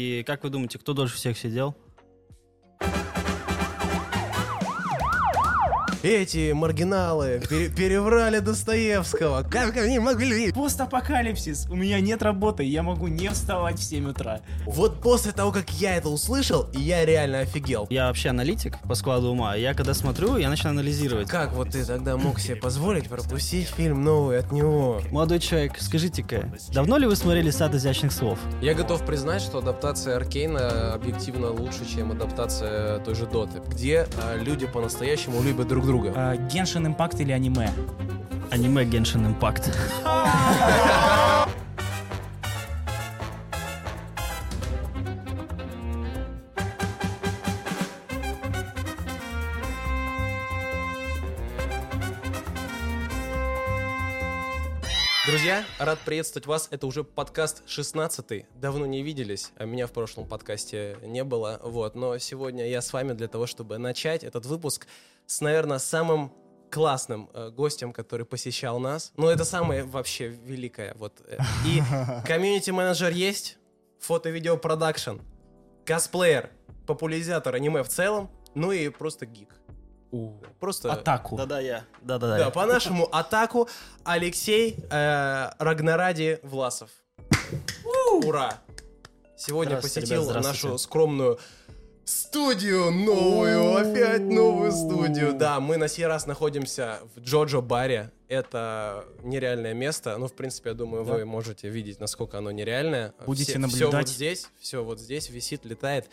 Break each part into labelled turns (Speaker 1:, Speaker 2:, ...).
Speaker 1: И как вы думаете, кто дольше всех сидел?
Speaker 2: Эти маргиналы пере- переврали Достоевского. Как они могли?
Speaker 3: Постапокалипсис. У меня нет работы, я могу не вставать в 7 утра.
Speaker 2: Вот после того, как я это услышал, я реально офигел.
Speaker 1: Я вообще аналитик по складу ума. Я когда смотрю, я начинаю анализировать.
Speaker 2: Как вот ты тогда мог себе позволить пропустить фильм новый от него?
Speaker 1: Молодой человек, скажите-ка, давно ли вы смотрели «Сад изящных слов»?
Speaker 4: Я готов признать, что адаптация Аркейна объективно лучше, чем адаптация той же Доты.
Speaker 2: Где а, люди по-настоящему любят друг друга?
Speaker 3: А, Геншин Импакт или аниме?
Speaker 1: Аниме Геншин Импакт.
Speaker 4: Друзья, рад приветствовать вас. Это уже подкаст 16 Давно не виделись. а Меня в прошлом подкасте не было. Вот. Но сегодня я с вами для того, чтобы начать этот выпуск с, наверное, самым классным э, гостем, который посещал нас. Ну, это самое вообще великое. Вот. э. И комьюнити-менеджер есть, фото-видео-продакшн, косплеер, популяризатор аниме в целом, ну и просто гик. Просто...
Speaker 3: Э, Атаку.
Speaker 1: Да-да, я. Да-да-да.
Speaker 4: Да, по-нашему атаку Алексей э, Рагнаради Власов. Ура! Сегодня
Speaker 1: Здравствуйте,
Speaker 4: посетил
Speaker 1: ребят, здравствуйте.
Speaker 4: нашу скромную студию новую, опять новую студию. Да, мы на сей раз находимся в Джоджо баре. Это нереальное место. Ну, в принципе, я думаю, вы можете видеть, насколько оно нереальное.
Speaker 3: Будете
Speaker 4: Все вот
Speaker 3: наблюдать.
Speaker 4: здесь, все вот здесь висит, летает.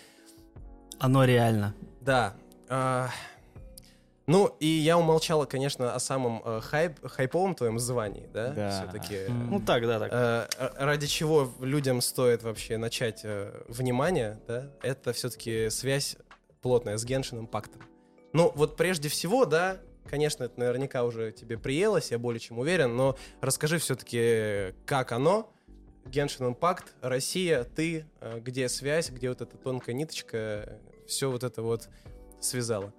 Speaker 1: Оно реально.
Speaker 4: Да. а, ну, и я умолчала, конечно, о самом э, хайп, хайповом твоем звании, да? э,
Speaker 3: Да.
Speaker 4: Все-таки.
Speaker 1: Ну так, да, так.
Speaker 4: Э, ради чего людям стоит вообще начать э, внимание, да? Это все-таки связь плотная с Геншином Пактом. Ну, вот прежде всего, да, конечно, это наверняка уже тебе приелось, я более чем уверен, но расскажи все-таки, как оно, Геншин Пакт, Россия, ты, э, где связь, где вот эта тонкая ниточка, все вот это вот связала.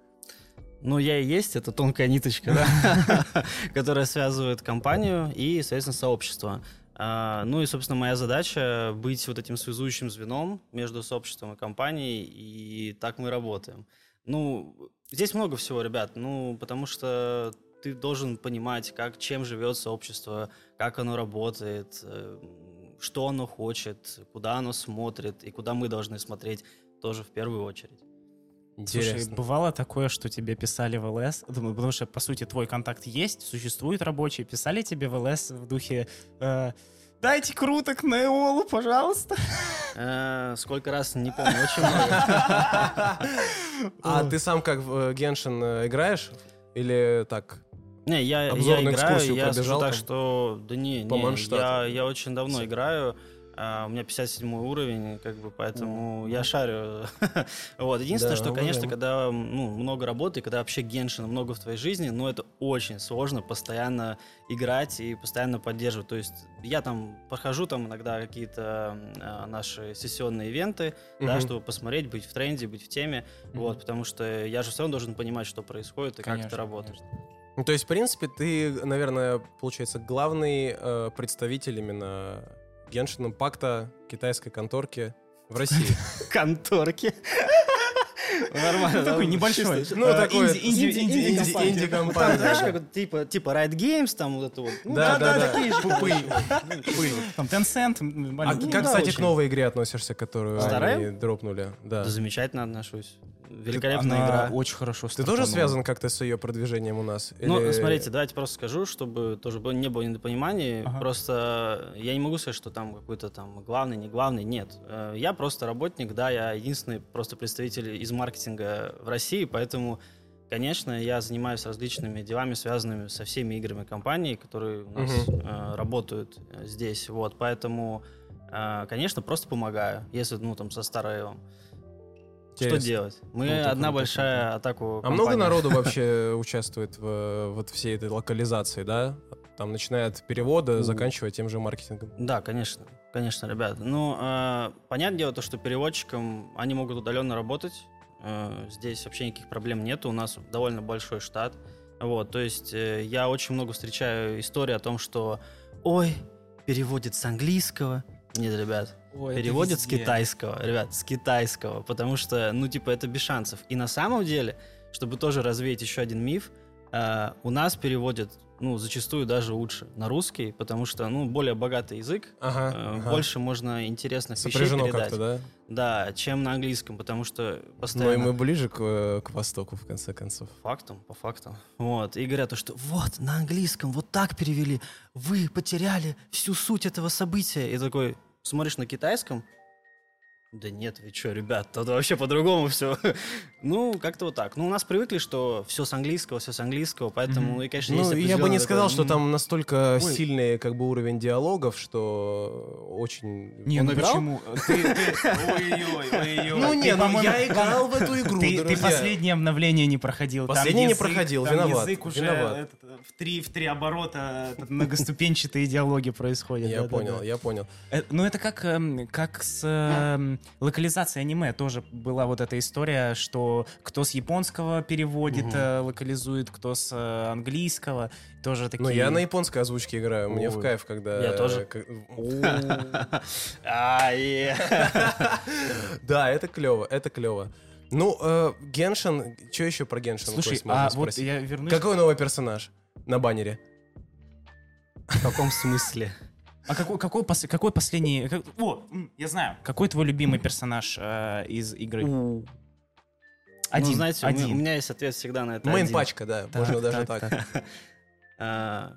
Speaker 1: Ну, я и есть, это тонкая ниточка, да, которая связывает компанию и, соответственно, сообщество. А, Ну и, собственно, моя задача быть вот этим связующим звеном между сообществом и компанией, и так мы и работаем. Ну, здесь много всего, ребят, ну, потому что ты должен понимать, как, чем живет сообщество, как оно работает, э, что оно хочет, куда оно смотрит и куда мы должны смотреть тоже в первую очередь.
Speaker 3: Слушай, бывало такое, что тебе писали в ЛС, думаю, потому что, по сути, твой контакт есть, существует рабочий, писали тебе в ЛС в духе э, «Дайте круток на Эолу, пожалуйста».
Speaker 1: Э, Сколько раз, не помню, очень много. ну
Speaker 4: А ты сам как в э, Геншин э, играешь? Или так?
Speaker 1: Не, я, я
Speaker 4: Обзорную
Speaker 1: играю,
Speaker 4: экскурсию
Speaker 1: я скажу
Speaker 4: пробежал
Speaker 1: так,
Speaker 4: там?
Speaker 1: что... Да не,
Speaker 4: По
Speaker 1: не,
Speaker 4: Манштату.
Speaker 1: я, я очень давно играю, а, у меня 57 уровень, как бы, поэтому я шарю. вот, единственное,
Speaker 4: Ну, Да,
Speaker 1: что, конечно,
Speaker 4: уважаемо.
Speaker 1: когда ну, много работы, когда вообще геншина много в твоей жизни, но это очень сложно постоянно играть и постоянно поддерживать. То есть я там похожу там иногда какие-то э, наши сессионные ивенты, да,
Speaker 4: Мгм.
Speaker 1: чтобы посмотреть, быть в тренде, быть в теме, вот, потому что я же все равно должен понимать, что происходит и как это
Speaker 3: Конечно,
Speaker 1: работает.
Speaker 4: Ну, то есть, в принципе, ты, наверное, получается, главный э, представитель именно Геншина Пакта китайской конторки в России.
Speaker 1: конторки. Нормально.
Speaker 3: Ну, такой небольшой.
Speaker 4: Ну,
Speaker 3: Э,
Speaker 4: такое-
Speaker 3: инди- инди-
Speaker 4: инди-
Speaker 3: инди- инди-компания.
Speaker 4: инди-
Speaker 1: Там,
Speaker 4: компания.
Speaker 1: знаешь, как вот типа, типа Riot Games, там вот это вот. Ну,
Speaker 4: Да, да, да.
Speaker 1: такие же.
Speaker 4: Пупы.
Speaker 3: Там Tencent, м,
Speaker 4: А
Speaker 3: маленький.
Speaker 1: Ну,
Speaker 4: как,
Speaker 1: да,
Speaker 4: кстати, к
Speaker 1: очень.
Speaker 4: новой игре относишься, которую
Speaker 1: Старая?
Speaker 4: они дропнули? Да.
Speaker 1: Да Замечательно отношусь. Великолепная
Speaker 3: Она
Speaker 1: игра.
Speaker 3: очень хорошо
Speaker 4: Ты тоже
Speaker 3: стартанула.
Speaker 4: связан как-то с ее продвижением у нас?
Speaker 1: Ну,
Speaker 4: Или-
Speaker 1: смотрите, давайте просто скажу, чтобы тоже было- не было недопониманий.
Speaker 3: Ага.
Speaker 1: Просто э, я не могу сказать, что там какой-то там главный, не главный. Нет. Э, Я просто работник, да, я единственный просто представитель из маркетинга в России, поэтому, конечно, я занимаюсь различными делами, связанными со всеми играми компании, которые у нас э, работают э, здесь. Вот, поэтому, э, конечно, просто помогаю, если, ну, там, со старой вам. Что
Speaker 4: Интересно. Ну,
Speaker 1: делать? Мы
Speaker 4: Круто,
Speaker 1: одна
Speaker 4: круто,
Speaker 1: большая атаку.
Speaker 4: А много
Speaker 1: компания.
Speaker 4: народу вообще участвует в э, вот всей этой локализации, да? Там начиная от перевода, заканчивая тем же маркетингом.
Speaker 1: Да, конечно, конечно, ребят. Ну, э, понятное дело, то, что переводчикам они могут удаленно работать. Э, здесь вообще никаких проблем нету. У нас довольно большой штат. Вот, то есть э, я очень много встречаю истории о том, что «Ой, переводит с английского». Нет, ребят,
Speaker 4: Ой, это
Speaker 1: переводят с
Speaker 4: везде.
Speaker 1: китайского, ребят, с китайского, потому что, ну, типа, это без шансов. И на самом деле, чтобы тоже развеять еще один миф, э, у нас переводят, ну, зачастую даже лучше на русский, потому что, ну, более богатый язык,
Speaker 4: Ага,
Speaker 1: э,
Speaker 4: ага.
Speaker 1: больше можно интересных
Speaker 4: сопряжено
Speaker 1: вещей передать.
Speaker 4: как-то, да?
Speaker 1: Да, чем на английском, потому что
Speaker 4: Ну и
Speaker 1: постоянно...
Speaker 4: мы ближе к, э, к востоку, в конце концов.
Speaker 1: фактам, по фактам. Вот, и говорят, то, что вот, на английском вот так перевели, вы потеряли всю суть этого события. И такой, смотришь на китайском, да нет, вы что, ребят, тут вообще по-другому все. ну, как-то вот так. Ну, у нас привыкли, что все с английского, все с английского, поэтому,
Speaker 3: Мгм.
Speaker 1: и, конечно,
Speaker 4: Ну,
Speaker 1: есть
Speaker 4: я бы не
Speaker 1: определенный
Speaker 4: сказал,
Speaker 1: такой,
Speaker 4: что там настолько
Speaker 1: Ой.
Speaker 4: сильный как бы уровень диалогов, что очень...
Speaker 3: Не,
Speaker 4: Он
Speaker 3: ну
Speaker 4: играл?
Speaker 3: почему? Ты- ты- Ой-ой, ой-ой.
Speaker 2: Ну
Speaker 3: Ты,
Speaker 2: не, ну
Speaker 3: по-моему,
Speaker 2: я играл в эту игру,
Speaker 3: Ты, ты
Speaker 2: друзья.
Speaker 3: последнее обновление не проходил. Там
Speaker 4: Последнее не
Speaker 3: язык-
Speaker 4: проходил,
Speaker 3: там
Speaker 4: виноват,
Speaker 3: язык уже
Speaker 4: виноват.
Speaker 3: этот, э, в три, в три оборота э, этот, многоступенчатые диалоги происходят.
Speaker 4: Я
Speaker 3: да-да-да.
Speaker 4: понял, я понял.
Speaker 3: Э, Ну, это как, эм, как с эм, локализацией аниме тоже была вот эта история, что кто с японского переводит,
Speaker 1: Мгм.
Speaker 3: э, локализует, кто с э, английского. Тоже такие...
Speaker 4: Ну, я на японской озвучке играю, мне в
Speaker 3: Ой.
Speaker 4: кайф, когда...
Speaker 1: Я тоже.
Speaker 4: к- У.
Speaker 1: А, е.
Speaker 4: Да, это клево, это клево. Ну, э, Геншин, что еще про Геншин
Speaker 3: Слушай,
Speaker 4: Quest можно
Speaker 3: а вот
Speaker 4: спросить?
Speaker 3: я вернусь...
Speaker 4: Какой новый персонаж на баннере?
Speaker 1: В каком смысле?
Speaker 3: А какой, какой, пос- какой последний... как- О, м, я знаю. Какой твой любимый персонаж э, из игры? Один.
Speaker 1: Ну, знаете, у меня- у
Speaker 3: один.
Speaker 1: меня есть ответ всегда на это.
Speaker 4: Мейн
Speaker 1: один.
Speaker 4: пачка, да,
Speaker 3: Так,
Speaker 4: можно даже
Speaker 3: так,
Speaker 4: так.
Speaker 1: А,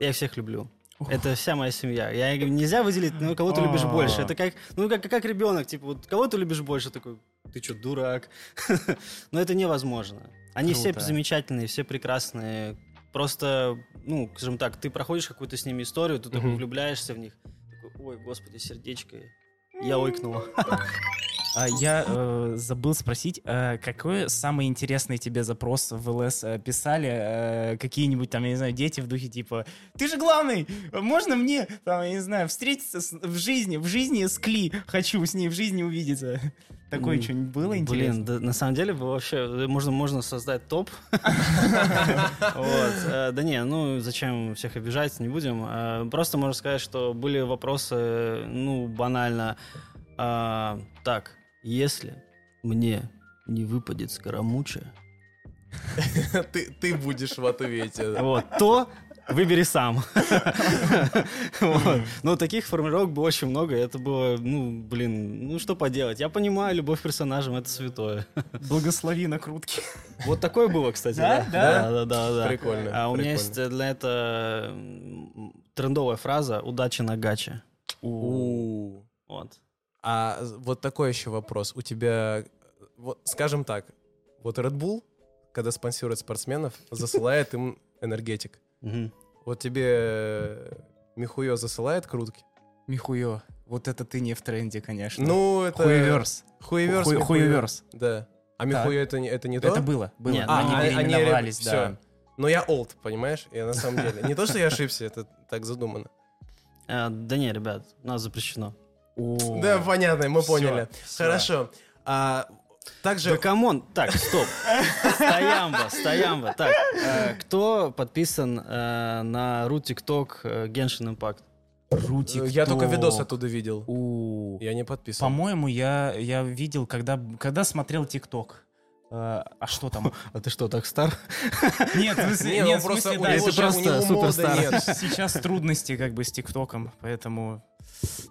Speaker 1: Я всех люблю.
Speaker 3: Ух.
Speaker 1: Это вся моя семья. Я говорю, нельзя выделить, ну, кого ты любишь
Speaker 3: А.
Speaker 1: больше. Это как, ну, как, как ребенок, типа, вот кого ты любишь больше, такой, ты что, дурак? Но это невозможно. Они все
Speaker 3: Круто.
Speaker 1: замечательные, все прекрасные. Просто, ну, скажем так, ты проходишь какую-то с ними историю, ты такой
Speaker 4: Мгм.
Speaker 1: влюбляешься в них. Такой, ой, господи, сердечко. Я ойкнул.
Speaker 3: А, я э, забыл спросить, э, какой самый интересный тебе запрос в ЛС э, писали э, какие-нибудь там, я не знаю, дети в духе типа «Ты же главный! Можно мне, там, я не знаю, встретиться с- в жизни, в жизни с Кли? Хочу с ней в жизни увидеться». Такое
Speaker 1: М,
Speaker 3: что-нибудь было
Speaker 1: Блин,
Speaker 3: интересно?
Speaker 1: да, на самом деле было вообще э, можно, можно создать топ. Вот. Э, Да не, ну зачем всех обижать, не будем. Э, Просто можно сказать, что были вопросы, ну, банально. А, Так, если мне не выпадет скоромуча,
Speaker 4: Ты ты будешь в ответе.
Speaker 1: А вот, то выбери сам. Вот. Но таких формировок было очень много, и это было, ну, блин, ну что поделать. Я понимаю, любовь к персонажам — это святое.
Speaker 3: Благослови накрутки.
Speaker 1: Вот такое было, кстати.
Speaker 3: Да? Да?
Speaker 1: да, да, да.
Speaker 4: Прикольно.
Speaker 1: А у меня
Speaker 4: прикольно.
Speaker 1: есть э, для это м, трендовая фраза «удачи на гаче».
Speaker 4: У.
Speaker 1: Вот.
Speaker 4: А вот такой еще вопрос. У тебя, э, вот, скажем так, вот Red Bull, когда спонсирует спортсменов, засылает им энергетик.
Speaker 1: Мгм.
Speaker 4: Вот тебе э, Михуё засылает крутки?
Speaker 3: Михуё, вот это ты не в тренде, конечно.
Speaker 4: Ну, это...
Speaker 3: Хуеверс.
Speaker 4: Хуеверс.
Speaker 3: Хуй-
Speaker 4: Михуё.
Speaker 3: хуеверс.
Speaker 4: Да. А
Speaker 3: Так.
Speaker 4: Михуё это не, это не то?
Speaker 3: Это было, было.
Speaker 1: Нет,
Speaker 3: Они
Speaker 1: а,
Speaker 4: ну, они- они
Speaker 3: переименовались,
Speaker 4: реп-
Speaker 3: да.
Speaker 4: всё. Но я олд, понимаешь? Я на самом деле. Не то, что я ошибся, это так задумано.
Speaker 1: Э, Да не, ребят, у нас запрещено.
Speaker 3: О.
Speaker 4: Да, понятно, мы
Speaker 3: Всё,
Speaker 4: поняли.
Speaker 3: всё.
Speaker 4: Хорошо. А,
Speaker 1: Да
Speaker 4: Также...
Speaker 1: камон! Так, стоп. Стоямба, стоямба. Так, э, кто подписан э, на ру ТикТок э, Genshin Impact?
Speaker 3: Рутик.
Speaker 4: Я только
Speaker 3: Ток.
Speaker 4: видос оттуда видел.
Speaker 3: У.
Speaker 4: Я не подписан.
Speaker 3: По-моему, я, я видел, когда, когда смотрел ТикТок. Э, А что там?
Speaker 1: А ты что, так стар?
Speaker 3: Нет, в смысле-
Speaker 4: Не,
Speaker 3: нет,
Speaker 4: он
Speaker 3: в
Speaker 4: просто
Speaker 3: смысле,
Speaker 4: у
Speaker 3: да,
Speaker 4: него
Speaker 1: Это
Speaker 4: же-
Speaker 1: просто
Speaker 4: у него молода
Speaker 1: суперстар.
Speaker 4: нет.
Speaker 3: сейчас- сейчас трудности как бы с ТикТоком, поэтому...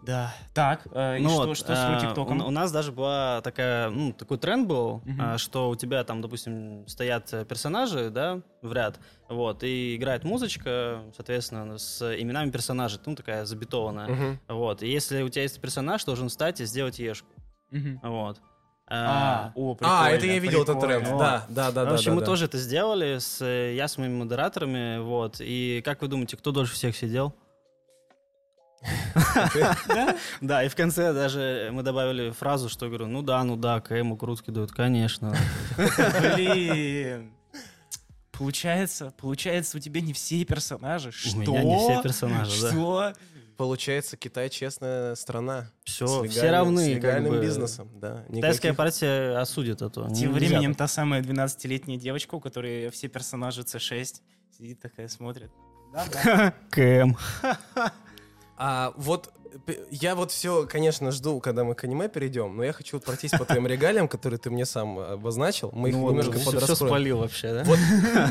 Speaker 3: Да. Так, э, и
Speaker 1: Ну
Speaker 3: что,
Speaker 1: вот,
Speaker 3: что с
Speaker 1: э,
Speaker 3: ТикТоком?
Speaker 1: У, у нас даже была такая, ну, такой тренд был,
Speaker 3: Мгм.
Speaker 1: а, что у тебя там, допустим, стоят э, персонажи, да, в ряд, вот, и играет музычка, соответственно, с именами персонажей, ну, такая забитованная.
Speaker 4: Мгм.
Speaker 1: Вот, и если у тебя есть персонаж, должен встать и сделать ешку,
Speaker 3: Мгм.
Speaker 1: вот. А,
Speaker 3: А, о,
Speaker 4: А, это
Speaker 3: прикольно,
Speaker 4: я видел этот
Speaker 3: прикольно.
Speaker 4: тренд.
Speaker 1: Вот.
Speaker 4: Да, да, да, да.
Speaker 1: в общем,
Speaker 4: да,
Speaker 1: мы
Speaker 4: да.
Speaker 1: тоже это сделали, с, э, я с моими модераторами, вот, и как вы думаете, кто дольше всех сидел? Да, и в конце даже мы добавили фразу, что говорю, ну да, ну да, КМ укрутки дают, конечно.
Speaker 3: Блин. Получается, получается, у тебя не все персонажи. Что?
Speaker 1: У меня не все персонажи, да.
Speaker 3: Что?
Speaker 4: Получается, Китай честная страна.
Speaker 1: Все,
Speaker 4: С
Speaker 1: все
Speaker 4: легальным-
Speaker 1: равны.
Speaker 4: С
Speaker 1: как
Speaker 4: легальным
Speaker 1: бы.
Speaker 4: бизнесом, да.
Speaker 1: Китайская
Speaker 4: Никаких-
Speaker 1: партия осудит это. Нельзя
Speaker 3: Тем временем
Speaker 1: так.
Speaker 3: та самая 12-летняя девочка, у которой все персонажи C6, сидит такая, смотрит.
Speaker 1: КМ.
Speaker 4: А вот П- Я вот все, конечно, жду, когда мы к аниме перейдем, но я хочу вот пройтись по твоим регалиям, которые ты мне сам э, обозначил. Мы их
Speaker 1: Ну
Speaker 4: немножко
Speaker 1: все
Speaker 4: подрастроим.
Speaker 1: спалил вообще, да?
Speaker 4: Вот,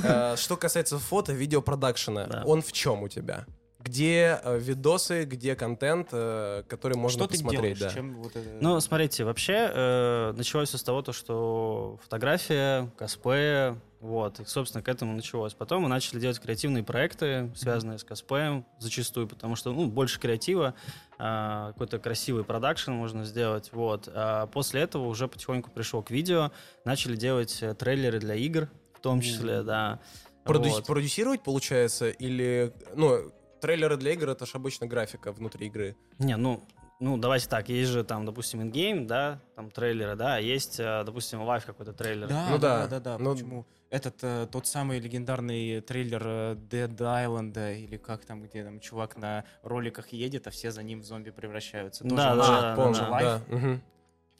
Speaker 4: э, что касается фото, видеопродакшена,
Speaker 1: Да.
Speaker 4: он в чем у тебя? Где э, видосы, где контент, э, который можно
Speaker 3: Что ты
Speaker 4: посмотреть?
Speaker 3: делаешь?
Speaker 4: да.
Speaker 3: Чем вот это-
Speaker 1: Ну, смотрите, вообще э, началось все с того, то, что фотография, косплея, вот, и, собственно, к этому началось. Потом мы начали делать креативные проекты, связанные с косплеем, зачастую, потому что, ну, больше креатива, а, какой-то красивый продакшн можно сделать, вот. А после этого уже потихоньку пришел к видео, начали делать э, трейлеры для игр, в том числе, да.
Speaker 4: Проду-
Speaker 1: Вот.
Speaker 4: Продюсировать, получается, или... Ну, трейлеры для игр — это же обычно графика внутри игры.
Speaker 1: Не, ну, ну, давайте так, есть же там, допустим, ингейм, да, там трейлеры, да, а есть, э, допустим, лайв какой-то трейлер.
Speaker 3: Да,
Speaker 4: Ну
Speaker 3: да,
Speaker 4: да,
Speaker 3: да, да,
Speaker 4: ну-
Speaker 3: Почему? Этот э, тот самый легендарный трейлер э, Dead Island э, или как там, где там чувак на роликах едет, а все за ним в зомби превращаются. Тоже
Speaker 1: А, Да,
Speaker 3: он
Speaker 1: да,
Speaker 3: же-
Speaker 1: да,
Speaker 4: помню,
Speaker 1: да.
Speaker 4: да. мгм.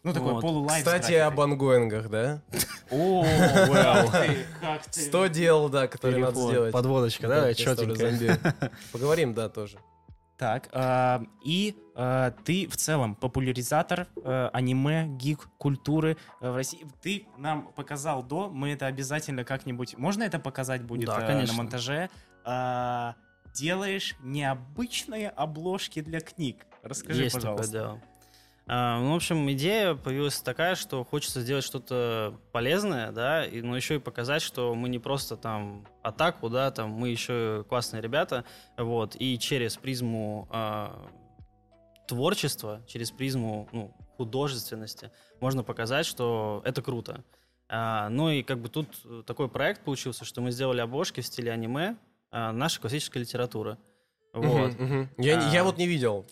Speaker 3: Ну такой
Speaker 1: Вот.
Speaker 3: полулайф. с
Speaker 4: Кстати,
Speaker 3: графикой.
Speaker 4: об ангоингах, да?
Speaker 3: О, вау, ты, как ты.
Speaker 4: 100 дел, да, которые надо
Speaker 1: Переход,
Speaker 4: сделать.
Speaker 1: Подводочка,
Speaker 4: Да,
Speaker 1: да,
Speaker 4: я ставлю
Speaker 1: четенькая.
Speaker 4: Поговорим, да, тоже.
Speaker 3: Так, а, и а, ты в целом популяризатор э, аниме, гик, культуры э, в России. Ты нам показал до, мы это обязательно как-нибудь... Можно это показать будет
Speaker 1: Да,
Speaker 3: э, на
Speaker 1: конечно.
Speaker 3: монтаже? А, делаешь необычные обложки для книг. Расскажи,
Speaker 1: Есть такое
Speaker 3: пожалуйста.
Speaker 1: дело. А, ну, в общем, идея появилась такая, что хочется сделать что-то полезное, да, и, но еще и показать, что мы не просто там атаку, да, там мы еще и классные ребята, вот, и через призму а, творчества, через призму ну, художественности можно показать, что это круто. А, ну и как бы тут э, такой проект получился, что мы сделали обложки в стиле аниме, а, наша классическая литература. Вот.
Speaker 4: Мгм, мгм. Я, не- я
Speaker 1: А.
Speaker 4: вот не видел.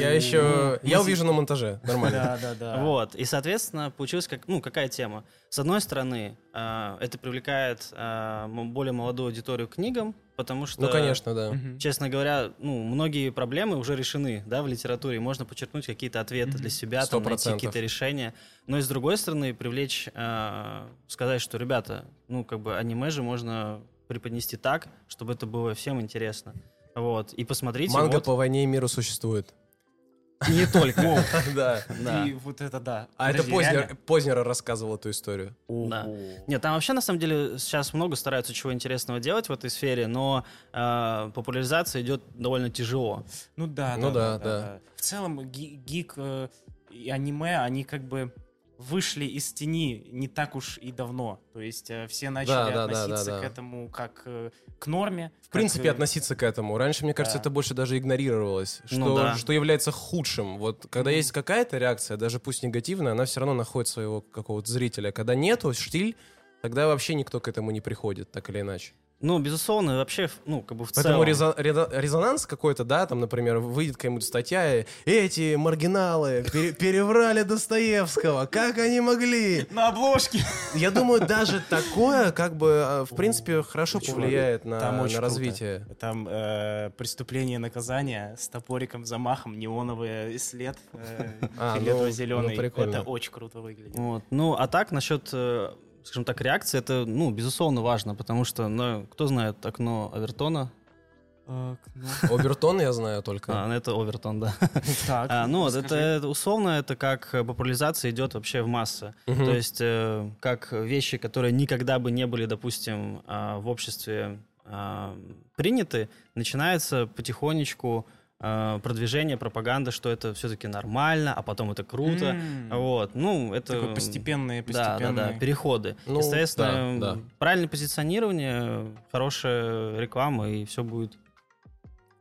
Speaker 4: Я еще...
Speaker 3: Мы
Speaker 4: Я
Speaker 3: с-
Speaker 4: увижу на монтаже. Нормально.
Speaker 3: Да, да, да.
Speaker 1: Вот, и, соответственно, получилась как, ну, какая тема. С одной стороны, э, это привлекает э, м- более молодую аудиторию к книгам, потому что,
Speaker 4: Ну, конечно, да.
Speaker 3: Мгм.
Speaker 1: честно говоря, ну, многие проблемы уже решены да, в литературе, и можно почерпнуть какие-то ответы
Speaker 3: Мгм.
Speaker 1: для себя,
Speaker 4: Сто
Speaker 1: там, найти
Speaker 4: процентов.
Speaker 1: какие-то решения. Но и, с другой стороны, привлечь, э, сказать, что, ребята, ну, как бы аниме же можно преподнести так, чтобы это было всем интересно. Вот, и посмотрите,
Speaker 4: Манга
Speaker 1: вот,
Speaker 4: по войне и миру существует.
Speaker 1: не только.
Speaker 4: Да.
Speaker 1: Да.
Speaker 3: И вот это да.
Speaker 4: А это
Speaker 3: Подожди, реально?
Speaker 4: Познер, Познер рассказывал эту историю.
Speaker 1: Да.
Speaker 3: Ого.
Speaker 1: Нет, там вообще на самом деле сейчас много стараются чего интересного делать в этой сфере, но э, популяризация идет довольно тяжело.
Speaker 3: Ну да,
Speaker 4: Ну да,
Speaker 3: да, да,
Speaker 4: да.
Speaker 3: да. В целом ги- гик э, и аниме, они как бы вышли из тени не так уж и давно. То есть э, все начали
Speaker 4: Да, да, да, да,
Speaker 3: относиться
Speaker 4: да.
Speaker 3: к этому как э, к норме. э,
Speaker 4: В
Speaker 1: э,
Speaker 4: принципе, относиться к этому. Раньше, мне кажется,
Speaker 3: да.
Speaker 4: это больше даже игнорировалось. Что,
Speaker 1: Ну да.
Speaker 4: что является худшим. Вот когда есть какая-то реакция, даже пусть негативная, она все равно находит своего какого-то зрителя. Когда нету штиль, тогда вообще никто к этому не приходит, так или иначе.
Speaker 1: Ну, безусловно, вообще, в- ну, как бы в
Speaker 4: Поэтому
Speaker 1: целом.
Speaker 4: резо- редо- резонанс какой-то, да, там, например, выйдет какая-нибудь статья, и эти маргиналы пере- переврали Достоевского, как они могли?
Speaker 3: На обложке!
Speaker 4: Я думаю, даже такое, как бы, э, в принципе, хорошо
Speaker 3: чувак,
Speaker 4: повлияет на,
Speaker 3: там
Speaker 4: на
Speaker 3: очень круто.
Speaker 4: развитие.
Speaker 3: Там э, преступление и наказание с топориком, замахом, неоновый след, э,
Speaker 4: А, ну,
Speaker 3: фиолетово-зеленый.
Speaker 4: ну, прикольно.
Speaker 3: Это очень круто выглядит.
Speaker 1: Вот. Ну, а так, насчет, э, скажем так, реакции, это, ну, безусловно, важно, потому что, ну, кто знает окно Авертона?
Speaker 3: Так, ну,
Speaker 4: Обертон я знаю только.
Speaker 1: А, это Овертон, да.
Speaker 3: так,
Speaker 1: А, ну, вот
Speaker 3: расскажи.
Speaker 1: это условно, это как э, популяризация идет вообще в массы.
Speaker 4: Мгм.
Speaker 1: То есть, э, как вещи, которые никогда бы не были, допустим, а, в обществе а, приняты, начинается потихонечку а, продвижение, пропаганда, что это все-таки нормально, а потом это круто.
Speaker 3: М.
Speaker 1: Вот, ну, это...
Speaker 3: Такой постепенные,
Speaker 1: Да, да, да,
Speaker 3: постепенные.
Speaker 1: переходы.
Speaker 4: Ну,
Speaker 1: Естественно,
Speaker 4: да, да.
Speaker 1: правильное позиционирование, хорошая реклама, и все будет.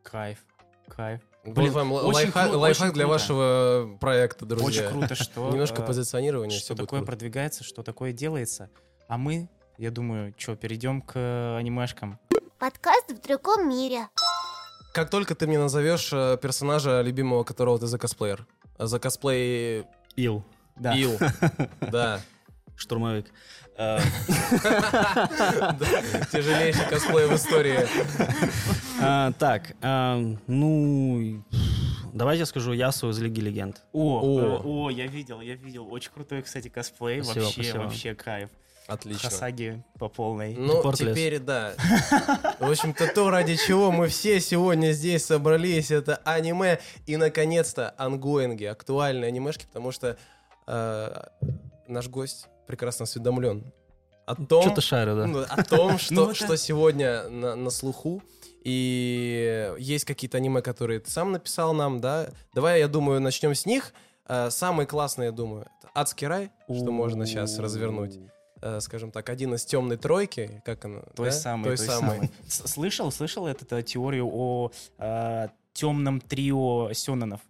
Speaker 3: Кайф, кайф.
Speaker 4: Блин, вам л-
Speaker 3: очень
Speaker 4: лайфхак,
Speaker 3: кру-
Speaker 4: лайфхак
Speaker 3: очень
Speaker 4: для
Speaker 3: круто.
Speaker 4: вашего проекта, друзья.
Speaker 3: Очень круто, что
Speaker 4: Немножко
Speaker 3: э,
Speaker 4: позиционирование,
Speaker 3: что
Speaker 4: все будет
Speaker 3: такое
Speaker 4: круто.
Speaker 3: продвигается, что такое делается. А мы, я думаю, что перейдем к э, анимешкам.
Speaker 5: Подкаст в другом мире.
Speaker 4: Как только ты мне назовешь э, персонажа, любимого которого ты за косплеер, А за косплей
Speaker 1: Ил.
Speaker 3: Да.
Speaker 4: Ил, да,
Speaker 1: Штурмовик. Э,
Speaker 4: тяжелейший косплей в истории.
Speaker 1: А, так, а, ну, и, пф, давайте я скажу Ясу из Лиги Легенд.
Speaker 3: О,
Speaker 4: О.
Speaker 3: э, о, я видел, я видел. Очень крутой, кстати, косплей.
Speaker 1: Спасибо,
Speaker 3: вообще,
Speaker 1: спасибо.
Speaker 3: вообще кайф.
Speaker 4: Отлично.
Speaker 3: Хасаги по полной.
Speaker 4: Ну,
Speaker 1: Портлес.
Speaker 4: теперь да. В общем-то, то, ради чего мы все сегодня здесь собрались, это аниме и, наконец-то, ангоинги, актуальные анимешки, потому что э, наш гость прекрасно осведомлен о том,
Speaker 1: Что-то шарю, да.
Speaker 4: ну, о том,
Speaker 3: Ну,
Speaker 4: что,
Speaker 3: это-
Speaker 4: что сегодня на, на слуху. И есть какие-то аниме, которые ты сам написал нам, да? Давай, я думаю, начнем с них. Э, Самые классные, я думаю, это «Адский рай», что можно сейчас развернуть. Э, Скажем так, один из темной тройки, как она?
Speaker 3: Той
Speaker 4: да?
Speaker 3: самой, той, самой. С- Слышал, слышал эту э, теорию о темном трио Сёнэнов?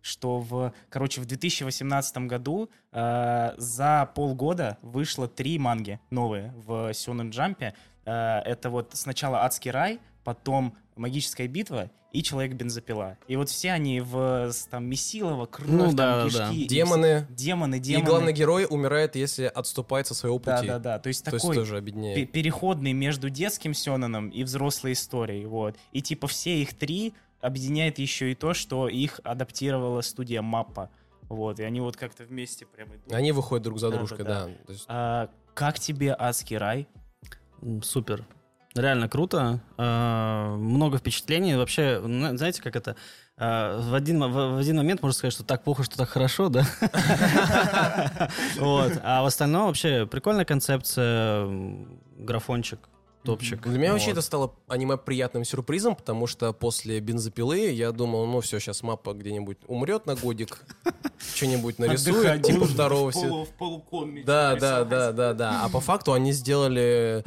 Speaker 3: Что в, короче, в 2018 году э, за полгода вышло три манги новые в Сёнэн Джампе. Э, это вот сначала «Адский рай», потом «Магическая битва» и «Человек-бензопила». И вот все они в с- там Месилова, Кровь,
Speaker 1: Ну
Speaker 3: там,
Speaker 1: да, да,
Speaker 3: кишки.
Speaker 1: да.
Speaker 3: и вс-
Speaker 4: Демоны.
Speaker 3: Демоны,
Speaker 4: И
Speaker 3: демоны.
Speaker 4: главный герой умирает, если отступает со своего
Speaker 3: Да,
Speaker 4: пути.
Speaker 3: да, да. То есть
Speaker 4: То есть
Speaker 3: такой
Speaker 4: тоже
Speaker 3: пе-
Speaker 4: объединяет.
Speaker 3: переходный между детским Сёнаном и взрослой историей, вот. И типа все их три объединяет еще и то, что их адаптировала студия Маппа, вот. И они вот как-то вместе прям идут.
Speaker 4: Они выходят друг за
Speaker 3: Да, да,
Speaker 4: дружкой,
Speaker 3: да.
Speaker 4: да. То есть
Speaker 3: А, как тебе адский рай?
Speaker 1: М, Супер. Реально круто. Э, Много впечатлений. Вообще, на- знаете, как это? Э, В один, мо- в в один момент можно сказать, что так плохо, что так хорошо, да? Вот. А в остальном вообще прикольная концепция, м, графончик, топчик.
Speaker 4: Для меня вообще
Speaker 1: Вот.
Speaker 4: это стало аниме приятным сюрпризом, потому что после «Бензопилы» я думал, ну все, сейчас мапа где-нибудь умрет на годик, что-нибудь нарисует,
Speaker 3: Отдыхать
Speaker 4: типа
Speaker 3: нужно,
Speaker 4: второго.
Speaker 3: в
Speaker 4: се-
Speaker 3: полу- в полукомике
Speaker 4: Да, да,
Speaker 3: рисовать.
Speaker 4: да, да, да. А по факту они сделали...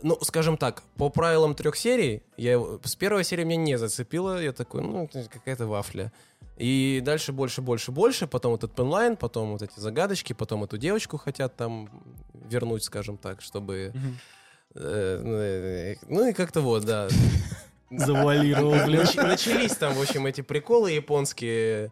Speaker 4: Ну, скажем так, по правилам трех серий, я его- с первой серии меня не зацепило, я такой, ну, это какая-то вафля. И дальше больше, больше, больше, потом этот пенлайн, потом вот эти загадочки, потом эту девочку хотят там вернуть, скажем так, чтобы... ну,
Speaker 3: Мгм.
Speaker 4: э, Ну и как-то вот, да.
Speaker 1: Завуалировал, блин.
Speaker 4: Нач- Начались там, в общем, эти приколы японские.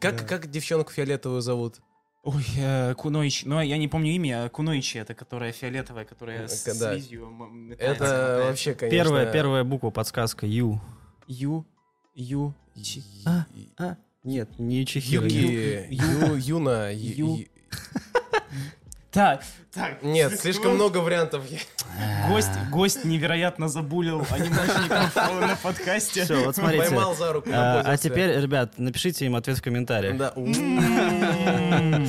Speaker 4: Как, как девчонку фиолетовую зовут?
Speaker 3: Ой, э, Куноичи. Ну, я не помню имя. Куноичи это, которая фиолетовая, которая с
Speaker 4: Э, да.
Speaker 3: слизью м,
Speaker 4: Это
Speaker 3: метается, мотается.
Speaker 4: вообще, конечно...
Speaker 1: Первая, первая буква, подсказка, Ю.
Speaker 3: Ю. Ю. Чи-
Speaker 1: А,
Speaker 4: И-
Speaker 1: а, нет, не Чихиро. Ю.
Speaker 4: Юки, Ю, Юна, Ю-
Speaker 3: Ю.
Speaker 4: Ю-
Speaker 3: Так, так.
Speaker 4: Нет, слишком много вариантов.
Speaker 3: Гость, гость невероятно забулил анимешников на подкасте.
Speaker 1: Все, вот смотрите.
Speaker 4: Поймал за руку.
Speaker 1: А а
Speaker 4: напользовался.
Speaker 1: теперь, ребят, напишите им ответ в комментариях.
Speaker 4: Да. у.
Speaker 3: М,
Speaker 4: Жестко.
Speaker 3: М-м-м.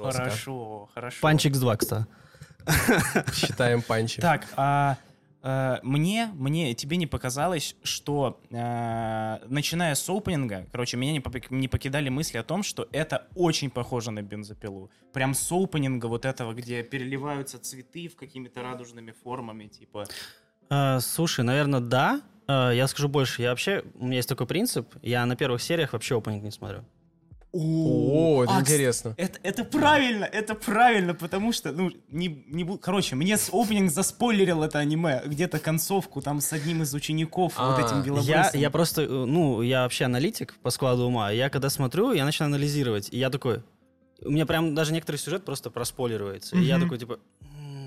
Speaker 3: Хорошо, хорошо.
Speaker 1: Панчик с 2, кстати.
Speaker 4: Считаем панчи.
Speaker 3: Так, а, а, мне, мне, тебе не показалось, что а, начиная с опенинга, короче, меня не, попек- не покидали мысли о том, что это очень похоже на бензопилу. Прям с опенинга вот этого, где переливаются цветы в какими-то радужными формами, типа.
Speaker 1: Э, Слушай, наверное, да. Э, Я скажу больше. Я вообще, у меня есть такой принцип. Я на первых сериях вообще опенинг не смотрю.
Speaker 4: О, это
Speaker 3: А, кс-
Speaker 4: интересно.
Speaker 3: Это, это правильно, это правильно, потому что, ну, не, не бу- Короче, мне с опенинг заспойлерил это аниме, где-то концовку там с одним из учеников, вот
Speaker 4: А,
Speaker 3: этим белобрысым.
Speaker 1: Я, я просто, э, ну, я вообще аналитик по складу ума. Я когда смотрю, я начинаю анализировать. И я такой... У меня прям даже некоторый сюжет просто проспойлеривается. И я
Speaker 3: Мгм.
Speaker 1: такой, типа...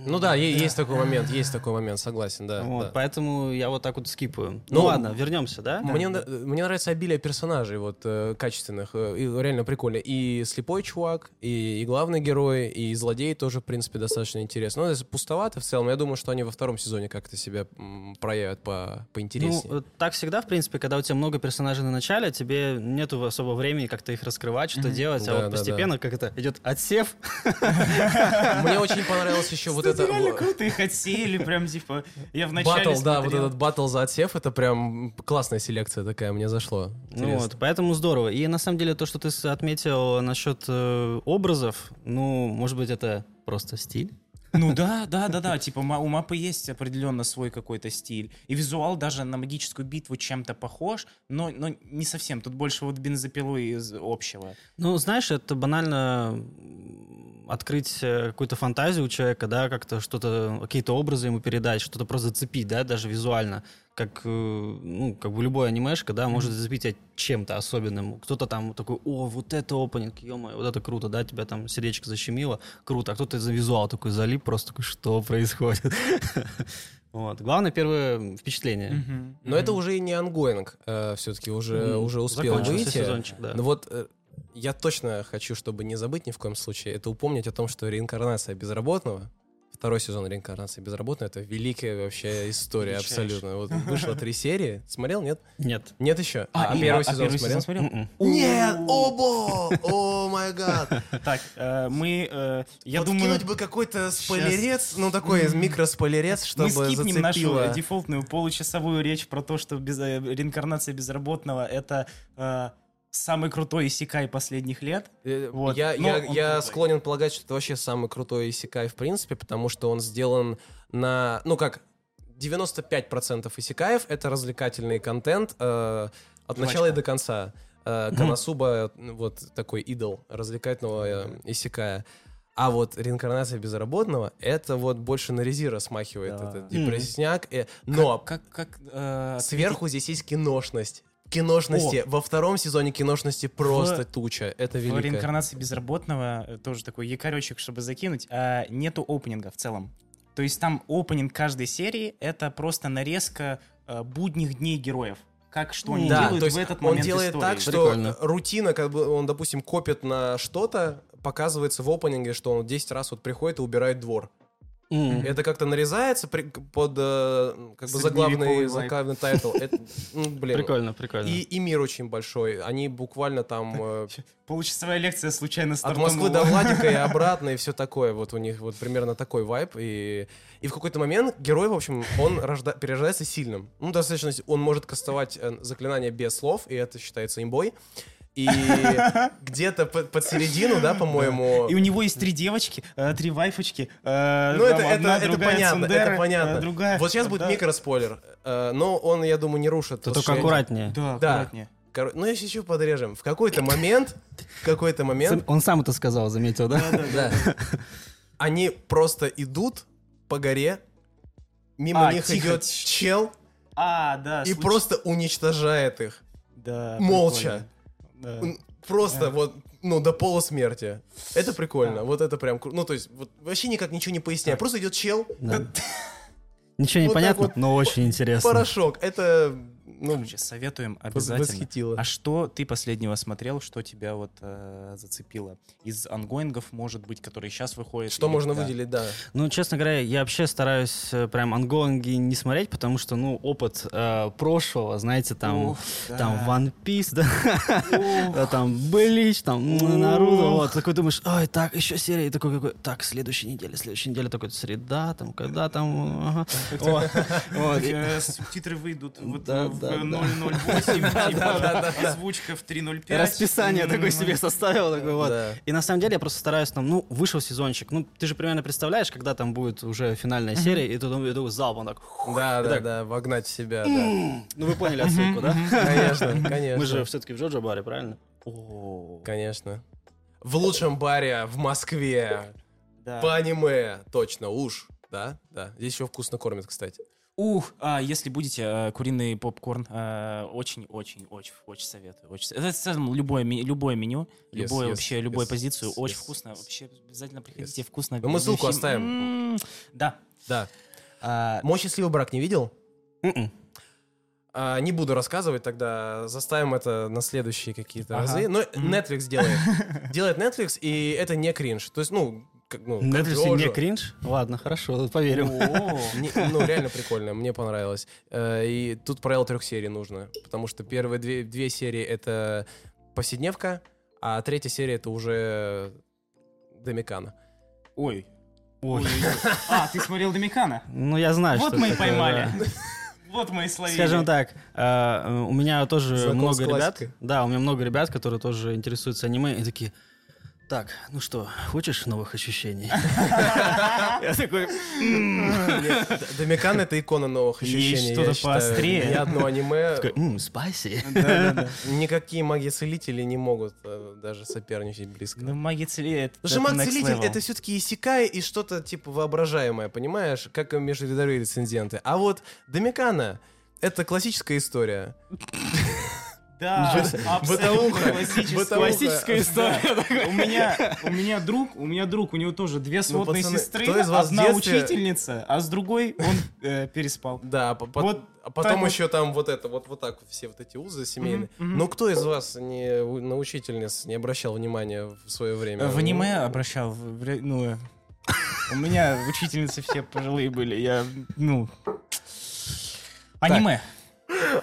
Speaker 4: Ну да, е- есть такой момент, есть такой момент, согласен, да.
Speaker 1: Вот,
Speaker 4: да.
Speaker 1: Поэтому я вот так вот скипаю. Ну,
Speaker 4: Ну,
Speaker 1: ладно, вернемся, да?
Speaker 4: Мне, на- мне нравится обилие персонажей вот э, качественных, э, и реально прикольно. И слепой чувак, и, и главный герой, и злодей тоже, в принципе, достаточно интересно. Ну, это пустовато в целом. Я думаю, что они во втором сезоне как-то себя м, проявят по поинтереснее.
Speaker 1: Ну, э, так всегда, в принципе, когда у тебя много персонажей на начале, тебе нету особо времени как-то их раскрывать, что
Speaker 3: Мгм.
Speaker 1: делать, а
Speaker 4: Да,
Speaker 1: вот
Speaker 4: да, да.
Speaker 1: постепенно, как это идет отсев,
Speaker 4: Мне очень понравилось еще вот это...
Speaker 3: реально
Speaker 4: вот-
Speaker 3: круто, их отсеяли, прям, типа, я вначале
Speaker 4: Баттл, да, вот
Speaker 3: смотрел.
Speaker 4: этот баттл за отсев, это прям классная селекция такая, мне зашло.
Speaker 1: Ну вот,
Speaker 4: Интересно.
Speaker 1: поэтому здорово. И на самом деле то, что ты с- отметил насчет э, образов, ну, может быть, это просто стиль.
Speaker 3: Ну да, да, да, да, типа ма- у мапы есть определенно свой какой-то стиль. И визуал даже на магическую битву чем-то похож, но, но не совсем. Тут больше вот бензопилу из общего.
Speaker 1: Ну, знаешь, это банально м, открыть э, какую-то фантазию у человека, да, как-то что-то, какие-то образы ему передать, что-то просто зацепить, да, даже визуально. Как, э, ну, как бы любой анимешка, да, может зацепить тебя чем-то особенным. Кто-то там такой, о, вот это опенинг, ё-моё, вот это круто, да, тебя там сердечко защемило, круто. А кто-то за визуал такой залип, просто такой, что происходит? Вот. Главное первое впечатление.
Speaker 4: Но это уже и не ангоинг, все-таки уже,
Speaker 1: М,
Speaker 4: уже успел
Speaker 1: закончился
Speaker 4: выйти.
Speaker 1: сезончик, да.
Speaker 4: Ну вот э, я точно хочу, чтобы не забыть ни в коем случае, это упомнить о том, что реинкарнация безработного Второй сезон реинкарнации безработной это великая вообще история
Speaker 3: Величайшая.
Speaker 4: абсолютно. Вот вышло три серии. Смотрел, нет?
Speaker 1: Нет.
Speaker 4: Нет еще.
Speaker 3: А, и-
Speaker 4: первый
Speaker 3: а
Speaker 4: сезон смотрел?
Speaker 1: М-м.
Speaker 2: Нет, оба! О май гад!
Speaker 3: Так, э, мы... э, Я думаю,
Speaker 2: Подкинуть бы какой-то
Speaker 3: щас-
Speaker 2: спойлерец, ну такой микроспойлерец, чтобы
Speaker 3: мы скипнем нашу
Speaker 2: зацепило.
Speaker 3: э, дефолтную получасовую речь про то, что без- э, реинкарнация безработного — это э, самый крутой исекай последних лет.
Speaker 4: Э,
Speaker 3: Вот.
Speaker 4: Я,
Speaker 3: Но
Speaker 4: я-
Speaker 3: он
Speaker 4: я
Speaker 3: крутой.
Speaker 4: склонен полагать, что это вообще самый крутой исекай в принципе, потому что он сделан на... Ну как, 95% исекаев — это развлекательный контент э, от начала и до конца. Э, Коносуба — вот такой идол развлекательного э, исекая. А вот реинкарнация безработного — это вот больше на резира смахивает
Speaker 3: Да.
Speaker 4: этот
Speaker 1: Мгм.
Speaker 4: депрессняк. э, Но
Speaker 3: Как... как э,
Speaker 4: сверху здесь есть киношность. Киношности. Во втором сезоне киношности просто туча. Это
Speaker 3: В
Speaker 4: великая
Speaker 3: реинкарнации безработного э, тоже такой якоречек, чтобы закинуть, а нету опенинга в целом. То есть там опенинг каждой серии — это просто нарезка э, будних дней героев. Как что они
Speaker 4: Да,
Speaker 3: делают
Speaker 4: то есть
Speaker 3: в этот
Speaker 4: он
Speaker 3: момент
Speaker 4: делает
Speaker 3: истории.
Speaker 4: так, что
Speaker 1: Прикольно.
Speaker 4: рутина, как бы он, допустим, копит на что-то, показывается в опенинге, что он 10 раз вот приходит и убирает двор.
Speaker 1: М.
Speaker 4: Это как-то нарезается при- под э, как бы заглавный,
Speaker 3: Средневековый
Speaker 4: заглавный тайтл. Это, м, блин.
Speaker 1: Прикольно, прикольно.
Speaker 4: И, и мир очень большой. Они буквально там э,
Speaker 3: Получасовая лекция случайно
Speaker 4: от
Speaker 3: стартанула.
Speaker 4: Москвы до Владика и обратно, и все такое. Вот у них вот примерно такой вайб. И, и в какой-то момент герой, в общем, он рожда- перерождается сильным. Ну, достаточно, с- он может кастовать э, заклинания без слов, и это считается имбой. И где-то под, под середину, да, по-моему...
Speaker 3: И у него есть три девочки, э, три вайфочки. Ну,
Speaker 4: Ну, это, это, это понятно, это понятно.
Speaker 3: э, Другая.
Speaker 4: Вот сейчас будет
Speaker 3: Да.
Speaker 4: микроспойлер. Э, Но он, я думаю, не рушит.
Speaker 1: Ты
Speaker 4: вот
Speaker 1: только
Speaker 4: что я-
Speaker 1: аккуратнее.
Speaker 3: Да,
Speaker 4: Да.
Speaker 3: аккуратнее.
Speaker 4: Коро- Ну, я сейчас еще подрежем. В какой-то момент, в какой-то момент
Speaker 1: Сам- Он сам это сказал, заметил, да?
Speaker 4: Да. Они просто идут по горе, мимо
Speaker 3: А,
Speaker 4: них
Speaker 3: тихо,
Speaker 4: идет
Speaker 3: тш-
Speaker 4: чел
Speaker 3: А, да.
Speaker 4: и
Speaker 3: случ-
Speaker 4: просто уничтожает их.
Speaker 3: Да,
Speaker 4: молча.
Speaker 3: прикольно. Да.
Speaker 4: Н- Просто
Speaker 3: Да.
Speaker 4: вот, ну, до полусмерти. Это прикольно. Вот это прям... кру- Ну, то есть, вот вообще никак ничего не поясняю. Просто идет чел,
Speaker 1: Да. Ничего не
Speaker 4: Вот так
Speaker 1: понятно,
Speaker 4: вот.
Speaker 1: но очень интересно.
Speaker 4: порошок. Это, ну,
Speaker 3: Короче, советуем
Speaker 4: вос-
Speaker 3: обязательно.
Speaker 4: восхитило.
Speaker 3: А что ты последнего смотрел, что тебя вот э, зацепило? Из ангоингов, может быть, которые сейчас выходят?
Speaker 4: Что
Speaker 3: или
Speaker 4: можно
Speaker 3: когда?
Speaker 4: выделить, да.
Speaker 1: Ну, честно говоря, я вообще стараюсь э, прям ангонги не смотреть, потому что, ну, опыт э, прошлого, знаете, там,
Speaker 3: Ух, да.
Speaker 1: там One Piece, да,
Speaker 3: Ух.
Speaker 1: Да, там Блич, там м, Наруто,
Speaker 3: Ух.
Speaker 1: вот. Такой думаешь, ой, так, еще серия, и такой какой, так, следующей неделе, следующей неделе, такой, среда, там, когда там, ага». Вот, вот, и-
Speaker 3: Э, Субтитры выйдут вот
Speaker 1: Да,
Speaker 3: в
Speaker 1: да, да.
Speaker 3: 008,
Speaker 4: да,
Speaker 3: типа,
Speaker 4: да.
Speaker 3: озвучка в 3.05.
Speaker 1: Расписание такое себе составил, такой вот.
Speaker 4: Да.
Speaker 1: И на самом деле я просто стараюсь там, ну, вышел сезончик, ну, ты же примерно представляешь, когда там будет уже финальная серия, и ты думаешь, иду залпом так,
Speaker 4: Да, да,
Speaker 1: Итак.
Speaker 4: да, вогнать в себя, да.
Speaker 1: ну, вы поняли отсылку, да?
Speaker 4: Конечно, конечно.
Speaker 1: Мы же все-таки в Джоджо баре, правильно?
Speaker 3: О,
Speaker 4: Конечно. В лучшем баре в Москве.
Speaker 3: да.
Speaker 4: По аниме. Точно, уж. Да, да. Здесь еще вкусно кормят, кстати.
Speaker 3: Ух, а если будете э, куриный попкорн, э, очень, очень, очень, очень советую. Очень. со- Это в целом любое, ме- любое меню,
Speaker 4: Yes,
Speaker 3: любое
Speaker 4: yes,
Speaker 3: вообще любую
Speaker 4: yes,
Speaker 3: позицию,
Speaker 4: yes,
Speaker 3: очень
Speaker 4: yes,
Speaker 3: вкусно.
Speaker 4: yes.
Speaker 3: Вообще обязательно приходите, вкусно.
Speaker 4: Ну, мы ссылку
Speaker 3: М,
Speaker 4: оставим.
Speaker 3: Да.
Speaker 4: Да.
Speaker 3: А,
Speaker 4: Мой счастливый брак не видел?
Speaker 1: Мгм.
Speaker 4: А, не буду рассказывать тогда, заставим это на следующие какие-то
Speaker 3: Ага.
Speaker 4: разы. Но Netflix делает. Делает Netflix, и это не кринж. То есть, ну, как, ну, как
Speaker 1: Netflix не
Speaker 4: Джоджо.
Speaker 1: кринж? Ладно, хорошо, поверим.
Speaker 3: о,
Speaker 4: Не- ну, реально прикольно, мне понравилось. Э, И тут правило трех серий нужно, потому что первые две, две серии — это повседневка, а третья серия — это уже Домикана.
Speaker 3: Ой.
Speaker 1: Ой.
Speaker 3: А, ты смотрел Домикана?
Speaker 1: Ну, я знаю,
Speaker 3: Вот
Speaker 1: что
Speaker 3: мы и
Speaker 1: это такое,
Speaker 3: поймали.
Speaker 1: да.
Speaker 3: Вот мы и словили.
Speaker 1: Скажем так, э, э, у меня тоже
Speaker 4: Знаком с
Speaker 1: много ребят.
Speaker 4: классикой.
Speaker 1: Да, у меня много ребят, которые тоже интересуются аниме, и такие. Так, ну что, хочешь новых ощущений? Я такой,
Speaker 4: Нет, Д- Домикан — это икона новых
Speaker 3: Есть
Speaker 4: ощущений. я
Speaker 3: что-то
Speaker 4: считаю.
Speaker 3: поострее.
Speaker 4: Ни одно аниме,
Speaker 1: такой, «М, спайси.
Speaker 3: Да-да-да.
Speaker 4: никакие маги-целители не могут э, даже соперничать близко.
Speaker 3: Ну, маги целитель.
Speaker 4: Потому что маг-целитель это все-таки иссякая и что-то типа воображаемое, понимаешь? Как межвидовые рецензенты. А вот Домикана — это классическая история.
Speaker 3: Да,
Speaker 4: Ничего себе.
Speaker 3: абсолютно
Speaker 4: Бытовуха.
Speaker 3: классическая.
Speaker 4: Бытовуха. Классическая
Speaker 3: история. У меня, у меня друг, у меня друг, у него тоже две сводные
Speaker 4: пацаны,
Speaker 3: сестры,
Speaker 4: кто из вас в
Speaker 3: одна
Speaker 4: детстве-
Speaker 3: учительница, а с другой он э, переспал.
Speaker 4: Да, по- по-
Speaker 3: Вот
Speaker 4: а потом
Speaker 3: так вот.
Speaker 4: еще там вот это, вот, вот так вот все вот эти узы семейные.
Speaker 3: Мгм, мгм.
Speaker 4: Ну, кто из вас не, у- на учительниц не обращал внимания в свое время?
Speaker 3: В аниме обращал, в ре- ну, э, У меня учительницы все пожилые были. Я, ну... Аниме.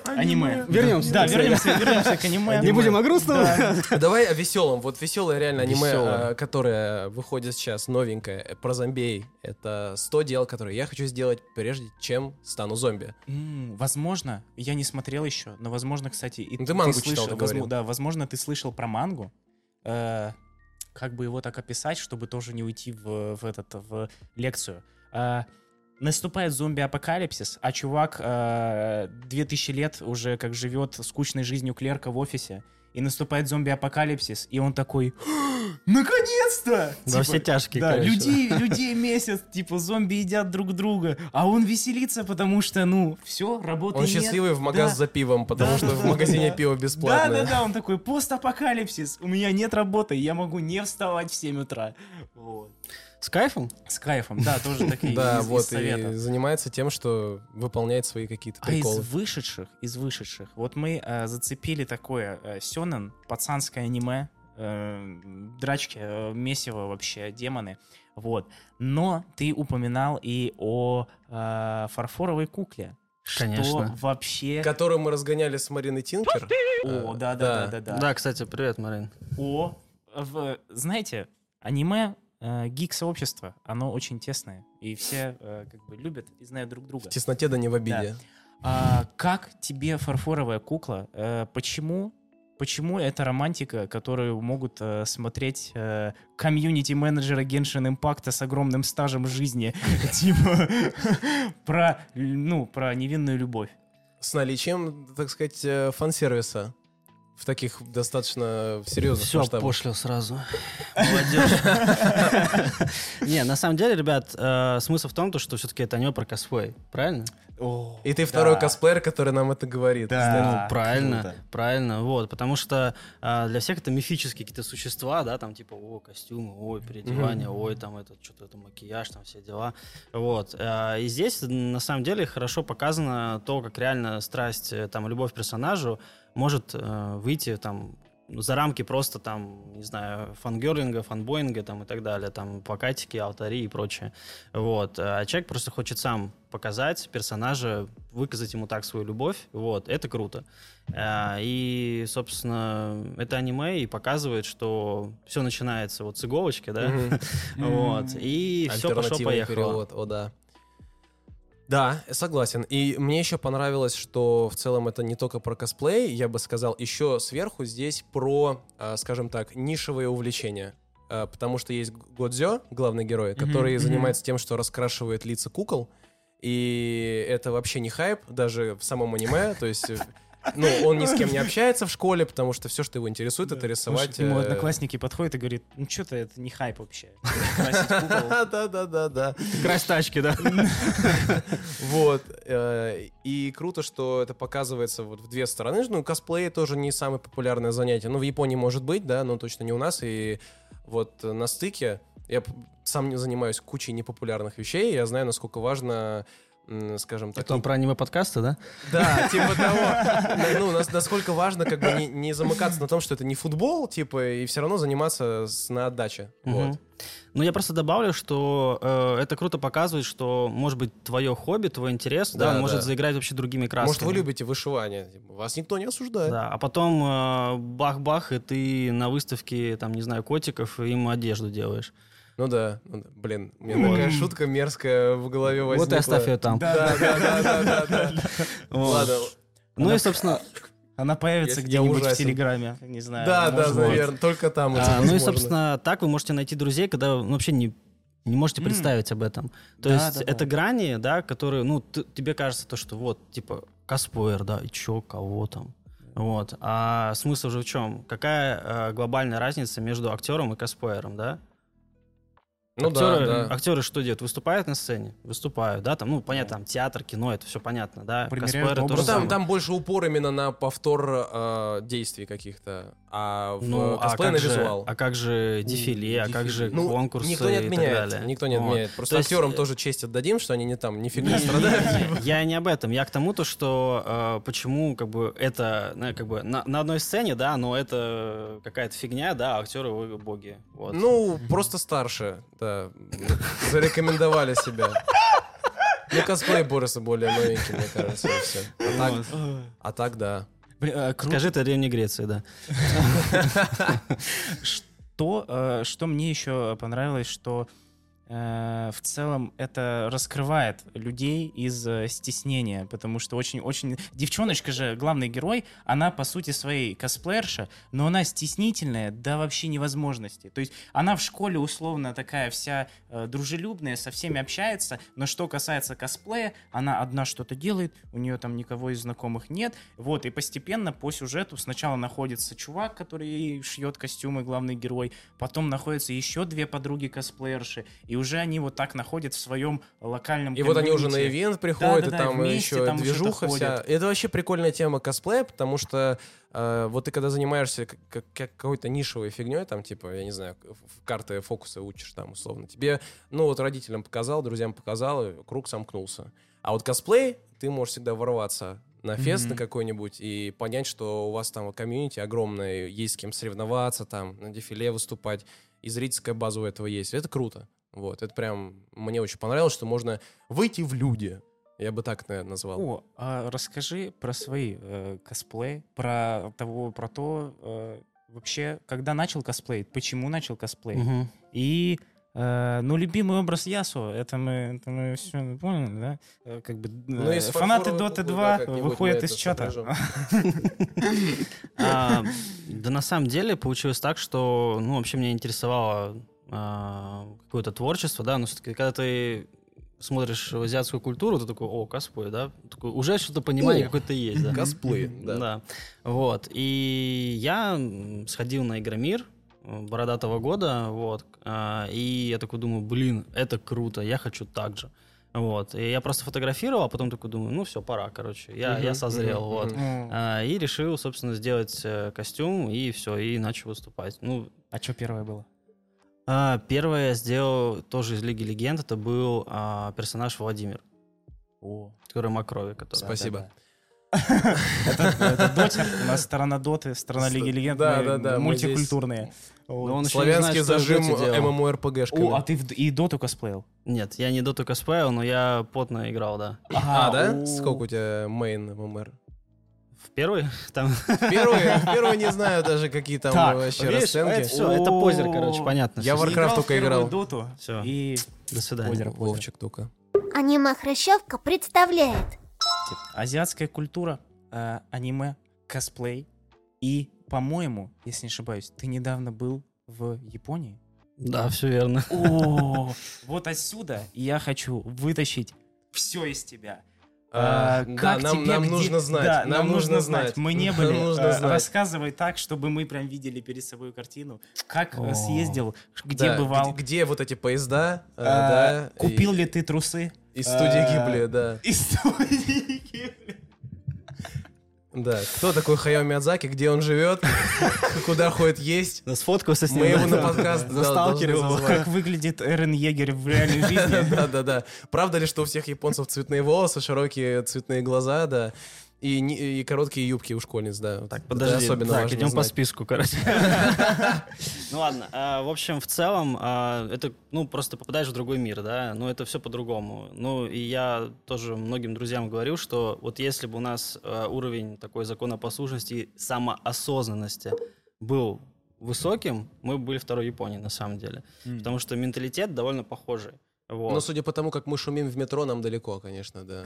Speaker 3: Аниме.
Speaker 1: Вернемся
Speaker 3: Да,
Speaker 1: к цели.
Speaker 3: вернемся, вернемся к аниме.
Speaker 1: Не будем о грустном.
Speaker 4: Давай о веселом. Вот веселое реально аниме,
Speaker 3: Весёлое.
Speaker 4: э, которое выходит сейчас новенькое э, про зомбей. Это 100 дел, которые я хочу сделать, прежде чем стану зомби.
Speaker 3: М, Возможно, я не смотрел еще, но возможно, кстати, и
Speaker 4: Ну, ты мангу читал,
Speaker 3: слышал,
Speaker 4: ты
Speaker 3: возму-
Speaker 4: говорил.
Speaker 3: да, возможно, ты слышал про мангу. Э, как бы его так описать, чтобы тоже не уйти в, в этот в лекцию. Э, наступает зомби-апокалипсис, а чувак э, 2000 лет уже как живет скучной жизнью клерка в офисе. И наступает зомби-апокалипсис, и он такой «Наконец-то!»
Speaker 1: Да,
Speaker 3: Типа,
Speaker 1: все тяжкие,
Speaker 3: да,
Speaker 1: короче,
Speaker 3: людей, людей месяц, типа зомби едят друг друга, а он веселится, потому что, ну, все, работы
Speaker 4: Он
Speaker 3: нет.
Speaker 4: счастливый в магаз
Speaker 3: Да.
Speaker 4: за пивом, потому
Speaker 3: Да,
Speaker 4: что
Speaker 3: да,
Speaker 4: в
Speaker 3: да,
Speaker 4: магазине
Speaker 3: да.
Speaker 4: пиво
Speaker 3: Да, да,
Speaker 4: бесплатное.
Speaker 3: да, он такой, постапокалипсис, у меня нет работы, я могу не вставать в 7 утра. Вот.
Speaker 1: С кайфом?
Speaker 3: С кайфом, да, тоже такие
Speaker 4: Да,
Speaker 3: из- из
Speaker 4: вот, и
Speaker 3: советов.
Speaker 4: занимается тем, что выполняет свои какие-то
Speaker 3: А из
Speaker 4: приколы.
Speaker 3: вышедших, из вышедших, вот мы э, зацепили такое э, Сёнэн, пацанское аниме, э, драчки, э, месиво вообще, демоны, вот. Но ты упоминал и о э, фарфоровой кукле. Что
Speaker 1: Конечно.
Speaker 3: вообще...
Speaker 4: Которую мы разгоняли с Мариной Тинкер.
Speaker 3: О,
Speaker 4: Э,
Speaker 3: да-да-да-да-да.
Speaker 1: Да, кстати, привет, Марин.
Speaker 3: О, в- знаете, аниме э, гик-сообщество, оно очень тесное, и все э, как бы любят и знают друг друга.
Speaker 4: В тесноте да не в обиде.
Speaker 3: А как тебе фарфоровая кукла? Э, почему? Почему это романтика, которую могут э, смотреть э, комьюнити-менеджеры Genshin Impact с огромным стажем жизни? Типа про, ну, про невинную любовь.
Speaker 4: С наличием, так сказать, э, фан-сервиса. В таких достаточно серьезных
Speaker 1: Все
Speaker 4: масштабах.
Speaker 1: пошлил сразу. Молодежь. Не, на самом деле, ребят, э, смысл в том, то, что все-таки это аниме про косплей, правильно?
Speaker 4: И ты второй косплеер, который нам это говорит.
Speaker 3: Да.
Speaker 1: Ну, правильно,
Speaker 3: круто.
Speaker 1: правильно, вот, потому что а, для всех это мифические какие-то существа, да, там типа, о, костюмы, ой, переодевание, ой, там это, что-то это макияж, там все дела, вот. А, и здесь на самом деле хорошо показано то, как реально страсть, э, там, любовь к персонажу может э, выйти там ну, за рамки просто там, не знаю, фангерлинга, фанбоинга там и так далее, там плакатики, алтари и прочее. Вот. А человек просто хочет сам показать персонажа, выказать ему так свою любовь. Вот. Это круто. А, И, собственно, это аниме и показывает, что все начинается вот с иголочки, да?
Speaker 4: Мгм.
Speaker 1: Вот. И все
Speaker 4: Альтернативный
Speaker 1: пошло-поехало.
Speaker 4: перевод, о да. Да, согласен. И мне еще понравилось, что в целом это не только про косплей, я бы сказал, еще сверху здесь про, а, скажем так, нишевые увлечения. А, Потому что есть Годзё, главный герой,
Speaker 3: Мгм,
Speaker 4: который
Speaker 3: мгм.
Speaker 4: занимается тем, что раскрашивает лица кукол. И это вообще не хайп, даже в самом аниме. То есть, э, ну, он ни с кем не общается в школе, потому что все, что его интересует, это рисовать.
Speaker 3: Ему
Speaker 4: э,
Speaker 3: одноклассники подходят и говорят, ну что-то это не хайп вообще. Красить кукол.
Speaker 4: Да-да-да-да.
Speaker 1: Красть тачки, да?
Speaker 4: Вот. э, И круто, что это показывается вот в две стороны. Ну, косплей тоже не самое популярное занятие. Ну, в Японии может быть, да, но точно не у нас. И вот э, на стыке я п- сам не занимаюсь кучей непопулярных вещей. Я знаю, насколько важно м, скажем так.
Speaker 1: Потом про аниме подкасты, да?
Speaker 4: Да, типа того. Ну, нас- насколько важно как бы не, не замыкаться на том, что это не футбол, типа, и все равно заниматься с, на отдаче.
Speaker 1: Мгм.
Speaker 4: Вот.
Speaker 1: Ну, я просто добавлю, что э, это круто показывает, что, может быть, твое хобби, твой интерес, да,
Speaker 4: Да,
Speaker 1: он
Speaker 4: да.
Speaker 1: может заиграть вообще другими красками.
Speaker 4: Может, вы любите вышивание? Типа, Вас никто не осуждает.
Speaker 1: Да, а потом э, бах-бах, и ты на выставке, там, не знаю, котиков, и им одежду делаешь.
Speaker 4: Ну да, ну да. блин, у меня такая шутка мерзкая в голове возникла.
Speaker 1: Вот и оставь ее там.
Speaker 4: Да, да, да, да, да, да.
Speaker 1: Вот.
Speaker 4: Ладно.
Speaker 1: Ну и, собственно,
Speaker 3: Она появится
Speaker 4: Я- я
Speaker 3: где-нибудь в
Speaker 4: ужасен.
Speaker 3: Телеграме, не знаю.
Speaker 4: Да, да,
Speaker 3: может быть.
Speaker 4: наверное, только там.
Speaker 1: Э,
Speaker 4: это
Speaker 1: а, ну и,
Speaker 4: возможно.
Speaker 1: собственно, так вы можете найти друзей, когда вы вообще не не можете
Speaker 3: М.
Speaker 1: представить об этом. То
Speaker 3: Да,
Speaker 1: есть
Speaker 3: да, да.
Speaker 1: это грани, да, которые, ну, ты- тебе кажется то, что вот, типа, косплеер, да, и чё, кого там. Вот. А смысл же в чем? Какая э, глобальная разница между актером и косплеером, да?
Speaker 4: Ну
Speaker 1: актеры,
Speaker 4: да, да.
Speaker 1: актеры что делают? Выступают на сцене? Выступают, да? Там, ну, понятно, там театр, кино, это все понятно, да?
Speaker 3: Примеряют
Speaker 1: Косплееры то же
Speaker 4: Ну
Speaker 3: образы.
Speaker 4: там,
Speaker 1: самое.
Speaker 4: там больше упор именно на повтор э, действий каких-то, а в
Speaker 1: Ну,
Speaker 4: э,
Speaker 1: а
Speaker 4: косплей
Speaker 1: как,
Speaker 4: на
Speaker 1: же,
Speaker 4: визуал.
Speaker 1: а как же дефиле, а как же
Speaker 4: Ну,
Speaker 1: конкурсы
Speaker 4: никто
Speaker 1: и
Speaker 4: не
Speaker 1: так
Speaker 4: отменяет,
Speaker 1: далее?
Speaker 4: никто не
Speaker 1: Вот.
Speaker 4: отменяет. Просто
Speaker 1: То есть,
Speaker 4: актерам
Speaker 1: э,
Speaker 4: тоже честь отдадим, что они не там нифига не
Speaker 1: Не,
Speaker 4: страдают.
Speaker 1: не, Я не об этом. Я к тому, то, что э, почему как бы это ну, как бы на, на одной сцене, да, но это какая-то фигня, да, а актеры вы боги. Вот.
Speaker 4: Ну, просто старше, да. просто зарекомендовали себя. Ну, косплей Бориса более новенький, мне кажется, и все. А так, а так да.
Speaker 3: Блин, э, круто.
Speaker 1: Скажи, это Древней Греции, да.
Speaker 3: Что, э, что мне еще понравилось, что э, в целом это раскрывает людей из э, стеснения, потому что очень-очень... Девчоночка же, главный герой, она по сути своей косплеерша, но она стеснительная до вообще невозможности. То есть она в школе условно такая вся э, дружелюбная, со всеми общается, но что касается косплея, она одна что-то делает, у нее там никого из знакомых нет, вот, и постепенно по сюжету сначала находится чувак, который ей шьет костюмы, главный герой, потом находятся еще две подруги косплеерши, и уже они вот так находят в своем локальном
Speaker 4: И вот они уже на
Speaker 3: комьюнити.
Speaker 4: ивент приходят, и
Speaker 3: Да-да-да,
Speaker 4: там
Speaker 3: вместе
Speaker 4: еще
Speaker 3: там уже
Speaker 4: движуха
Speaker 3: это
Speaker 4: вся.
Speaker 3: ходят.
Speaker 4: Это вообще прикольная тема косплея, потому что э, вот ты когда занимаешься к- к- к- какой-то нишевой фигней, там типа, я не знаю, к- в карты фокусы учишь там условно, тебе, ну вот родителям показал, друзьям показал, и круг сомкнулся. А вот косплей, ты можешь всегда ворваться на фест
Speaker 3: Мгм.
Speaker 4: на какой-нибудь и понять, что у вас там вот комьюнити огромное, есть с кем соревноваться, там на дефиле выступать, и зрительская база у этого есть. Это круто. Вот, это прям мне очень понравилось, что можно выйти в люди. Я бы так, наверное, назвал.
Speaker 3: О, а расскажи про свои э, косплей, про того, про то э, вообще, когда начал косплей, почему начал косплей
Speaker 1: Мгм.
Speaker 3: и э, ну любимый образ Ясу, это мы, это мы все поняли, да? Э, Как бы э,
Speaker 4: Ну, если
Speaker 3: фанаты
Speaker 4: фарфоровый
Speaker 3: Доты
Speaker 4: кубок,
Speaker 3: 2
Speaker 4: да, как-нибудь
Speaker 3: выходят
Speaker 4: мы
Speaker 3: из
Speaker 4: это
Speaker 3: чата.
Speaker 4: сопряжем.
Speaker 1: А, Да на самом деле получилось так, что, ну, вообще меня интересовало а, какое-то творчество, да, но все-таки, когда ты смотришь в азиатскую культуру, ты такой, о, косплей, да, такой, уже что-то понимание
Speaker 4: О,
Speaker 1: какое-то есть, да.
Speaker 4: Косплей,
Speaker 1: Да.
Speaker 4: да.
Speaker 1: Вот. И я м, сходил на Игромир э, бородатого года, вот. а, И я такой думаю, блин, это круто, я хочу так же. Вот. И я просто фотографировал, а потом такой думаю, ну все, пора, короче. Я,
Speaker 4: Мгм,
Speaker 1: я созрел,
Speaker 4: мгм,
Speaker 1: вот.
Speaker 4: мгм.
Speaker 3: Ну,
Speaker 1: А, И решил, собственно, сделать э, костюм, и все, и начал выступать. Ну,
Speaker 3: А что первое было?
Speaker 1: а, первое я сделал тоже из Лиги Легенд, это был а, персонаж Владимир,
Speaker 3: О,
Speaker 1: который Макрови, который...
Speaker 4: Спасибо.
Speaker 3: это, это дотер, у нас сторона Доты, сторона Лиги Легенд,
Speaker 4: Да,
Speaker 3: мы
Speaker 4: да, да, мы
Speaker 3: мультикультурные.
Speaker 1: Но
Speaker 3: Вот.
Speaker 1: Ну, он ещё не знает,
Speaker 4: Славянский
Speaker 1: что я в
Speaker 4: зажим
Speaker 1: Доте делал.
Speaker 3: Ну, О, а
Speaker 4: ММОРПГшками.
Speaker 3: ты в- и Доту косплеил?
Speaker 1: Нет, я не доту косплеил, но я потно играл, да.
Speaker 4: А, да?
Speaker 3: у.
Speaker 4: Сколько у тебя мейн ММР?
Speaker 1: В первый там...
Speaker 4: Первые, первые не знаю даже, какие там
Speaker 3: Так,
Speaker 4: вообще
Speaker 3: видишь,
Speaker 4: расценки.
Speaker 3: это
Speaker 1: Все, А, это позер, короче,
Speaker 3: О.
Speaker 1: понятно.
Speaker 4: Я
Speaker 1: всё.
Speaker 4: в Warcraft
Speaker 3: Играл в
Speaker 4: только
Speaker 3: первую
Speaker 4: играл.
Speaker 3: Доту.
Speaker 1: Всё.
Speaker 3: И
Speaker 1: До свидания.
Speaker 3: Позер, позер.
Speaker 4: Вовчик только.
Speaker 5: Аниме-хрущевка представляет.
Speaker 3: Типа, Азиатская культура, э, аниме, косплей. И, по-моему, если не ошибаюсь, ты недавно был в Японии.
Speaker 1: Да, все верно.
Speaker 3: О, вот отсюда я хочу вытащить все из тебя.
Speaker 4: А,
Speaker 3: Э,
Speaker 4: Да,
Speaker 3: как
Speaker 4: нам
Speaker 3: тебе,
Speaker 4: нам
Speaker 3: где-
Speaker 4: нужно знать.
Speaker 3: Да, нам, нужно знать. Мы не
Speaker 4: Нам
Speaker 3: были.
Speaker 4: нужно
Speaker 3: Э,
Speaker 4: знать.
Speaker 3: Рассказывай так, чтобы мы прям видели перед собой картину. Как э,
Speaker 1: О.
Speaker 3: съездил, где
Speaker 4: Да,
Speaker 3: бывал.
Speaker 4: Где, где вот эти поезда? э,
Speaker 3: э,
Speaker 4: да, и-
Speaker 3: Купил ли ты трусы?
Speaker 4: Из студии
Speaker 3: э,
Speaker 4: Гибли, да.
Speaker 3: Из студии Гибли.
Speaker 4: Да. Кто такой Хаяо Миядзаки? Где он живет? Куда ходит есть?
Speaker 1: Да, сфоткал со
Speaker 4: Мы его на подкаст да,
Speaker 1: Засталкерил
Speaker 4: должны
Speaker 1: его.
Speaker 4: зазвать.
Speaker 3: Как выглядит Эрен Егерь в реальной жизни?
Speaker 4: Да-да-да. Правда ли, что у всех японцев цветные волосы, широкие цветные глаза, да, и, не- и короткие юбки у школьниц, да.
Speaker 1: Так,
Speaker 4: Это
Speaker 1: подожди,
Speaker 4: особенно
Speaker 1: так,
Speaker 4: важно
Speaker 1: идем по
Speaker 4: знать.
Speaker 1: списку, короче. Ну ладно, а, в общем, в целом, а, это, ну, просто попадаешь в другой мир, да, но это все по-другому. Ну, и я тоже многим друзьям говорю, что вот если бы у нас э, уровень такой законопослушности и самоосознанности был высоким, мы бы были второй Японии, на самом деле. Потому что менталитет довольно похожий. Вот.
Speaker 4: Но судя по тому, как мы шумим в метро, нам далеко, конечно, да.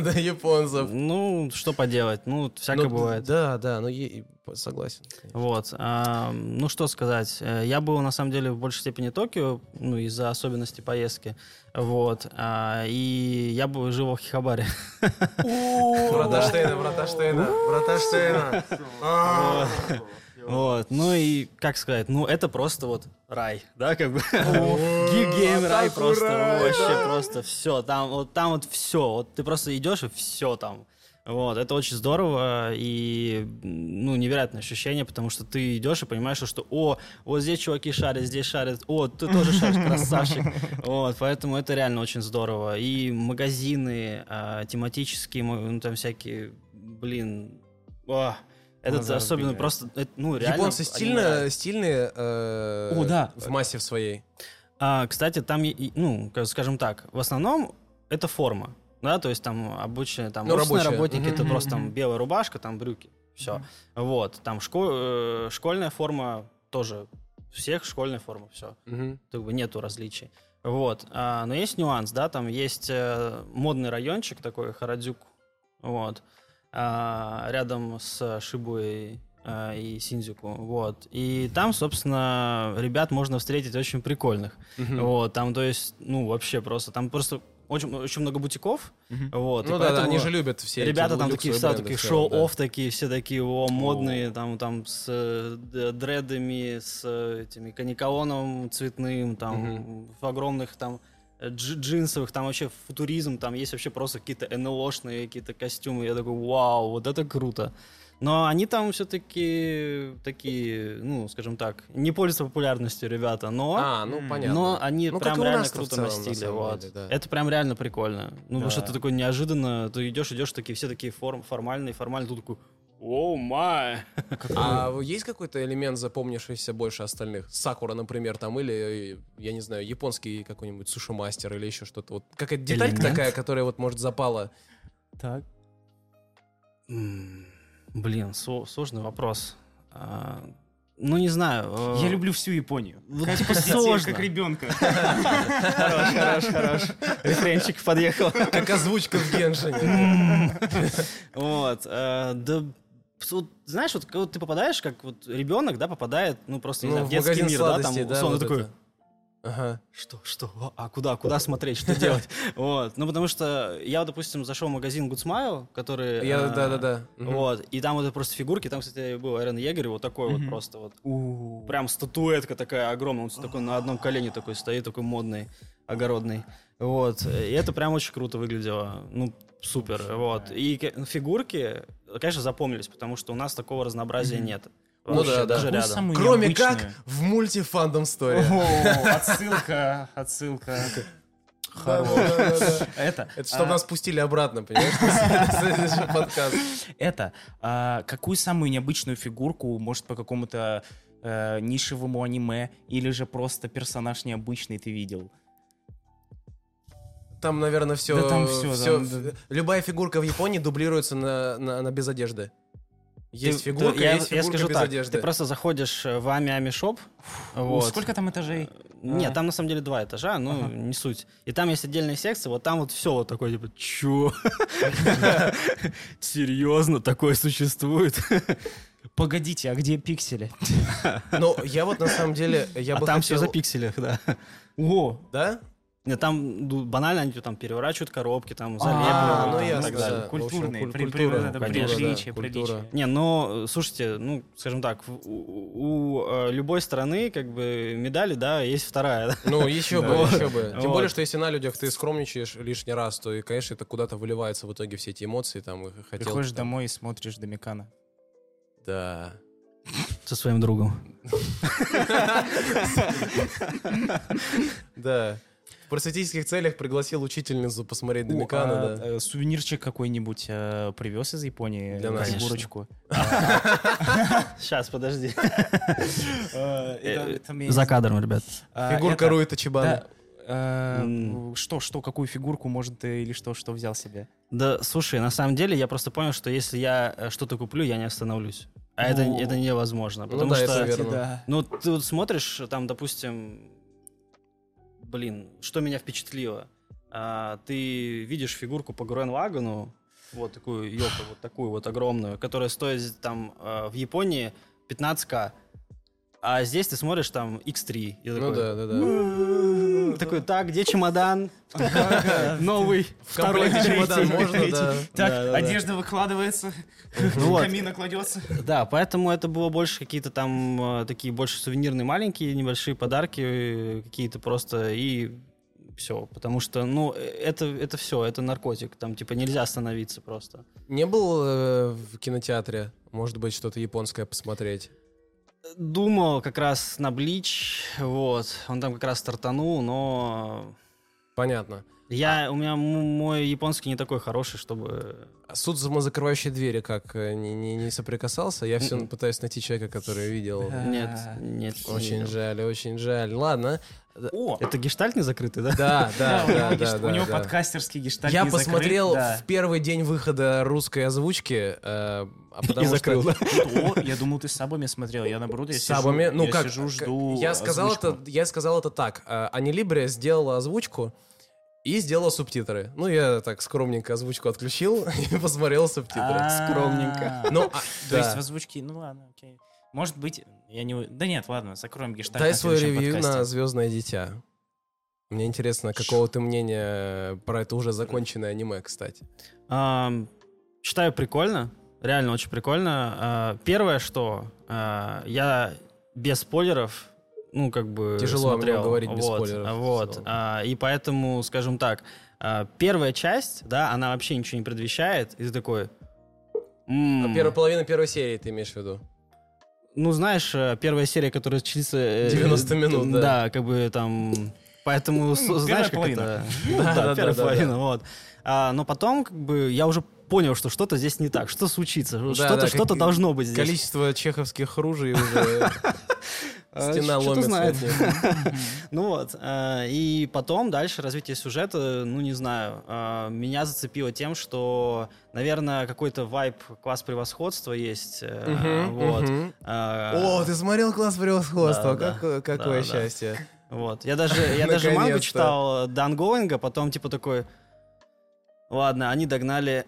Speaker 4: До японцев.
Speaker 1: Ну, что поделать, ну, всякое
Speaker 4: Ну,
Speaker 1: бывает.
Speaker 4: Да, да, ну е- согласен. конечно.
Speaker 1: Вот. а, ну что сказать. э, Я был на самом деле в большей степени Токио, ну из-за особенностей поездки. Вот. а, и я бы жил в Хихабаре.
Speaker 4: Врата Штейна, врата Штейна, врата Штейна. А.
Speaker 1: Вот. Ну и как сказать, ну это просто вот рай, да, как бы. Гигейм рай просто вообще просто все. Там вот там вот все. Вот ты просто идешь и все там. Вот, это очень здорово и, м, ну, невероятное ощущение, потому что ты идешь и понимаешь, что, что, о, вот здесь чуваки шарят, здесь шарят, о, ты тоже шаришь, красавчик. Вот, поэтому это реально очень здорово. И магазины а, тематические, м, ну, там всякие, блин, а, этот
Speaker 3: Глаза
Speaker 1: особенно
Speaker 3: разбегаются.
Speaker 1: просто, это, ну, реально...
Speaker 4: Японцы
Speaker 1: они
Speaker 4: стильно, стильные э,
Speaker 3: О, да.
Speaker 4: в массе в своей.
Speaker 1: А, кстати, там, и- и, ну, как- скажем так, в основном это форма, да, то есть там обычные, там
Speaker 4: Ну,
Speaker 1: офисные
Speaker 4: рабочая.
Speaker 1: работники,
Speaker 4: Мгм.
Speaker 1: это
Speaker 3: Мгм.
Speaker 1: просто там белая рубашка, там брюки, все. Вот, там шко- э, школьная форма тоже, всех школьная форма, все
Speaker 4: Мгм.
Speaker 1: как бы нету различий. Вот. А, но есть нюанс, да, там есть э, модный райончик такой, Харадзюк, вот, а, рядом с Шибуей а, и Синдзюку, вот. И там, собственно, ребят можно встретить очень прикольных.
Speaker 4: Мгм.
Speaker 1: Вот, там, то есть, ну, вообще просто, там просто очень, очень много бутиков, вот. и
Speaker 4: Ну да, да,
Speaker 1: поэтому
Speaker 4: они же любят все эти
Speaker 1: Ребята там
Speaker 4: люксовые
Speaker 1: такие, все
Speaker 4: бренды
Speaker 1: такие
Speaker 4: в целом, да.
Speaker 1: шоу-офф такие, все такие, о, модные, там, там с э, д- дредами, с э, этими каникаоном цветным, там, в огромных там э, джи- джинсовых, там вообще футуризм, там есть вообще просто какие-то НЛОшные какие-то костюмы. Я такой, вау, вот это круто. Но они там все-таки такие, ну, скажем так, не пользуются популярностью ребята, но...
Speaker 4: А, ну понятно.
Speaker 1: Но они
Speaker 4: Ну, как
Speaker 1: прям
Speaker 4: и у
Speaker 1: реально
Speaker 4: нас-то в
Speaker 1: круто
Speaker 4: целом, на
Speaker 1: настили.
Speaker 4: самом
Speaker 1: вот.
Speaker 4: деле, да.
Speaker 1: Это прям реально прикольно. Ну,
Speaker 3: Да.
Speaker 1: потому что ты такой неожиданно, ты идешь, идешь, такие все такие форм, формальные, формальные, тут такой, о май.
Speaker 4: А есть какой-то элемент, запомнившийся больше остальных? Сакура, например, там, или, э, я не знаю, японский какой-нибудь суши-мастер или еще что-то. Вот какая-то деталька
Speaker 1: Элемент?
Speaker 4: такая, которая вот, может, запала.
Speaker 3: Так.
Speaker 1: М, Блин, со- сложный вопрос. А, Ну, не знаю. э,
Speaker 3: Я люблю всю Японию.
Speaker 1: Вот
Speaker 3: Как
Speaker 1: типа
Speaker 3: детей,
Speaker 1: сложно.
Speaker 3: Как ребенка.
Speaker 1: Хорош, хорош, хорош. Рефренчик подъехал.
Speaker 4: Как озвучка в Геншине.
Speaker 1: Вот. э, Да тут, знаешь, вот когда ты попадаешь, как вот ребенок, да, попадает, ну, просто, не знаю,
Speaker 4: Ну,
Speaker 1: в
Speaker 4: в
Speaker 1: детский
Speaker 4: магазин
Speaker 1: мир, да, там,
Speaker 4: сладостей, да,
Speaker 1: условно
Speaker 4: вот
Speaker 1: такой,
Speaker 4: это. Ага.
Speaker 1: Что, что, а, а куда, куда смотреть, что делать? Вот, ну потому что я, вот, допустим, зашел в магазин Good Smile, который...
Speaker 4: Я,
Speaker 1: э,
Speaker 4: да-да-да. Мгм.
Speaker 1: Вот, и там вот просто фигурки, там, кстати, был Эрен Егерь, вот такой вот
Speaker 3: Мгм.
Speaker 1: просто вот.
Speaker 3: Прям
Speaker 1: Прям статуэтка такая огромная, он такой на одном колене такой стоит, такой модный, огородный. Вот, и это прям очень круто выглядело, ну, супер, вот. И к- фигурки, конечно, запомнились, потому что у нас такого разнообразия нет.
Speaker 4: Ну
Speaker 1: Вообще,
Speaker 4: да, да.
Speaker 1: даже
Speaker 3: Какую
Speaker 1: рядом.
Speaker 3: самую
Speaker 4: Кроме
Speaker 3: необычную?
Speaker 4: как в мультифандом стори.
Speaker 3: О, отсылка, отсылка. Хорош. Это,
Speaker 4: Это чтобы
Speaker 3: а,
Speaker 4: нас пустили обратно, понимаешь? на следующий подкаст.
Speaker 3: это, а, какую самую необычную фигурку, может, по какому-то э, нишевому аниме, или же просто персонаж необычный ты видел?
Speaker 4: Там, наверное, все...
Speaker 3: Да там всё, там, да.
Speaker 4: Любая фигурка в Японии дублируется на, на, на без одежды. Есть
Speaker 1: Ты-
Speaker 4: фигурка,
Speaker 1: ты- я-
Speaker 4: есть
Speaker 1: я
Speaker 4: фигурка
Speaker 1: скажу
Speaker 4: без
Speaker 1: так,
Speaker 4: одежды.
Speaker 1: Ты просто заходишь э, в Ами Ами Шоп.
Speaker 3: О,
Speaker 1: Вот.
Speaker 3: Сколько там этажей?
Speaker 1: Нет,
Speaker 3: А.
Speaker 1: там на самом деле два этажа, ну
Speaker 3: Ага.
Speaker 1: не суть. И там есть отдельная секция, вот там вот все вот такое, типа, чё? Серьезно, такое существует?
Speaker 3: Погодите, а где пиксели?
Speaker 4: Но я вот на самом деле... Я
Speaker 1: А
Speaker 4: бы
Speaker 1: там все
Speaker 4: хотел-
Speaker 1: за пикселях, да.
Speaker 3: О,
Speaker 4: Да?
Speaker 1: Нет, там ну, банально они там переворачивают коробки, там
Speaker 4: А,
Speaker 1: залепливают.
Speaker 4: ну,
Speaker 1: и так
Speaker 4: ясно,
Speaker 1: далее.
Speaker 4: да. В общем,
Speaker 3: Культурные,
Speaker 4: куль-
Speaker 3: при- при-
Speaker 4: культура,
Speaker 3: это
Speaker 1: конечно,
Speaker 3: приличие,
Speaker 4: да,
Speaker 3: приличие.
Speaker 4: культура.
Speaker 1: Не, но слушайте, ну, скажем так, в- у, у, э, любой страны, как бы, медали, да, есть вторая.
Speaker 4: Ну, еще бы,
Speaker 1: Вот.
Speaker 4: еще бы. Тем
Speaker 1: Вот.
Speaker 4: более, что если на людях ты скромничаешь лишний раз, то, и, конечно, это куда-то выливается в итоге все эти эмоции, там, их хотел...
Speaker 3: приходишь домой и смотришь Домикана.
Speaker 4: Да.
Speaker 1: Со своим другом.
Speaker 4: Да. В просветительских целях пригласил учительницу посмотреть Домикана,
Speaker 3: Домикана,
Speaker 4: да.
Speaker 3: а, э, Сувенирчик какой-нибудь э, привез из Японии?
Speaker 4: Для нас.
Speaker 3: Фигурочку.
Speaker 1: Сейчас, подожди.
Speaker 3: Э, это-
Speaker 1: Э,
Speaker 3: это мне-
Speaker 1: За кадром, ребят.
Speaker 3: А,
Speaker 4: Фигурка
Speaker 3: это-
Speaker 4: Руита Чебана.
Speaker 3: Да, э,
Speaker 1: М.
Speaker 3: Что, что, какую фигурку, может, ты или что, что взял себе?
Speaker 1: Да, слушай, на самом деле я просто понял, что если я э, что-то куплю, я не остановлюсь. А это,
Speaker 3: Ну.
Speaker 1: это невозможно.
Speaker 4: Ну
Speaker 1: Потому
Speaker 4: да, это
Speaker 1: что,
Speaker 4: верно.
Speaker 1: ну, ты вот смотришь, там, допустим, блин, что меня впечатлило. А, ты видишь фигурку по Грен Лагану, вот такую елку, вот такую вот огромную, которая стоит там э, в Японии 15к. А здесь ты смотришь там X3. и
Speaker 4: Ну
Speaker 1: такой,
Speaker 4: да, да, да.
Speaker 1: М-м-м. Такой, так, где чемодан? Новый,
Speaker 4: В
Speaker 1: второй,
Speaker 4: комплекте чемодан
Speaker 1: третий.
Speaker 4: можно, да.
Speaker 1: Так, Да, да, да. одежда
Speaker 3: выкладывается,
Speaker 1: Ну вот.
Speaker 3: кладется.
Speaker 1: Да, поэтому это было больше какие-то там э, такие больше сувенирные маленькие небольшие подарки э, какие-то просто и все, потому что ну э, это это все, это наркотик, там типа нельзя остановиться просто.
Speaker 4: Не был э, в кинотеатре, может быть, что-то японское посмотреть?
Speaker 1: Думал как раз на Блич, вот, он там как раз стартанул, но
Speaker 4: Понятно.
Speaker 1: я у меня м- мой японский не такой хороший, чтобы
Speaker 4: А Суд за закрывающие двери как э, не, не- не соприкасался? Я все
Speaker 1: Мгм.
Speaker 4: пытаюсь найти человека, который видел.
Speaker 3: Да.
Speaker 1: э, нет
Speaker 3: А,
Speaker 1: нет не
Speaker 4: Очень
Speaker 1: видел.
Speaker 4: жаль, очень жаль. Ладно,
Speaker 3: О,
Speaker 1: Это гештальт не закрытый, да?
Speaker 4: Да, да,
Speaker 3: у
Speaker 4: да,
Speaker 3: него
Speaker 4: да,
Speaker 3: гешт- у
Speaker 4: да,
Speaker 3: него
Speaker 4: да.
Speaker 3: подкастерский гештальт
Speaker 4: Я
Speaker 3: не закрыт,
Speaker 4: посмотрел
Speaker 3: да.
Speaker 4: в первый день выхода русской озвучки, э, а потому что-
Speaker 1: закрыл, да?
Speaker 3: Что? Я думал, ты с сабами смотрел. Я наоборот, я
Speaker 4: с сабами.
Speaker 3: сижу,
Speaker 4: ну
Speaker 3: я
Speaker 4: как?
Speaker 3: сижу,
Speaker 4: как-
Speaker 3: жду. а,
Speaker 4: я сказал
Speaker 3: озвучку.
Speaker 4: это, я сказал это так. а, Анилибрия сделала озвучку и сделала субтитры. Ну я так скромненько озвучку отключил и посмотрел субтитры.
Speaker 3: А-а-а.
Speaker 1: скромненько.
Speaker 4: Ну, а,
Speaker 3: То есть в
Speaker 4: да.
Speaker 3: озвучке, ну ладно, окей. Может быть, я не... Да нет, ладно, закроем гештальт
Speaker 4: дай
Speaker 3: на
Speaker 4: свой
Speaker 3: следующем
Speaker 4: ревью
Speaker 3: подкасте.
Speaker 4: на Звездное дитя. Мне интересно, какого ты мнения про это уже законченное аниме, кстати.
Speaker 1: Ам, Считаю прикольно, реально очень прикольно. А, Первое, что а, я без спойлеров, ну как бы
Speaker 4: Тяжело о нем
Speaker 1: смотрел.
Speaker 4: говорить без
Speaker 1: Вот,
Speaker 4: спойлеров,
Speaker 1: Вот,
Speaker 4: тяжело.
Speaker 1: А, и поэтому, скажем так, а, первая часть, да, она вообще ничего не предвещает, и ты такой. «М,
Speaker 4: А Первая половина первой серии ты имеешь в виду?
Speaker 1: Ну, знаешь, э, первая серия, которая длится... э,
Speaker 4: 90 минут, да.
Speaker 1: Да, как бы там... Поэтому, с-
Speaker 3: первая
Speaker 1: знаешь, как
Speaker 3: половина.
Speaker 1: это...
Speaker 4: Да,
Speaker 1: Ну
Speaker 4: да, да,
Speaker 1: Да, первая
Speaker 4: да, да.
Speaker 1: половина, вот. А, Но потом, как бы, я уже понял, что что-то здесь не так, что случится,
Speaker 4: да,
Speaker 1: что-то
Speaker 4: как-
Speaker 1: что-то должно быть здесь.
Speaker 4: Количество чеховских ружей уже
Speaker 1: А,
Speaker 4: стена
Speaker 1: чё-то
Speaker 4: ломится.
Speaker 1: знает. Ну вот, а, и потом дальше развитие сюжета, ну не знаю, а, меня зацепило тем, что, наверное, какой-то вайб класс превосходства есть, э,
Speaker 4: Мгм,
Speaker 1: вот.
Speaker 4: мгм.
Speaker 1: А,
Speaker 2: О, ты смотрел класс превосходства.
Speaker 1: Да, да.
Speaker 2: Какое- Какое
Speaker 1: Да, да.
Speaker 2: счастье.
Speaker 1: Вот. Я даже, я даже мангу
Speaker 4: Наконец-то.
Speaker 1: читал э, Дан Гоуинга, потом типа такой... Ладно, они догнали.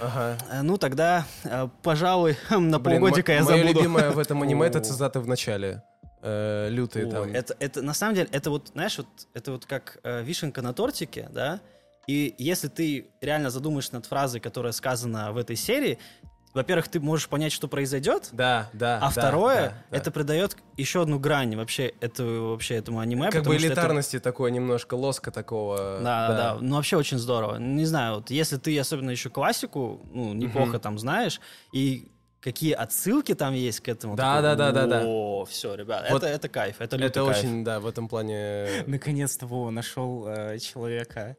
Speaker 4: Ага.
Speaker 1: Э, Ну, тогда, э, пожалуй, на
Speaker 4: Блин,
Speaker 1: полгодика
Speaker 4: мо-
Speaker 1: я
Speaker 4: Моё
Speaker 1: забуду.
Speaker 4: любимое в этом аниме это цитаты в начале. Э, Лютые
Speaker 3: Ой.
Speaker 4: там.
Speaker 1: Это, это, на самом деле, это вот, знаешь, вот, это вот как э, вишенка на тортике, да? И если ты реально задумаешься над фразой, которая сказана в этой серии, во-первых, ты можешь понять, что произойдет,
Speaker 4: Да, да.
Speaker 1: а
Speaker 4: да,
Speaker 1: второе,
Speaker 4: да, да.
Speaker 1: это придает еще одну грань вообще, это, вообще этому аниме.
Speaker 4: как бы
Speaker 1: потому что это-
Speaker 4: элитарности такой немножко, лоска такого.
Speaker 1: Да, да, да. Ну, вообще очень здорово. Не знаю, вот если ты особенно еще классику, ну, неплохо там знаешь, и какие отсылки там есть к этому.
Speaker 4: Да,
Speaker 1: такой,
Speaker 4: да, да, да, да.
Speaker 1: О, все, ребят,
Speaker 4: Вот
Speaker 1: это, это кайф, это лютый
Speaker 4: Это
Speaker 1: кайф.
Speaker 4: очень, да, в этом плане...
Speaker 3: Наконец-то Вова нашел э, человека.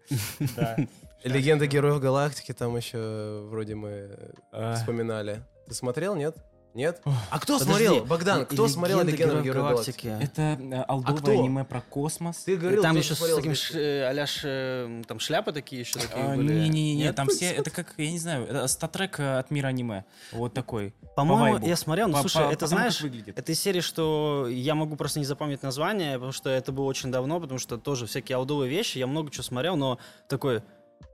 Speaker 3: Да.
Speaker 4: Легенда Героев Галактики там еще вроде мы
Speaker 3: Э,
Speaker 4: вспоминали. Ты смотрел, нет? Нет?
Speaker 3: Ох,
Speaker 4: А кто
Speaker 1: Подожди,
Speaker 4: смотрел? Богдан,
Speaker 1: и- и
Speaker 4: кто смотрел
Speaker 1: «Легенды
Speaker 4: Легенду
Speaker 1: Героев
Speaker 4: Героев Галактики?
Speaker 1: Галактики».
Speaker 3: Это э,
Speaker 4: А кто?
Speaker 3: алдовое аниме про космос.
Speaker 4: Ты говорил,
Speaker 1: там
Speaker 4: кто
Speaker 1: еще с
Speaker 4: смотрел
Speaker 1: таким
Speaker 4: здесь?
Speaker 1: ш- э, а-ляш, э, там шляпы такие еще такие
Speaker 3: А,
Speaker 1: были.
Speaker 3: Не-не-не,
Speaker 1: Нет?
Speaker 4: Ну,
Speaker 3: там все,
Speaker 4: типа
Speaker 3: это как, я не знаю, это статрек э, от мира аниме. Вот такой.
Speaker 1: По-моему,
Speaker 3: вайбу.
Speaker 1: я смотрел, ну
Speaker 3: По-
Speaker 1: слушай, это
Speaker 3: по- потому
Speaker 1: знаешь,
Speaker 3: как выглядит.
Speaker 1: этой серии, что я могу просто не запомнить название, потому что это было очень давно, потому что тоже всякие аудовые вещи, я много чего смотрел, но такой,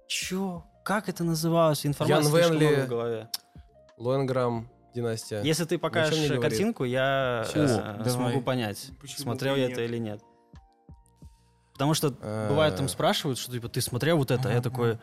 Speaker 1: чё, как это называлось, информация слишком
Speaker 4: Венли.
Speaker 1: много в голове.
Speaker 4: Лоэнграм, династия.
Speaker 1: Если ты покажешь
Speaker 4: не говорит.
Speaker 1: картинку, я э,
Speaker 4: Сейчас.
Speaker 1: э,
Speaker 3: О,
Speaker 1: смогу
Speaker 3: давай.
Speaker 1: понять,
Speaker 3: Почему
Speaker 1: смотрел
Speaker 3: бы и
Speaker 1: я
Speaker 3: нет?
Speaker 1: это или нет. Потому что
Speaker 4: Э.
Speaker 1: бывает там спрашивают, что типа ты смотрел вот это, а я такой.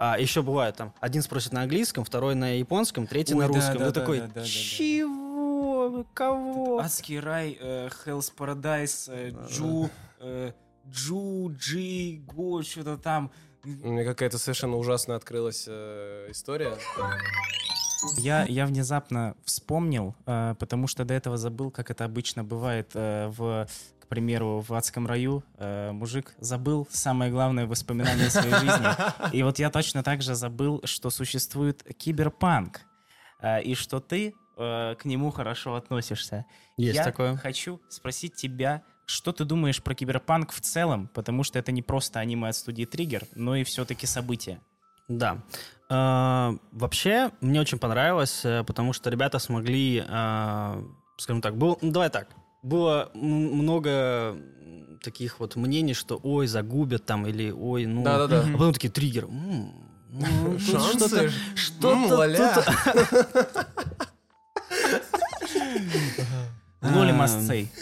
Speaker 1: А еще бывает там один спросит на английском, второй на японском, третий
Speaker 3: Ой,
Speaker 1: на
Speaker 3: да,
Speaker 1: русском.
Speaker 3: да,
Speaker 1: Ты
Speaker 3: да,
Speaker 1: такой,
Speaker 3: да, да, а, да, да.
Speaker 1: чего? Вы Кого?
Speaker 3: Адский рай, э, Hell's Paradise, э,
Speaker 4: А.
Speaker 3: Джу, э, Джу, Джи, Го, что-то там.
Speaker 4: Мне какая-то совершенно ужасная открылась э, история.
Speaker 3: Я, я внезапно вспомнил, э, потому что до этого забыл, как это обычно бывает э, в, к примеру, в адском раю. э, мужик забыл самое главное воспоминание своей жизни. И вот я точно так же забыл, что существует киберпанк, э, и что ты э, к нему хорошо относишься.
Speaker 1: Есть
Speaker 3: я
Speaker 1: такое.
Speaker 3: хочу спросить тебя, что ты думаешь про киберпанк в целом, потому что это не просто аниме от студии Триггер, но и все-таки событие.
Speaker 1: Да. Э, Вообще, мне очень понравилось, э, потому что ребята смогли, э, скажем так, был, ну, давай так, было м- много м, таких вот мнений, что ой, загубят там, или ой, ну...
Speaker 4: Да-да-да.
Speaker 1: А потом такие, триггер. м, ну, тут что-то-
Speaker 4: Шансы? Ну,
Speaker 1: что-то
Speaker 4: ля
Speaker 1: тут-
Speaker 3: Лоли
Speaker 1: Эм,
Speaker 3: Масцей.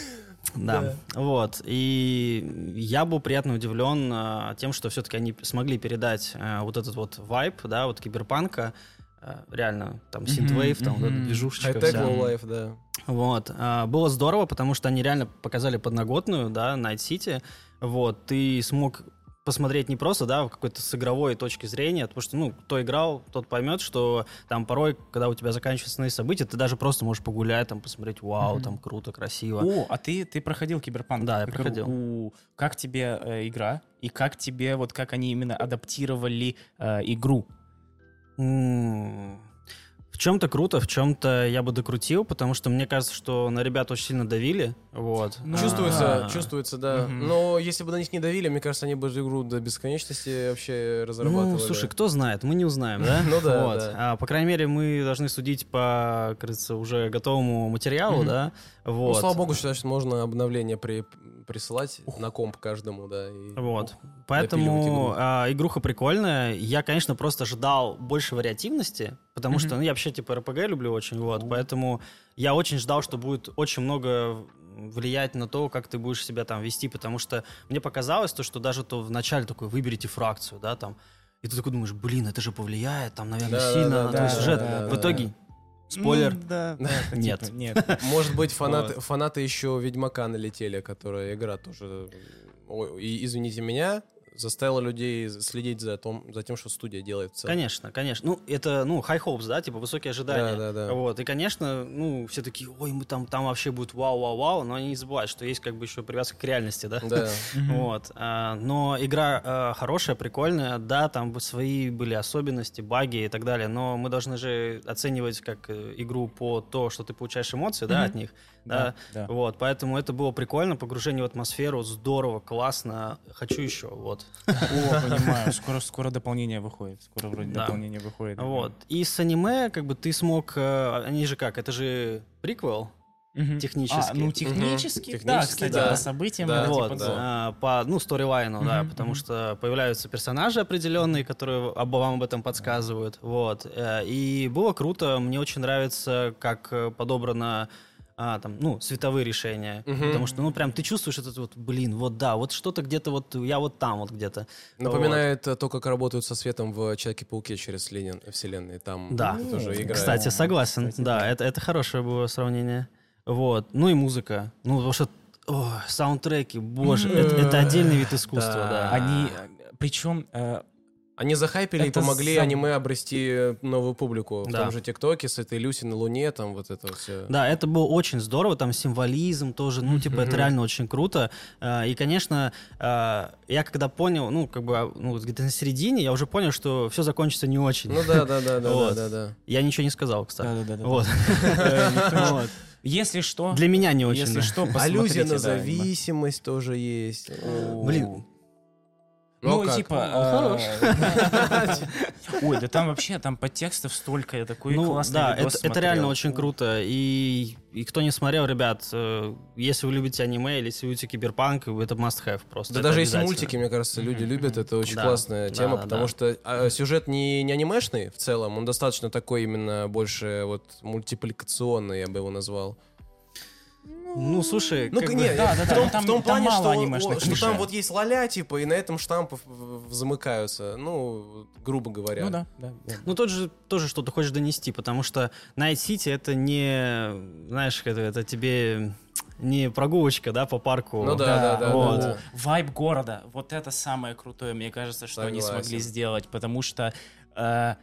Speaker 1: Да. Вот. И я был приятно удивлен э, тем, что все-таки они смогли передать э, вот этот вот вайб, да, вот киберпанка. Э, реально, там, синтвейв, там, вот эта
Speaker 3: мгм.
Speaker 1: движушечка.
Speaker 4: Хай-тек
Speaker 1: вся.
Speaker 4: low life, да.
Speaker 1: Вот. А, Было здорово, потому что они реально показали подноготную, да, Найт Сити. Вот. Ты смог посмотреть не просто, да, в какой-то с игровой точки зрения, потому что, ну, кто играл, тот поймет, что там порой, когда у тебя заканчиваются основные события, ты даже просто можешь погулять, там, посмотреть, вау, там круто, красиво.
Speaker 3: О, а ты, ты проходил Киберпанк?
Speaker 1: Да, я
Speaker 3: Игру.
Speaker 1: проходил.
Speaker 3: У, Как тебе э, игра? И как тебе, вот как они именно адаптировали э, игру?
Speaker 1: М, М-м. В чем-то круто, в чем-то я бы докрутил, потому что мне кажется, что на ребят очень сильно давили. Вот.
Speaker 3: Ну,
Speaker 4: Чувствуется,
Speaker 1: А,
Speaker 4: чувствуется, да.
Speaker 3: Мгм.
Speaker 4: Но если бы на них не давили, мне кажется, они бы эту игру до бесконечности вообще разрабатывали.
Speaker 1: Ну, слушай, кто знает, мы не узнаем, да?
Speaker 4: Ну да,
Speaker 1: Вот.
Speaker 4: да.
Speaker 1: А, по крайней мере, мы должны судить по, как говорится, уже готовому материалу,
Speaker 3: Мгм.
Speaker 1: да?
Speaker 4: Ну,
Speaker 1: Вот.
Speaker 4: слава богу, что значит, можно обновление при... присылать на комп каждому, да. и-
Speaker 1: Вот.
Speaker 4: Допиливать
Speaker 1: Поэтому
Speaker 4: игру.
Speaker 1: а, игруха прикольная. Я, конечно, просто ждал больше вариативности, потому что
Speaker 3: Мгм.
Speaker 1: ну, я вообще типа РПГ люблю очень, вот. Поэтому я очень ждал, что будет очень много влиять на то, как ты будешь себя там вести, потому что мне показалось то, что даже то вначале такой выберите фракцию, да, там. И ты такой думаешь, блин, это же повлияет, там, наверное,
Speaker 4: Да-да-да,
Speaker 1: сильно на твой
Speaker 3: да-да-да,
Speaker 1: сюжет.
Speaker 4: да-да-да.
Speaker 1: В итоге спойлер.
Speaker 3: М, Да, да, это
Speaker 1: Нет.
Speaker 3: типа Нет.
Speaker 4: Может быть, фанаты, фанаты еще Ведьмака налетели, которая игра тоже, ой, и, извините меня, заставила людей следить за, том, за тем, что студия делает в целом.
Speaker 1: Конечно, конечно. Ну, это, ну, high hopes, да, типа высокие ожидания.
Speaker 4: Да, да, да.
Speaker 1: Вот, и, конечно, ну, все такие, ой, мы там, там вообще будет вау-вау-вау, но они не забывают, что есть как бы еще привязка к реальности, да?
Speaker 4: Да.
Speaker 1: Вот. А, но игра а, хорошая, прикольная, да, там бы свои были особенности, баги и так далее, но мы должны же оценивать как э, игру по то, что ты получаешь эмоции, да,
Speaker 3: Мгм.
Speaker 1: от них, да.
Speaker 3: Да, да.
Speaker 1: Вот, поэтому это было прикольно, погружение в атмосферу, здорово, классно, хочу еще, вот.
Speaker 3: О, понимаю. Скоро, скоро дополнение выходит. Скоро вроде
Speaker 1: Да.
Speaker 3: дополнение выходит.
Speaker 1: Вот. И с аниме, как бы ты смог. э, Они же как? Это же приквел
Speaker 3: Мгм.
Speaker 1: технически.
Speaker 3: А, ну технически, да,
Speaker 4: Технически,
Speaker 3: кстати,
Speaker 4: да.
Speaker 3: по событиям.
Speaker 4: Да,
Speaker 3: это
Speaker 1: вот,
Speaker 3: типа
Speaker 4: да.
Speaker 1: а, по, ну, сторилайну, да,
Speaker 3: Мгм,
Speaker 1: потому
Speaker 3: мгм.
Speaker 1: что появляются персонажи определенные, которые об, вам об этом подсказывают, вот. Э, И было круто, мне очень нравится, как э, подобрано а, там, ну, световые решения,
Speaker 4: Мгм.
Speaker 1: потому что, ну, прям ты чувствуешь этот вот, блин, вот да, вот что-то где-то вот, я вот там вот где-то.
Speaker 4: Напоминает э, то, как работают со светом в Человеке-пауке через линию вселенной. Там
Speaker 1: Да.
Speaker 4: тоже игра.
Speaker 1: Кстати, согласен.
Speaker 3: Кстати,
Speaker 1: да,
Speaker 3: да.
Speaker 1: Это, это хорошее было сравнение. Вот. Ну и музыка. Ну, потому что о, саундтреки, боже, это, это отдельный вид искусства,
Speaker 4: Да.
Speaker 1: да.
Speaker 3: А, Они, причем, э,
Speaker 4: Они захайпили
Speaker 3: Это
Speaker 4: и помогли
Speaker 3: сам-
Speaker 4: аниме обрести э, новую публику. В
Speaker 1: Да.
Speaker 4: том же ТикТоке с этой Люси на Луне, там вот это все.
Speaker 1: Да, это было очень здорово, там символизм тоже, ну, типа, это
Speaker 4: Мгм.
Speaker 1: реально очень круто. А, И, конечно, а, я когда понял, ну, как бы, ну, вот где-то на середине, я уже понял, что все закончится не очень.
Speaker 4: Ну да, да, да, да,
Speaker 1: Вот.
Speaker 4: да, да, да.
Speaker 1: Я ничего не сказал, кстати.
Speaker 3: да-да-да-да.
Speaker 1: Вот.
Speaker 3: Э, никто- Если что,
Speaker 1: Для меня не очень.
Speaker 3: если
Speaker 1: да.
Speaker 3: что, посмотрите,
Speaker 4: Аллюзия А на
Speaker 3: да, аниме.
Speaker 4: зависимость тоже есть. Ну,
Speaker 1: Блин,
Speaker 3: Ну,
Speaker 4: как?
Speaker 1: а,
Speaker 3: типа... э, Ой, да там вообще, там подтекстов столько, я такой
Speaker 1: Ну
Speaker 3: классный
Speaker 1: да,
Speaker 3: видос
Speaker 1: это, это реально
Speaker 3: смотрел.
Speaker 1: очень круто. И, и кто не смотрел, ребят, э, если вы любите аниме или если вы любите киберпанк, это must have просто.
Speaker 4: Да
Speaker 1: это
Speaker 4: даже если
Speaker 1: обязательно.
Speaker 4: мультики, мне кажется, люди
Speaker 3: Мгм,
Speaker 4: любят, это очень
Speaker 1: Да.
Speaker 4: классная
Speaker 1: Да,
Speaker 4: тема,
Speaker 1: да,
Speaker 4: потому
Speaker 1: да.
Speaker 4: что а, сюжет не, не анимешный в целом, он достаточно такой именно больше вот мультипликационный, я бы его назвал.
Speaker 1: Ну слушай,
Speaker 4: Ну,
Speaker 1: как
Speaker 4: не,
Speaker 1: бы-
Speaker 4: э,
Speaker 3: да,
Speaker 4: в
Speaker 3: да,
Speaker 4: том,
Speaker 3: да, там-
Speaker 4: в том
Speaker 3: там
Speaker 4: плане,
Speaker 3: мало
Speaker 4: что, он-
Speaker 3: анимешных
Speaker 4: что там
Speaker 3: клише.
Speaker 4: вот есть лоля, типа, и на этом штампы в- в- замыкаются, ну, грубо говоря.
Speaker 3: Ну да, да. да.
Speaker 1: Ну, тот же тоже что-то хочешь донести, потому что Найт Сити это не, знаешь, это, это тебе не прогулочка, да, по парку.
Speaker 4: Ну да, да, да.
Speaker 1: вот.
Speaker 4: да, да.
Speaker 3: Вайб города. Вот это самое крутое, мне кажется, что они
Speaker 4: Согласен.
Speaker 3: смогли сделать. Потому что, э,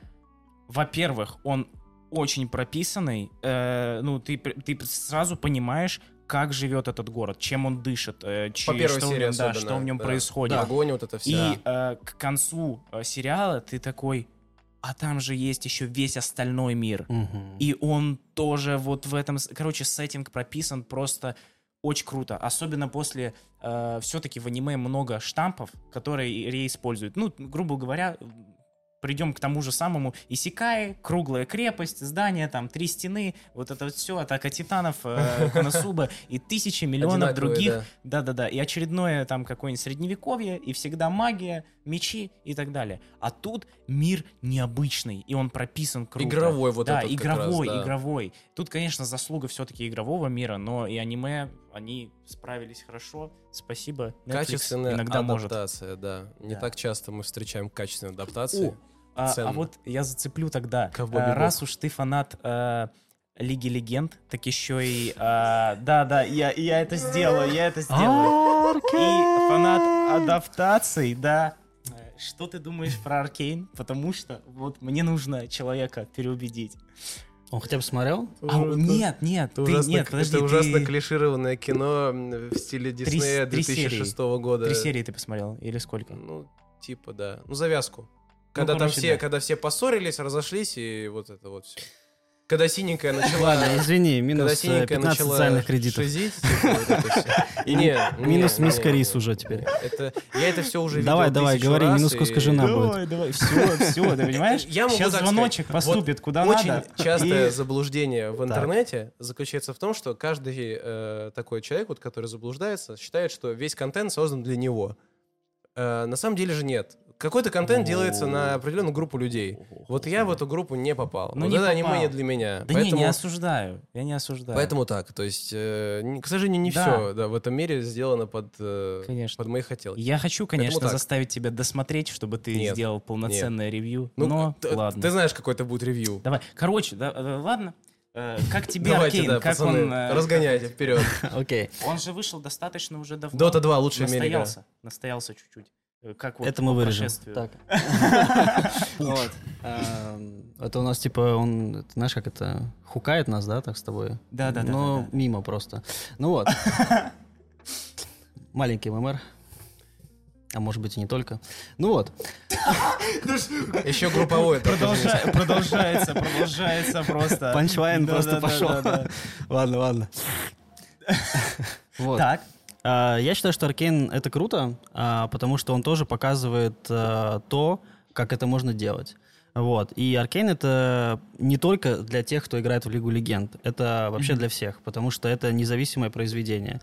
Speaker 3: во-первых, он очень прописанный. э, ну, ты, пр- ты сразу понимаешь, как живет этот город, чем он дышит, э, че-
Speaker 4: По первой
Speaker 3: что, в
Speaker 4: серии
Speaker 3: нем, да,
Speaker 4: особенно,
Speaker 3: что в нем
Speaker 4: да.
Speaker 3: происходит.
Speaker 4: Огонь вот это
Speaker 3: И
Speaker 4: вся.
Speaker 3: э, к концу э, сериала ты такой, а там же есть еще весь остальной мир.
Speaker 1: Мгм.
Speaker 3: И он тоже вот в этом... с- Короче, сеттинг прописан просто очень круто. Особенно после... Все-таки в аниме много штампов, которые реиспользуют. Ну, грубо говоря, придем к тому же самому Исикаи, круглая крепость, здание, там, три стены, вот это вот все, атака титанов, э, Коносуба и тысячи миллионов
Speaker 4: Одинаковые,
Speaker 3: других
Speaker 4: да.
Speaker 3: да-да-да, и очередное там какое-нибудь средневековье, и всегда магия, мечи и так далее. А тут мир необычный, и он прописан круто.
Speaker 4: Игровой вот
Speaker 3: Да,
Speaker 4: этот как
Speaker 3: игровой,
Speaker 4: раз, да.
Speaker 3: игровой. Тут, конечно, заслуга все-таки игрового мира, но и аниме, они справились хорошо. Спасибо, Netflix
Speaker 4: Качественная
Speaker 3: иногда может.
Speaker 4: адаптация, да. Не
Speaker 3: Да.
Speaker 4: так часто мы встречаем качественные
Speaker 3: О,
Speaker 4: адаптации.
Speaker 3: а, а
Speaker 4: Ценно.
Speaker 3: вот я зацеплю тогда.
Speaker 4: Ковбой
Speaker 3: А,
Speaker 4: Бибоп.
Speaker 3: раз уж ты фанат э, Лиги Легенд, так еще и... а, Да-да, я, я это сделаю, я это сделаю. И фанат адаптаций, да. Э, Что ты думаешь про Аркейн? Потому что вот мне нужно человека переубедить.
Speaker 1: Он хотя бы смотрел?
Speaker 3: А, нет, нет, ты,
Speaker 4: Это ужасно,
Speaker 3: нет, подожди,
Speaker 4: это ужасно
Speaker 3: ты
Speaker 4: клишированное кино м, в стиле
Speaker 3: Три с-
Speaker 4: Диснея
Speaker 3: три серии.
Speaker 4: 2006 года.
Speaker 3: три серии ты посмотрел или сколько?
Speaker 4: Ну, типа, да. Ну, завязку. Когда там
Speaker 3: короче,
Speaker 4: все,
Speaker 3: да.
Speaker 4: когда все поссорились, разошлись, и вот это вот все. Когда синенькая начала...
Speaker 1: Ладно, извини,
Speaker 4: Когда
Speaker 1: минус э,
Speaker 4: синенькая
Speaker 1: 15
Speaker 4: начала
Speaker 1: социальных кредитов.
Speaker 4: шизить, типа, вот это всё.
Speaker 1: И
Speaker 4: Не, не,
Speaker 1: минус
Speaker 4: не,
Speaker 1: мисс
Speaker 4: не.
Speaker 1: Карис уже теперь.
Speaker 4: Это, я это все уже
Speaker 1: Давай,
Speaker 4: видел
Speaker 1: давай,
Speaker 4: тысячу
Speaker 1: говори,
Speaker 4: раз,
Speaker 1: минуска
Speaker 4: и-
Speaker 1: скажена. Она
Speaker 3: Давай, давай, все, все, ты понимаешь?
Speaker 4: Я могу
Speaker 3: Сейчас
Speaker 4: так сказать.
Speaker 3: звоночек
Speaker 4: Вот
Speaker 3: поступит куда
Speaker 4: Очень
Speaker 3: надо.
Speaker 4: частое
Speaker 3: и-
Speaker 4: заблуждение в
Speaker 3: Так.
Speaker 4: интернете заключается в том, что каждый э, такой человек, вот, который заблуждается, считает, что весь контент создан для него. Э, на самом деле же нет. Какой-то контент делается на определенную группу людей. Вот я в эту группу не попал.
Speaker 3: Ну,
Speaker 4: вот
Speaker 3: не
Speaker 4: это аниме
Speaker 3: попал.
Speaker 4: не для меня.
Speaker 3: Да не, не осуждаю, я не осуждаю.
Speaker 4: Поэтому так, то есть, э, не- к сожалению, не
Speaker 3: Да.
Speaker 4: все да, в этом мире сделано под, э,
Speaker 3: Конечно.
Speaker 4: под мои хотелки.
Speaker 3: Я хочу, конечно,
Speaker 4: так.
Speaker 3: заставить тебя досмотреть, чтобы ты
Speaker 4: Нет,
Speaker 3: сделал полноценное ревью,
Speaker 4: Ну,
Speaker 3: но
Speaker 4: т-
Speaker 3: ладно.
Speaker 4: Ты знаешь, какой это будет ревью.
Speaker 3: Давай, короче, да, э, ладно. Э, Как тебе
Speaker 4: Давайте,
Speaker 3: Аркейн?
Speaker 4: да,
Speaker 3: Как
Speaker 4: пацаны,
Speaker 3: он? э,
Speaker 4: разгоняйте вперед.
Speaker 1: Окей.
Speaker 3: Он же вышел достаточно уже давно.
Speaker 4: Дота 2 лучшая Америка.
Speaker 3: Настоялся, настоялся чуть-чуть. Э, Как вот
Speaker 1: Это
Speaker 3: по
Speaker 1: мы вырежем.
Speaker 3: прошествию.
Speaker 1: Так. Вот. Эм, Это у нас типа он, это, знаешь, как это хукает нас, да, так с тобой?
Speaker 3: Да-да-да-да-да.
Speaker 1: Но мимо просто. Ну вот. Маленький ММР. А может быть и не только. Ну вот.
Speaker 4: Еще групповое. тоже есть.
Speaker 3: Продолжа- Продолжается, продолжается просто.
Speaker 1: Панчлайн
Speaker 3: Да,
Speaker 1: просто
Speaker 3: да, да,
Speaker 1: пошел.
Speaker 3: да, да.
Speaker 1: Ладно, ладно. Вот.
Speaker 3: Так,
Speaker 1: А, Я считаю, что Аркейн это круто, а, потому что он тоже показывает а, то, как это можно делать. Вот. И Аркейн это не только для тех, кто играет в Лигу Легенд. Это вообще для всех, потому что это независимое произведение.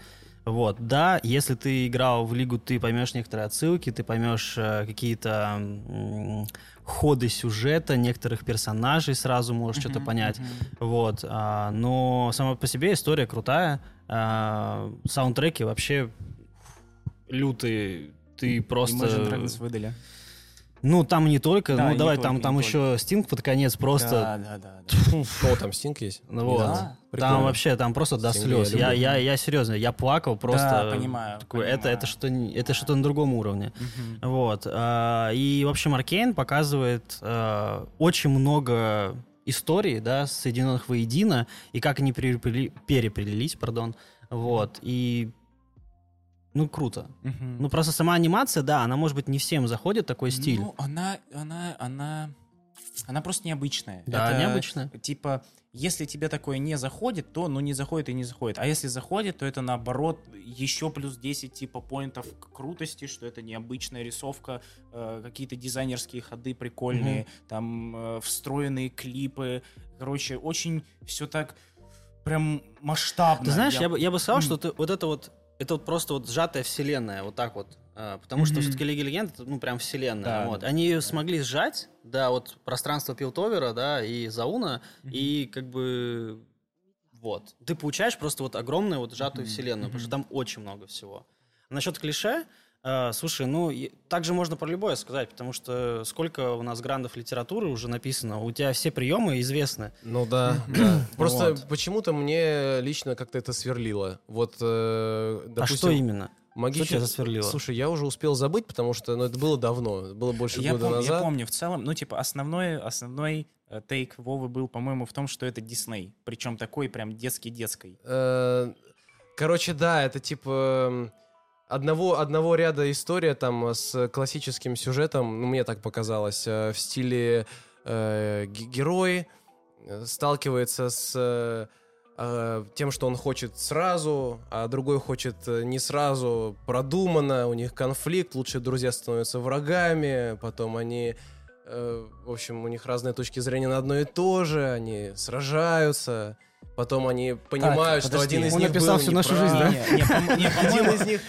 Speaker 1: Вот. Да, если ты играл в Лигу, ты поймешь некоторые отсылки, ты поймешь э, какие-то м, ходы сюжета, некоторых персонажей сразу можешь что-то понять. Вот, а, но сама по себе история крутая. а, саундтреки вообще лютые. Ты
Speaker 3: Imagine
Speaker 1: просто...
Speaker 3: Dragons выдали.
Speaker 1: Ну, там не только.
Speaker 3: Да,
Speaker 1: ну,
Speaker 3: не
Speaker 1: давай,
Speaker 3: только,
Speaker 1: там,
Speaker 3: не
Speaker 1: там
Speaker 3: только.
Speaker 1: еще Стинг под конец просто...
Speaker 3: Да, да, да. да.
Speaker 4: О, там стинг есть.
Speaker 1: ну, вот.
Speaker 3: Да,
Speaker 1: Там
Speaker 4: прикольно.
Speaker 1: вообще, там просто до
Speaker 4: Стинга я
Speaker 1: слез. Я,
Speaker 4: люблю.
Speaker 1: я, я серьезно, я плакал просто. э,
Speaker 3: Да, понимаю,
Speaker 1: Такой, Это,
Speaker 3: понимаю.
Speaker 1: это что-то, не- это что-то на другом уровне.
Speaker 3: Мгм.
Speaker 1: Вот. а, И, в общем, Аркейн показывает э, очень много историй, да, соединенных воедино, и как они переплели- переплелись, пардон. Вот. И ну, круто.
Speaker 3: Мгм.
Speaker 1: Ну, просто сама анимация, да, она, может быть, не всем заходит, такой стиль.
Speaker 3: Ну, она, она, она, она просто необычная.
Speaker 1: Да, необычная.
Speaker 3: Типа, если тебе такое не заходит, то, ну, не заходит и не заходит. А если заходит, то это, наоборот, еще плюс 10, типа, поинтов к крутости, что это необычная рисовка, э, какие-то дизайнерские ходы прикольные, там, э, встроенные клипы. Короче, очень все так прям масштабно.
Speaker 1: Ты знаешь, я, бы, я бы сказал,
Speaker 3: М.
Speaker 1: что ты- вот это вот, это вот просто вот сжатая вселенная, вот так вот. А, Потому что
Speaker 3: Мгм.
Speaker 1: все-таки Лига Легенд, это, ну, прям вселенная.
Speaker 3: Да,
Speaker 1: вот.
Speaker 3: да,
Speaker 1: Они ее смогли сжать, да, вот пространство Пилтовера, да, и Зауна, и как бы вот. Ты получаешь просто вот огромную вот сжатую
Speaker 3: Мгм.
Speaker 1: вселенную, потому что
Speaker 3: Мгм.
Speaker 1: там очень много всего. Насчет клише, э, слушай, ну, и- так же можно про любое сказать, потому что сколько у нас грандов литературы уже написано, у тебя все приемы известны.
Speaker 4: Ну да, да. Просто
Speaker 1: Вот.
Speaker 4: почему-то мне лично как-то это сверлило. Вот, э, допустим...
Speaker 1: а что именно?
Speaker 4: магичи-
Speaker 1: тебя засверлило?
Speaker 4: Слушай, я уже успел забыть, потому что ну, это было давно, было больше
Speaker 3: Я,
Speaker 4: года
Speaker 3: пом- я
Speaker 4: назад.
Speaker 3: помню, в целом, ну, типа, основной, основной э, тейк Вовы был, по-моему, в том, что это Дисней. Причем такой прям детский-детской.
Speaker 4: Э, Короче, да, это типа м, одного, одного ряда история там э, с классическим сюжетом, ну, мне так показалось, э, в стиле э, ге- герой э, сталкивается с э, э, тем, что он хочет сразу, а другой хочет э, не сразу, продуманно, у них конфликт, лучшие друзья становятся врагами, потом они, э, в общем, у них разные точки зрения на одно и то же, они сражаются, потом они понимают, что
Speaker 3: подожди,
Speaker 4: один из
Speaker 1: он
Speaker 4: них
Speaker 1: написал
Speaker 4: был
Speaker 1: всю нашу
Speaker 4: неправ.
Speaker 1: жизнь, да?
Speaker 3: Не, не, пом-
Speaker 4: Один
Speaker 3: не,
Speaker 4: из
Speaker 3: по-моему,
Speaker 4: них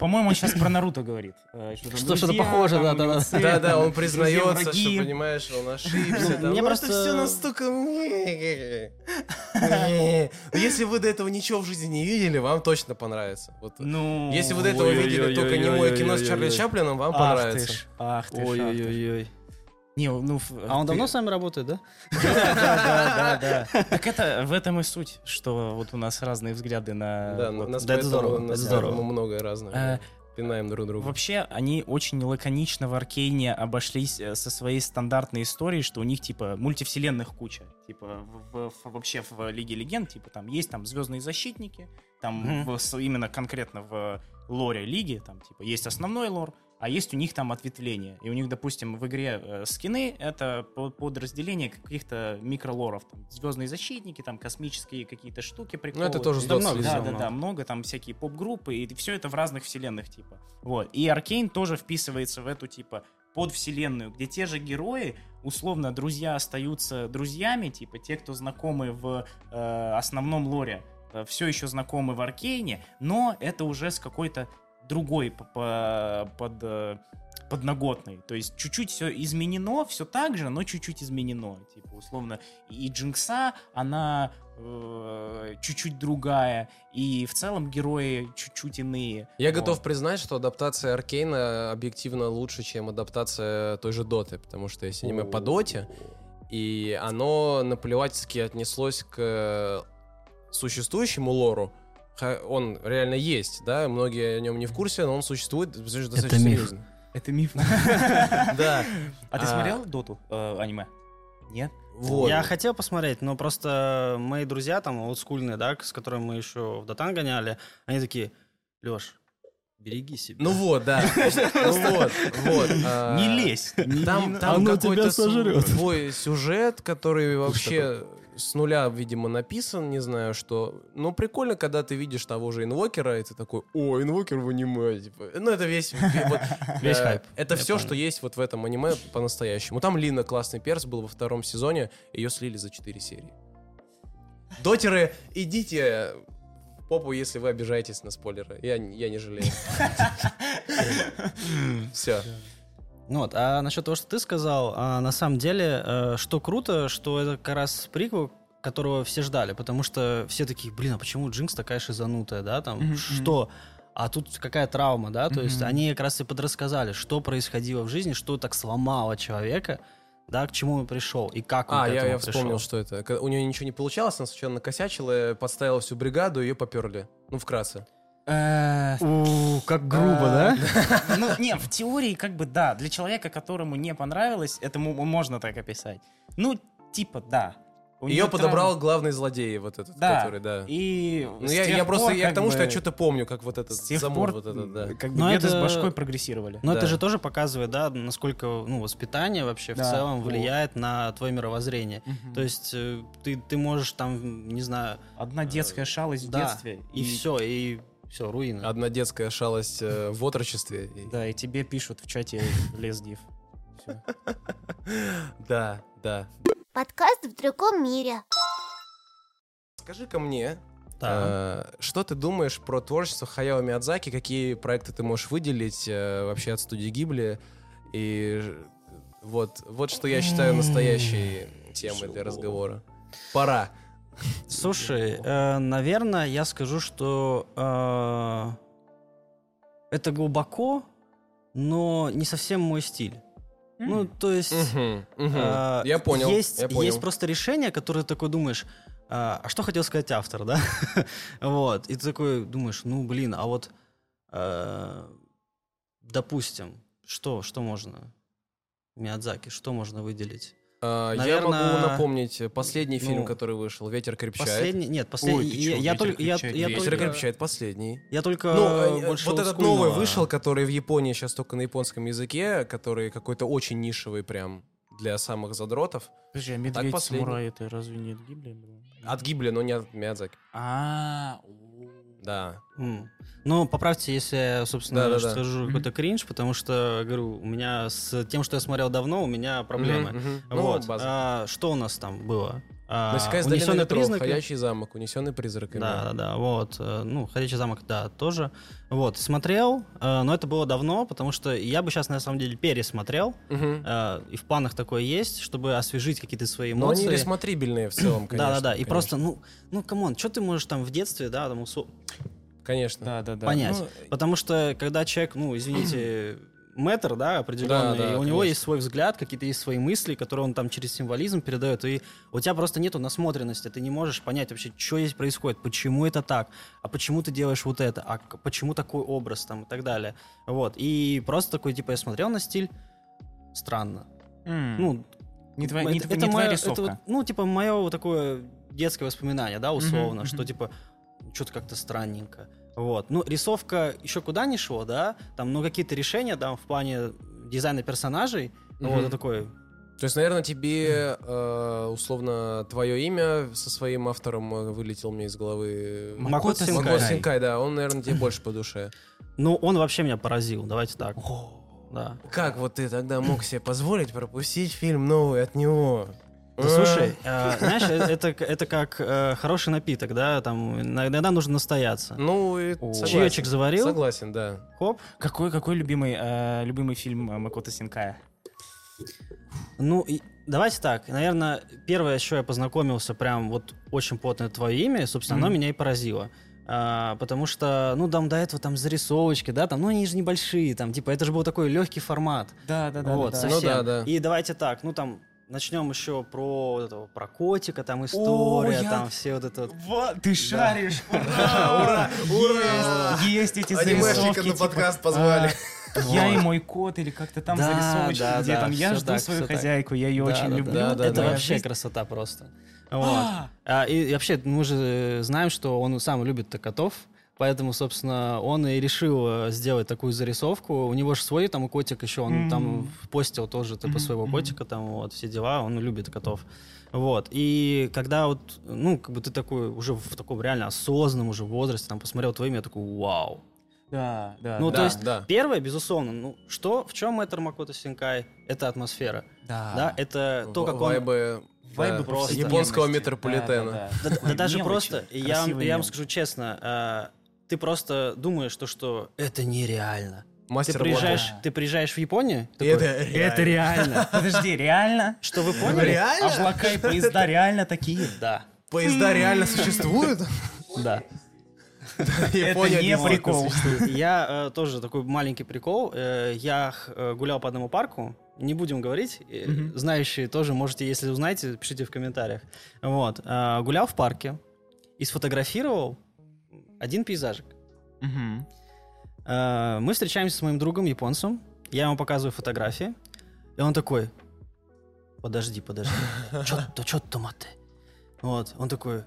Speaker 3: По-моему, он сейчас про Наруто говорит. Э, там
Speaker 1: Что, что-то
Speaker 3: друзья,
Speaker 1: похоже,
Speaker 3: там
Speaker 1: да-да-да.
Speaker 3: юнцы,
Speaker 4: Да, да,
Speaker 3: там
Speaker 4: он
Speaker 3: друзья,
Speaker 4: признается, что,
Speaker 3: враги.
Speaker 4: понимаешь, он ошибся. там,
Speaker 1: мне
Speaker 4: «Ну,
Speaker 1: просто-
Speaker 4: это все настолько... Но Если вы до этого ничего в жизни не видели, вам точно понравится. Вот.
Speaker 3: Ну,
Speaker 4: Если вы до этого видели только немое кино с Чарли Чаплином, вам
Speaker 3: Ах ты
Speaker 4: понравится.
Speaker 3: ж, ах ты ж, ах ты ж.
Speaker 1: Ой-ой-ой.
Speaker 3: Не, ну, ф-
Speaker 1: А он
Speaker 3: ты-
Speaker 1: давно с нами работает, да?
Speaker 3: Да, да, да, да. Так это, в этом и суть, что вот у нас разные взгляды на...
Speaker 4: Да,
Speaker 3: вот
Speaker 4: нас
Speaker 1: Да, это здорово,
Speaker 4: поэтому
Speaker 1: это
Speaker 4: нас
Speaker 1: здорово.
Speaker 4: поэтому много разных.
Speaker 3: Э,
Speaker 4: Пинаем друг друга.
Speaker 3: Вообще, они очень лаконично в Аркейне обошлись э, со своей стандартной историей, что у них, типа, мультивселенных куча. Типа, в- в- вообще в Лиге Легенд, типа, там есть там Звездные Защитники, там
Speaker 1: Мгм.
Speaker 3: в с- именно конкретно в лоре Лиги, там, типа, есть основной лор, а есть у них там ответвление. И у них, допустим, в игре э, скины — это по- подразделение каких-то микролоров. Там, звездные защитники, там космические какие-то штуки, приколы.
Speaker 4: Ну, это тоже с
Speaker 1: Да
Speaker 4: Dot
Speaker 1: много,
Speaker 3: Да,
Speaker 4: связано.
Speaker 3: да,
Speaker 1: много.
Speaker 3: да, много там всякие поп-группы, и все это в разных вселенных, типа. Вот. И Аркейн тоже вписывается в эту, типа, подвселенную, где те же герои, условно, друзья остаются друзьями, типа, те, кто знакомы в э, основном лоре, все еще э, знакомы в Аркейне, но это уже с какой-то другой по- по- под, э, подноготной. То есть чуть-чуть все изменено, все так же, но чуть-чуть изменено. Типа, условно, и Джинкса, она э, чуть-чуть другая, и в целом герои чуть-чуть иные.
Speaker 4: Я
Speaker 3: Вот.
Speaker 4: готов признать, что адаптация Аркейна объективно лучше, чем адаптация той же Доты, потому что есть аниме по Доте, и оно наплевательски отнеслось к э, существующему лору. Ха- Он реально есть, да, многие о нем не в курсе, но он существует достаточно
Speaker 2: Это миф.
Speaker 4: серьезно.
Speaker 3: Это миф.
Speaker 4: Да,
Speaker 3: А ты
Speaker 4: А.
Speaker 3: смотрел Доту э, аниме? Нет?
Speaker 4: вот.
Speaker 1: Я хотел посмотреть, но просто мои друзья там, олдскульные, да, с которыми мы еще в Дотан гоняли, они такие, Леш, береги себя.
Speaker 4: Ну вот, да. Ну вот, вот. а,
Speaker 3: Не лезь! не-
Speaker 4: Там,
Speaker 3: не-
Speaker 4: там
Speaker 2: Оно
Speaker 4: какой-то
Speaker 2: тебя сожрет.
Speaker 4: свой сюжет, который вообще с нуля, видимо, написан, не знаю что. Но прикольно, когда ты видишь того же инвокера, и ты такой, о, инвокер в аниме. типа. Ну, это весь... вот,
Speaker 1: Весь
Speaker 4: э,
Speaker 1: хайп.
Speaker 4: Это
Speaker 1: Я
Speaker 4: все,
Speaker 1: понял.
Speaker 4: что есть вот в этом аниме по-настоящему. Там Лина классный перс был во втором сезоне, ее слили за 4 серии. Дотеры, идите в попу, если вы обижаетесь на спойлеры. Я, я не жалею. Все.
Speaker 1: Ну Вот, а насчет того, что ты сказал, а, на самом деле, э, что круто, что это как раз приквел, которого все ждали, потому что все такие, блин, а почему Джинкс такая шизанутая, да, там,
Speaker 3: Мгм,
Speaker 1: что? А тут какая травма, да, то есть
Speaker 3: Мгм.
Speaker 1: они как раз и подрассказали, что происходило в жизни, что так сломало человека, да, к чему он пришел и как он
Speaker 4: А,
Speaker 1: к
Speaker 4: я,
Speaker 1: этому
Speaker 4: я
Speaker 1: пришел.
Speaker 4: вспомнил, что это. Когда У нее ничего не получалось, она случайно накосячила, подставила всю бригаду, ее поперли. Ну, вкратце.
Speaker 3: Э,
Speaker 1: У, как
Speaker 3: А, Ну, не, в теории, как бы, да, для человека, которому не понравилось, это му- можно так описать. Ну, типа, да. У
Speaker 4: ее
Speaker 3: неё
Speaker 4: подобрал
Speaker 3: травма.
Speaker 4: главный злодей, вот этот,
Speaker 3: Да.
Speaker 4: который, да.
Speaker 3: И
Speaker 4: Ну,
Speaker 3: с
Speaker 4: я,
Speaker 3: тех
Speaker 4: я просто,
Speaker 3: пор,
Speaker 4: я к
Speaker 3: как
Speaker 4: тому, что я
Speaker 3: бы,
Speaker 4: что-то помню, как вот этот
Speaker 3: С тех
Speaker 4: замор,
Speaker 3: пор,
Speaker 4: вот этот, да.
Speaker 3: как бы,
Speaker 1: Но
Speaker 3: беды с
Speaker 1: это-
Speaker 3: башкой прогрессировали.
Speaker 1: Но это
Speaker 4: Да.
Speaker 1: же тоже показывает, да, насколько ну, воспитание вообще
Speaker 3: Да.
Speaker 1: в целом
Speaker 3: Вот.
Speaker 1: влияет на твое мировоззрение.
Speaker 3: Мгм.
Speaker 1: То есть э, ты, ты можешь там, не знаю,
Speaker 3: Одна детская шалость в
Speaker 1: да,
Speaker 3: детстве.
Speaker 1: и все, и все, руина.
Speaker 4: Одна детская шалость э, в отрочестве. И-
Speaker 3: Да, и тебе пишут в чате лесдив. Всё.
Speaker 4: Да, да.
Speaker 5: Подкаст в другом мире.
Speaker 4: Скажи-ка мне,
Speaker 1: Да.
Speaker 4: э, что ты думаешь про творчество Хаяо Миядзаки? Какие проекты ты можешь выделить э, вообще от студии Гибли? И ж- вот, вот что я считаю настоящей темой для разговора. Пора.
Speaker 1: Слушай, э, наверное, я скажу, что э, это глубоко, но не совсем мой стиль. Ну, то есть...
Speaker 4: Мгм, мгм.
Speaker 1: э,
Speaker 4: Я понял.
Speaker 1: Есть,
Speaker 4: я понял.
Speaker 1: есть просто решение, которое ты такой думаешь, а а что хотел сказать автор, да? вот. И ты такой думаешь, ну, блин, а вот, э, допустим, что, что можно? Миядзаки, что можно выделить?
Speaker 4: А, Я
Speaker 1: наверное,
Speaker 4: могу напомнить последний фильм,
Speaker 1: ну,
Speaker 4: который вышел. Ветер крепчает.
Speaker 1: Последний, нет, последний.
Speaker 3: Ой, ты
Speaker 1: я,
Speaker 3: чё,
Speaker 1: я
Speaker 3: ветер
Speaker 1: только, я,
Speaker 3: крепчает,
Speaker 1: я
Speaker 4: Ветер
Speaker 1: только,
Speaker 4: крепчает последний.
Speaker 1: я только
Speaker 4: Ну, э, э,
Speaker 1: больше
Speaker 4: вот этот
Speaker 1: олдскульного.
Speaker 4: новый вышел, который в Японии сейчас только на японском языке, который какой-то очень нишевый прям для самых задротов.
Speaker 3: Подожди, а
Speaker 1: Ну,
Speaker 3: медведь
Speaker 4: последний.
Speaker 3: самурай это разве не от Гибли было?
Speaker 4: От Гибли, но не от Миядзаки.
Speaker 3: А,
Speaker 4: Да.
Speaker 1: М. Ну, поправьте, если я, собственно,
Speaker 4: Да-да-да.
Speaker 1: скажу какой-то кринж, потому что, говорю, у меня с тем, что я смотрел давно, у меня проблемы.
Speaker 4: Мгм, мгм. Ну,
Speaker 1: Вот.
Speaker 4: база. Ну,
Speaker 1: а, что у нас там было? А,
Speaker 4: Насекая из долины
Speaker 1: «Унесённый
Speaker 4: ветров»,
Speaker 1: признак-
Speaker 4: «Ходячий замок», «Унесенный призраками».
Speaker 1: Да, да, да, вот. э, Ну, «Ходячий замок», да, тоже. Вот, смотрел, э, но это было давно, потому что я бы сейчас, на самом деле, пересмотрел,
Speaker 4: Мгм.
Speaker 1: э, и в планах такое есть, чтобы освежить какие-то свои
Speaker 4: Но они
Speaker 1: эмоции.
Speaker 4: ресмотрибельные в целом, конечно.
Speaker 1: да, да, да. И
Speaker 4: конечно.
Speaker 1: просто, ну, ну, камон, что ты можешь там в детстве, да, там усо-
Speaker 4: Конечно.
Speaker 3: да, да, да.
Speaker 1: понять?
Speaker 4: Ну,
Speaker 1: Потому что, когда человек, ну, извините, мэтр, да, определенный, и
Speaker 4: Да, да,
Speaker 1: у
Speaker 4: конечно.
Speaker 1: него есть свой взгляд, какие-то есть свои мысли, которые он там через символизм передает, и у тебя просто нету насмотренности, ты не можешь понять вообще, что здесь происходит, почему это так, а почему ты делаешь вот это, а к- почему такой образ там и так далее. Вот, и просто такой, типа, я смотрел на стиль, странно.
Speaker 3: М.
Speaker 1: Ну,
Speaker 3: Не твоя-
Speaker 1: это-
Speaker 3: не тв- не
Speaker 1: это
Speaker 3: твоя
Speaker 1: моё-
Speaker 3: рисовка.
Speaker 1: это вот, ну, типа, мое вот такое детское воспоминание, да, условно,
Speaker 3: мгм.
Speaker 1: что, типа, что-то как-то странненько. Вот. Ну, рисовка еще куда не шло, да? Там, ну, какие-то решения, там, в плане дизайна персонажей. Ну,
Speaker 4: Мгм.
Speaker 1: вот я такой,
Speaker 4: То есть, наверное, тебе э, условно твое имя со своим автором э, вылетело мне из головы.
Speaker 1: Макото
Speaker 4: Макото
Speaker 1: Синкай.
Speaker 4: Синкай, да, он, наверное, тебе больше по душе.
Speaker 1: ну, он вообще меня поразил, давайте так. Да.
Speaker 4: Как вот ты тогда мог себе позволить пропустить фильм новый от него?
Speaker 1: Да слушай, э, знаешь, э, это, к- это как э, хороший напиток, да, там иногда нужно настояться.
Speaker 4: Ну, и согласен.
Speaker 1: Чаечек заварил,
Speaker 4: Согласен, да.
Speaker 1: хоп.
Speaker 3: Какой, какой любимый, э, любимый фильм э, Макото Синкая?
Speaker 1: Ну, и давайте так, наверное, первое, еще я познакомился прям вот очень плотно это твое имя, и, собственно, оно
Speaker 3: Мгм.
Speaker 1: меня и поразило. А, потому что, ну, там до этого там зарисовочки, да, там, ну, они же небольшие, там, типа, это же был такой легкий формат.
Speaker 3: Да, да, да.
Speaker 1: Вот,
Speaker 3: да, да.
Speaker 1: совсем.
Speaker 4: Ну да, да.
Speaker 1: И давайте так, ну там начнем еще про вот этого, про котика, там история,
Speaker 3: я-
Speaker 1: там все вот это вот.
Speaker 3: Вот, ты шаришь!
Speaker 4: Ура! Ура!
Speaker 3: Есть, есть эти зарисовки.
Speaker 2: Анимешников на
Speaker 3: типа,
Speaker 2: подкаст позвали.
Speaker 3: а, Я и мой кот, или как-то там
Speaker 1: Да,
Speaker 3: зарисовочки,
Speaker 1: да,
Speaker 3: где
Speaker 1: да,
Speaker 3: там я
Speaker 1: всё
Speaker 3: жду
Speaker 1: так,
Speaker 3: свою
Speaker 1: всё так.
Speaker 3: хозяйку, я ее
Speaker 1: Да,
Speaker 3: очень
Speaker 1: да,
Speaker 3: люблю.
Speaker 4: да, да,
Speaker 1: это
Speaker 4: да.
Speaker 3: моя
Speaker 1: вообще
Speaker 3: жизнь.
Speaker 1: красота просто. Вот.
Speaker 3: А,
Speaker 1: А, и, вообще, мы же э, знаем, что он сам любит-то котов. Поэтому, собственно, он и решил э, сделать такую зарисовку. У него же свой там котик еще, он
Speaker 3: Мгм.
Speaker 1: там постил тоже типа
Speaker 3: Мгм,
Speaker 1: своего
Speaker 3: мгм.
Speaker 1: котика, там вот все дела, он любит котов. Вот. И когда вот, ну, как бы ты такой уже в таком реально осознанном уже возрасте, там посмотрел твое имя, я такой, вау,
Speaker 3: Да, да.
Speaker 1: Ну,
Speaker 3: да.
Speaker 1: то есть-
Speaker 4: да.
Speaker 1: Первое, безусловно, ну что, в чем это Макото Синкай? Это атмосфера, да,
Speaker 3: Да.
Speaker 1: это то,
Speaker 4: В-
Speaker 1: как он...
Speaker 4: вайбы,
Speaker 3: Вайбы
Speaker 4: да,
Speaker 1: просто
Speaker 4: японского
Speaker 3: повседневности.
Speaker 1: Да,
Speaker 4: метрополитена.
Speaker 3: Да, да, да.
Speaker 1: да
Speaker 3: Такой
Speaker 1: даже
Speaker 3: мелочи,
Speaker 1: просто, я, вам-
Speaker 3: красивые
Speaker 1: я вам
Speaker 3: мелочи.
Speaker 1: скажу честно, а, ты просто думаешь, то, что это нереально. Ты
Speaker 4: Мастер
Speaker 1: приезжаешь,
Speaker 3: блага.
Speaker 1: ты приезжаешь в Японию,
Speaker 2: И
Speaker 1: такой,
Speaker 2: это реально.
Speaker 3: реально. Подожди, реально?
Speaker 1: что вы
Speaker 2: Ну,
Speaker 1: поняли?
Speaker 2: Реально?
Speaker 3: Облака и поезда реально такие?
Speaker 1: Да,
Speaker 4: А,
Speaker 2: Поезда реально существуют?
Speaker 1: да.
Speaker 2: Япония
Speaker 3: не
Speaker 2: действительно
Speaker 3: прикол.
Speaker 2: существует.
Speaker 1: Я э, тоже такой маленький прикол. э, я х- э, гулял по одному парку. Не будем говорить. э,
Speaker 3: Мгм.
Speaker 1: Знающие тоже можете, если узнаете, пишите в комментариях. Вот. э, гулял в парке и сфотографировал один пейзажик.
Speaker 3: Мгм.
Speaker 1: Э, мы встречаемся с моим другом японцем. Я ему показываю фотографии. И он такой: Подожди, подожди. Чё-то, чё-то, мате. а Вот. Он такой: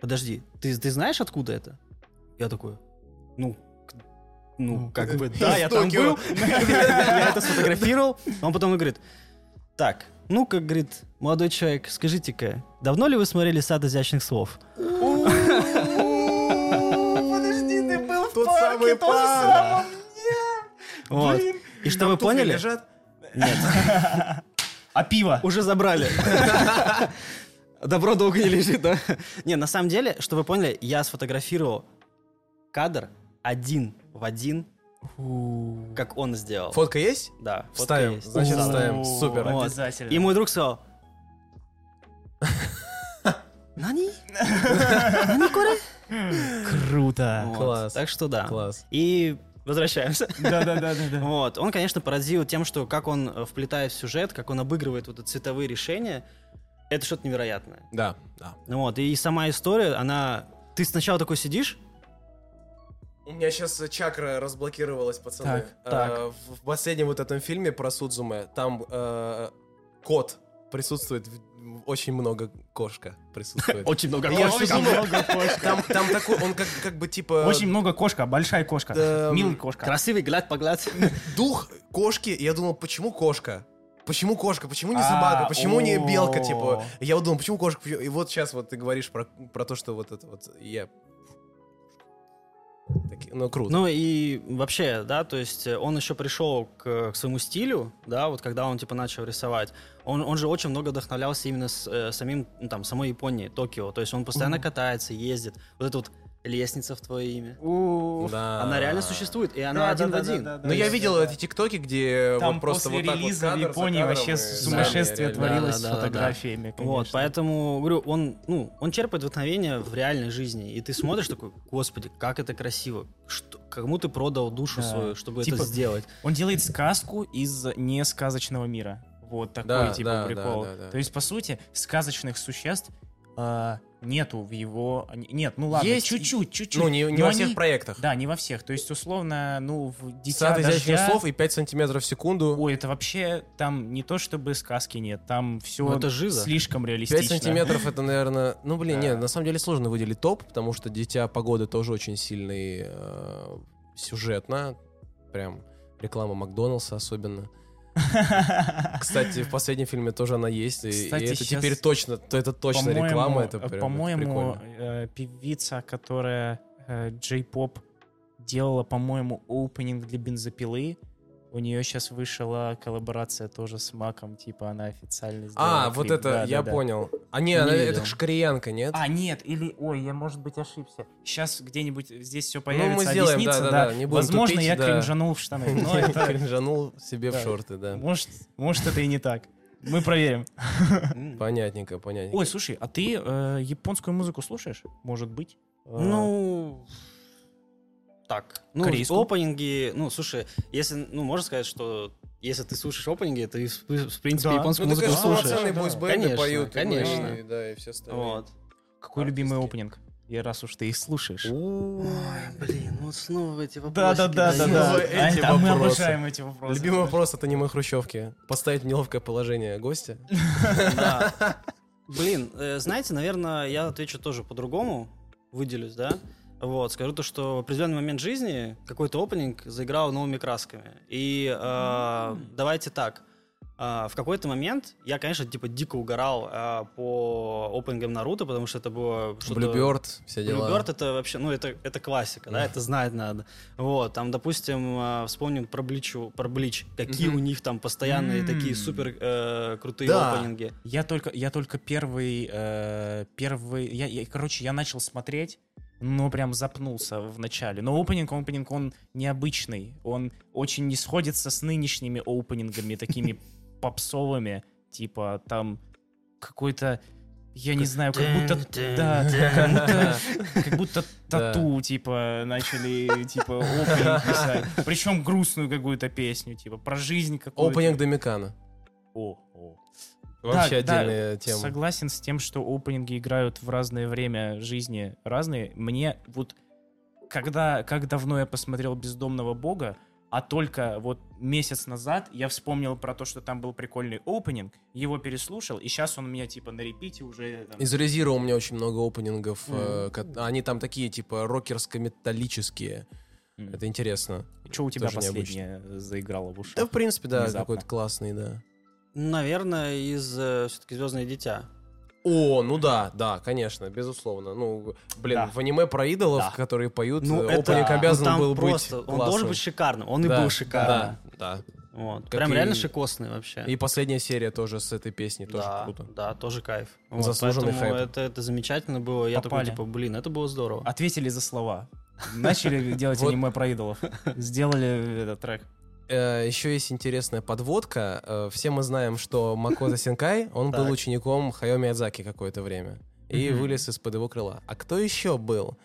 Speaker 1: Подожди, ты, ты знаешь, откуда это? Я такой, ну, к- ну, как бы, да, я там
Speaker 2: Токио.
Speaker 1: был, я это сфотографировал. Он потом мне говорит, так, ну-ка, говорит, молодой человек, скажите-ка, давно ли вы смотрели «Сад изящных слов»?
Speaker 3: Подожди, ты был в
Speaker 2: Тот
Speaker 3: парке,
Speaker 2: самый
Speaker 3: том
Speaker 2: парк.
Speaker 3: самом, не.
Speaker 1: Вот.
Speaker 3: Блин.
Speaker 1: И что вы
Speaker 2: Туфли
Speaker 1: поняли?
Speaker 2: лежат.
Speaker 1: Нет,
Speaker 3: А пиво?
Speaker 1: уже забрали. Добро долго не лежит, да? Не, на самом деле, что вы поняли, я сфотографировал кадр один в один, как он сделал.
Speaker 4: Фотка есть?
Speaker 1: Да, фотка
Speaker 4: Вставим.
Speaker 1: есть.
Speaker 4: Значит,
Speaker 1: Да.
Speaker 4: вставим.
Speaker 3: О,
Speaker 4: Супер.
Speaker 1: Вот.
Speaker 3: Обязательно.
Speaker 1: И мой друг сказал... Нани?
Speaker 3: круто.
Speaker 1: Вот,
Speaker 4: класс.
Speaker 1: Так что да.
Speaker 4: Класс.
Speaker 1: И возвращаемся.
Speaker 3: Да, да, да, да, да.
Speaker 1: Вот. Он, конечно, поразил тем, что как он э, вплетает в сюжет, как он обыгрывает вот эти цветовые решения. Это что-то невероятное.
Speaker 4: Да, да.
Speaker 1: Ну Вот. И сама история, она... Ты сначала такой сидишь,
Speaker 4: У меня сейчас чакра разблокировалась, пацаны.
Speaker 3: Так,
Speaker 4: Э,
Speaker 1: так.
Speaker 4: В в последнем вот этом фильме про Судзуме там э, кот присутствует, в- очень много кошка присутствует.
Speaker 1: Очень много
Speaker 4: Я
Speaker 1: кошек.
Speaker 4: всё думал.
Speaker 3: много кошка.
Speaker 4: Там, там такой, он как, как бы типа
Speaker 3: Очень много кошка, большая кошка.
Speaker 4: да,
Speaker 3: Милый кошка.
Speaker 1: Красивый глядь погладь.
Speaker 3: Ну.
Speaker 4: дух кошки. Я думал, почему кошка? Почему кошка? Почему не
Speaker 3: А,
Speaker 4: собака? Почему не белка?
Speaker 3: о.
Speaker 4: Типа, я вот думал, почему кошка? Почему- И вот сейчас вот ты говоришь про, про то, что вот это вот я. Таки- ну круто.
Speaker 1: Ну и вообще, да, то есть э, он еще пришел к, к своему стилю, да, вот когда он типа начал рисовать, он, он же очень много вдохновлялся именно с э, самим, ну, там, самой Японией, Токио, то есть он постоянно катается, ездит, вот это вот лестница в твое имя,
Speaker 3: У.
Speaker 4: Да.
Speaker 1: Ну, она реально существует, и она
Speaker 3: А. Да,
Speaker 1: один
Speaker 3: да,
Speaker 1: в
Speaker 3: да,
Speaker 1: один.
Speaker 3: да, да,
Speaker 4: Ну, я
Speaker 3: да,
Speaker 4: видел
Speaker 3: да.
Speaker 4: эти тиктоки, где
Speaker 3: Там
Speaker 4: вот просто
Speaker 3: после
Speaker 4: вот так вот
Speaker 3: релиза в
Speaker 4: кадр за
Speaker 3: Японии
Speaker 4: кадром
Speaker 3: вообще
Speaker 4: и-
Speaker 3: сумасшествие
Speaker 4: Да,
Speaker 3: творилось
Speaker 1: Да, да,
Speaker 3: с
Speaker 1: да, да.
Speaker 3: фотографиями,
Speaker 1: Вот,
Speaker 3: конечно.
Speaker 1: поэтому, говорю, он, ну, он черпает вдохновение в реальной жизни, и ты смотришь такой, господи, как это красиво, что, кому ты продал душу
Speaker 3: Да.
Speaker 1: свою, чтобы
Speaker 3: Типа-
Speaker 1: это сделать.
Speaker 3: Он делает сказку из несказочного мира. Вот такой
Speaker 4: Да,
Speaker 3: типа
Speaker 4: да,
Speaker 3: прикол.
Speaker 4: да, да, да.
Speaker 3: То есть, по сути, сказочных существ э, нету в его... Нет, ну ладно,
Speaker 4: Есть,
Speaker 3: чуть-чуть, чуть-чуть.
Speaker 4: Ну, не, не
Speaker 3: но
Speaker 4: во всех
Speaker 3: они-
Speaker 4: проектах.
Speaker 3: Да, не во всех. То есть, условно, ну, в «Дитя
Speaker 4: Сад изящных
Speaker 3: дождя»
Speaker 4: слов и 5 сантиметров в секунду.
Speaker 3: Ой, это вообще там не то чтобы сказки нет, там все
Speaker 1: Ну, это жиза.
Speaker 3: слишком
Speaker 4: 5
Speaker 3: реалистично.
Speaker 4: сантиметров это, наверное... Ну, блин,
Speaker 3: Да.
Speaker 4: нет, на самом деле сложно выделить топ, потому что «Дитя погоды» тоже очень сильный э, сюжетно. Прям реклама Макдоналдса особенно. Кстати, в последнем фильме тоже она есть. и- И
Speaker 3: Кстати,
Speaker 4: это
Speaker 3: щас-
Speaker 4: теперь точно, то это точно
Speaker 3: По-моему,
Speaker 4: реклама. Это
Speaker 3: э,
Speaker 4: прям это
Speaker 3: По-моему,
Speaker 4: прикольно.
Speaker 3: э, певица, которая э, J-поп делала, по-моему, опенинг для бензопилы, у нее сейчас вышла коллаборация тоже с Маком, типа она официально сделала
Speaker 4: А, вот
Speaker 3: клип.
Speaker 4: это,
Speaker 3: Да,
Speaker 4: я
Speaker 3: да, да.
Speaker 4: понял. А не,
Speaker 1: Не
Speaker 4: она-
Speaker 1: видел.
Speaker 4: это же кореянка, нет?
Speaker 3: А, нет, или, ой, я, может быть, ошибся. Ну, Сейчас где-нибудь здесь все
Speaker 4: мы
Speaker 3: появится,
Speaker 4: сделаем,
Speaker 3: объяснится,
Speaker 4: да-да-да, не будем
Speaker 3: Возможно,
Speaker 4: тупить,
Speaker 3: я
Speaker 4: да.
Speaker 3: кринжанул в штаны, но это...
Speaker 4: Кринжанул себе в
Speaker 3: Да.
Speaker 4: шорты, да.
Speaker 3: Может, может, это и не так. Мы проверим.
Speaker 1: М.
Speaker 4: Понятненько, понятненько.
Speaker 3: Ой, слушай, а ты э, японскую музыку слушаешь? Может быть? Э,
Speaker 1: Ну, так. Ну,
Speaker 3: Корейскую?
Speaker 1: опенинги, ну, слушай, если, ну, можно сказать, что если ты слушаешь опенинги, ты, в, в принципе,
Speaker 3: Да.
Speaker 1: японскую
Speaker 4: Ну,
Speaker 1: музыку
Speaker 4: так это же
Speaker 1: слушаешь.
Speaker 4: полноценные
Speaker 3: Да.
Speaker 4: бойсбенды
Speaker 1: Конечно,
Speaker 4: поют. ну,
Speaker 1: конечно.
Speaker 4: и- Да, и все остальные.
Speaker 1: Вот.
Speaker 3: Э, какой любимый
Speaker 4: артистки.
Speaker 3: опенинг? И раз уж ты их слушаешь.
Speaker 1: Ой, блин, ну вот снова эти вопросы.
Speaker 3: Да, да, да, да, да.
Speaker 4: Снова эти
Speaker 3: а мы
Speaker 4: вопросы.
Speaker 3: обожаем эти вопросы.
Speaker 4: Любимый вопрос от аниме Хрущевки. Поставить в неловкое положение гостя.
Speaker 1: Блин, э, знаете, наверное, я отвечу тоже по-другому, выделюсь, да? Вот, скажу то, что в определенный момент жизни какой-то опенинг заиграл новыми красками. И э, давайте так, А, в какой-то момент я, конечно, типа дико угорал а, по опенингам Наруто, потому что это было что-то...
Speaker 4: Блюберт, все дела.
Speaker 1: Bluebird это вообще, ну, это, это классика, да,
Speaker 4: Да.
Speaker 1: это знать надо. Вот, там, допустим, э, вспомним про Бличу, про Блич, какие
Speaker 4: Мгм.
Speaker 1: у них там постоянные
Speaker 3: М.
Speaker 1: такие супер э, крутые
Speaker 2: Да.
Speaker 1: опенинги.
Speaker 3: Я только, я только первый, э, первый, я, я- короче, я начал смотреть, но прям запнулся в начале. Но опенинг, опенинг, он необычный, он очень не сходится с нынешними опенингами, такими попсовыми, типа там какой-то, я не знаю, как будто, да, как будто, как будто
Speaker 4: Да.
Speaker 3: тату, типа, начали, типа, опенинг писать. Причем грустную какую-то песню, типа, про жизнь какую-то.
Speaker 4: Опенинг Домикана.
Speaker 3: О, о.
Speaker 4: Вообще
Speaker 3: Да, да,
Speaker 4: отдельная тема.
Speaker 3: Согласен с тем, что опенинги играют в разное время жизни разные. Мне вот когда как давно я посмотрел Бездомного Бога, а только вот месяц назад я вспомнил про то, что там был прикольный опенинг, его переслушал, и сейчас он у меня типа на репите уже. там-
Speaker 4: Из Резира у меня очень много опенингов.
Speaker 3: Мгм.
Speaker 4: э, ко- Они там такие, типа, рокерско-металлические.
Speaker 3: М.
Speaker 4: Это интересно.
Speaker 3: Что у тебя
Speaker 4: тоже необычно.
Speaker 3: последнее заиграло в ушах?
Speaker 4: Да, в принципе, да,
Speaker 3: Внезапно.
Speaker 4: какой-то классный, да.
Speaker 1: Наверное, из все-таки Звездное дитя.
Speaker 4: О, ну да, да, конечно, безусловно. Ну, блин,
Speaker 3: Да.
Speaker 4: в аниме про идолов,
Speaker 3: Да.
Speaker 4: которые поют,
Speaker 1: Ну,
Speaker 4: э,
Speaker 1: это-
Speaker 4: опенинг обязан
Speaker 1: ну, там
Speaker 4: был
Speaker 1: просто,
Speaker 4: быть
Speaker 1: Он
Speaker 4: классным.
Speaker 1: должен быть шикарным, он
Speaker 4: Да,
Speaker 1: и был шикарным.
Speaker 4: Да,
Speaker 1: Вот.
Speaker 4: Как
Speaker 1: Прям
Speaker 4: и-
Speaker 1: реально шикосный вообще.
Speaker 4: да. И последняя серия тоже с этой песней тоже
Speaker 1: да,
Speaker 4: круто.
Speaker 1: да, тоже кайф. Вот,
Speaker 4: Заслуженный
Speaker 1: поэтому
Speaker 4: хайп. А
Speaker 1: Это, это замечательно было. Я такой,
Speaker 3: Попали.
Speaker 1: типа, блин, это было здорово.
Speaker 3: Ответили за слова. Начали делать
Speaker 4: Вот.
Speaker 3: аниме про идолов. Сделали этот трек.
Speaker 4: Еще Э, есть интересная подводка. Э, Все мы знаем, что Макото Синкай, он был
Speaker 1: Так.
Speaker 4: учеником Хайо Миядзаки какое-то время. И
Speaker 3: Мгм.
Speaker 4: вылез из-под его крыла. А кто еще был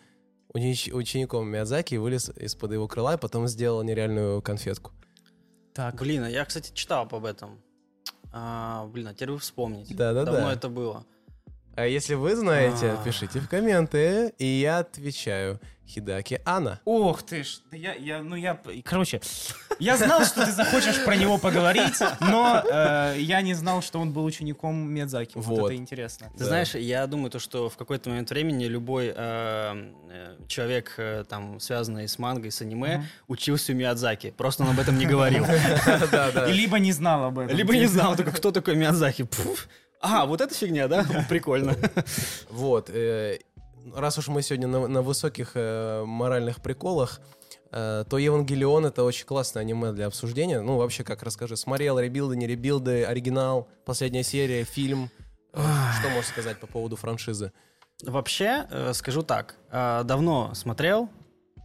Speaker 4: унич- учеником Миядзаки и вылез из-под его крыла, и потом сделал нереальную конфетку?
Speaker 3: Так.
Speaker 1: Блин, а я, кстати, читал об этом. А, блин, а теперь вы вспомните.
Speaker 4: Да-да-да.
Speaker 1: Давно это было.
Speaker 4: А если вы знаете,
Speaker 1: А.
Speaker 4: пишите в комменты, и я отвечаю. Хидаки Анна.
Speaker 3: Ох ты ж, да я, я, ну я, короче, я знал, что ты захочешь про него поговорить, но э, я не знал, что он был учеником Медзаки. Вот,
Speaker 4: Вот.
Speaker 3: это интересно.
Speaker 1: Ты
Speaker 4: Да.
Speaker 1: знаешь, я думаю, то, что в какой-то момент времени любой э, э, человек, э, там, связанный с мангой, с аниме,
Speaker 3: Мгм.
Speaker 1: учился у Миядзаки. Просто он об этом не говорил.
Speaker 4: Да-да.
Speaker 3: И либо не знал об этом.
Speaker 1: Либо не знал, такой, кто такой Миядзаки. Пф. А, вот эта фигня, да? Прикольно.
Speaker 4: Вот. э, Раз уж мы сегодня на, на высоких э, моральных приколах, э, то Евангелион это очень классное аниме для обсуждения. Ну, вообще, как расскажи, смотрел ребилды, не ребилды, оригинал, последняя серия, фильм. Э, Что можешь сказать по поводу франшизы?
Speaker 1: Вообще, э, скажу так, э, давно смотрел,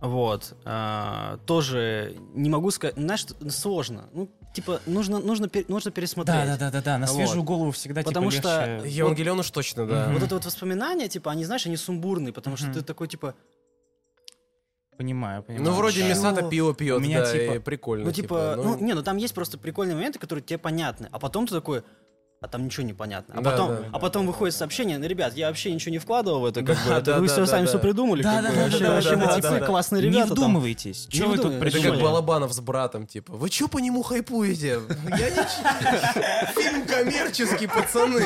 Speaker 1: вот, э, тоже не могу сказать, знаешь, что- сложно, ну, типа, нужно, нужно, пер- нужно пересмотреть.
Speaker 3: Да, да, да, да, да, на
Speaker 1: Вот.
Speaker 3: свежую голову всегда типа,
Speaker 1: Потому что
Speaker 3: легче.
Speaker 4: Евангелион уж точно, да.
Speaker 1: А Вот это вот воспоминания, типа, они, знаешь, они сумбурные, потому что
Speaker 3: Мгм.
Speaker 1: ты такой, типа,
Speaker 3: Понимаю, понимаю.
Speaker 4: Ну, вроде
Speaker 3: Да.
Speaker 4: Мисата пиво пьет,
Speaker 3: У меня
Speaker 4: да,
Speaker 3: типа-
Speaker 4: и прикольно.
Speaker 1: ну, типа, ну,
Speaker 4: ну,
Speaker 1: не, ну, там есть просто прикольные моменты, которые тебе понятны, а потом ты такой, а там ничего не понятно. А
Speaker 4: Да,
Speaker 1: потом,
Speaker 4: да.
Speaker 1: а потом выходит сообщение, «Ну, ребят, я вообще ничего не вкладывал в это, как бы,
Speaker 4: Да,
Speaker 1: это
Speaker 4: да,
Speaker 1: вы
Speaker 4: да,
Speaker 1: все
Speaker 4: да,
Speaker 1: сами
Speaker 4: да.
Speaker 1: все придумали, как бы,
Speaker 3: Да-да-да-да-да,
Speaker 1: вообще,
Speaker 4: да,
Speaker 1: вообще
Speaker 4: да,
Speaker 1: молодцы,
Speaker 4: да, да.
Speaker 1: классные
Speaker 3: Не
Speaker 1: ребята там».
Speaker 3: вдумывайтесь.
Speaker 1: Не
Speaker 3: Че вы тут
Speaker 1: вдумывайтесь.
Speaker 4: Это
Speaker 1: Причём
Speaker 4: как
Speaker 1: я?
Speaker 3: придумали?
Speaker 4: Балабанов с братом, типа, вы чё по нему хайпуете? Я ничего. Фильм коммерческий, пацаны.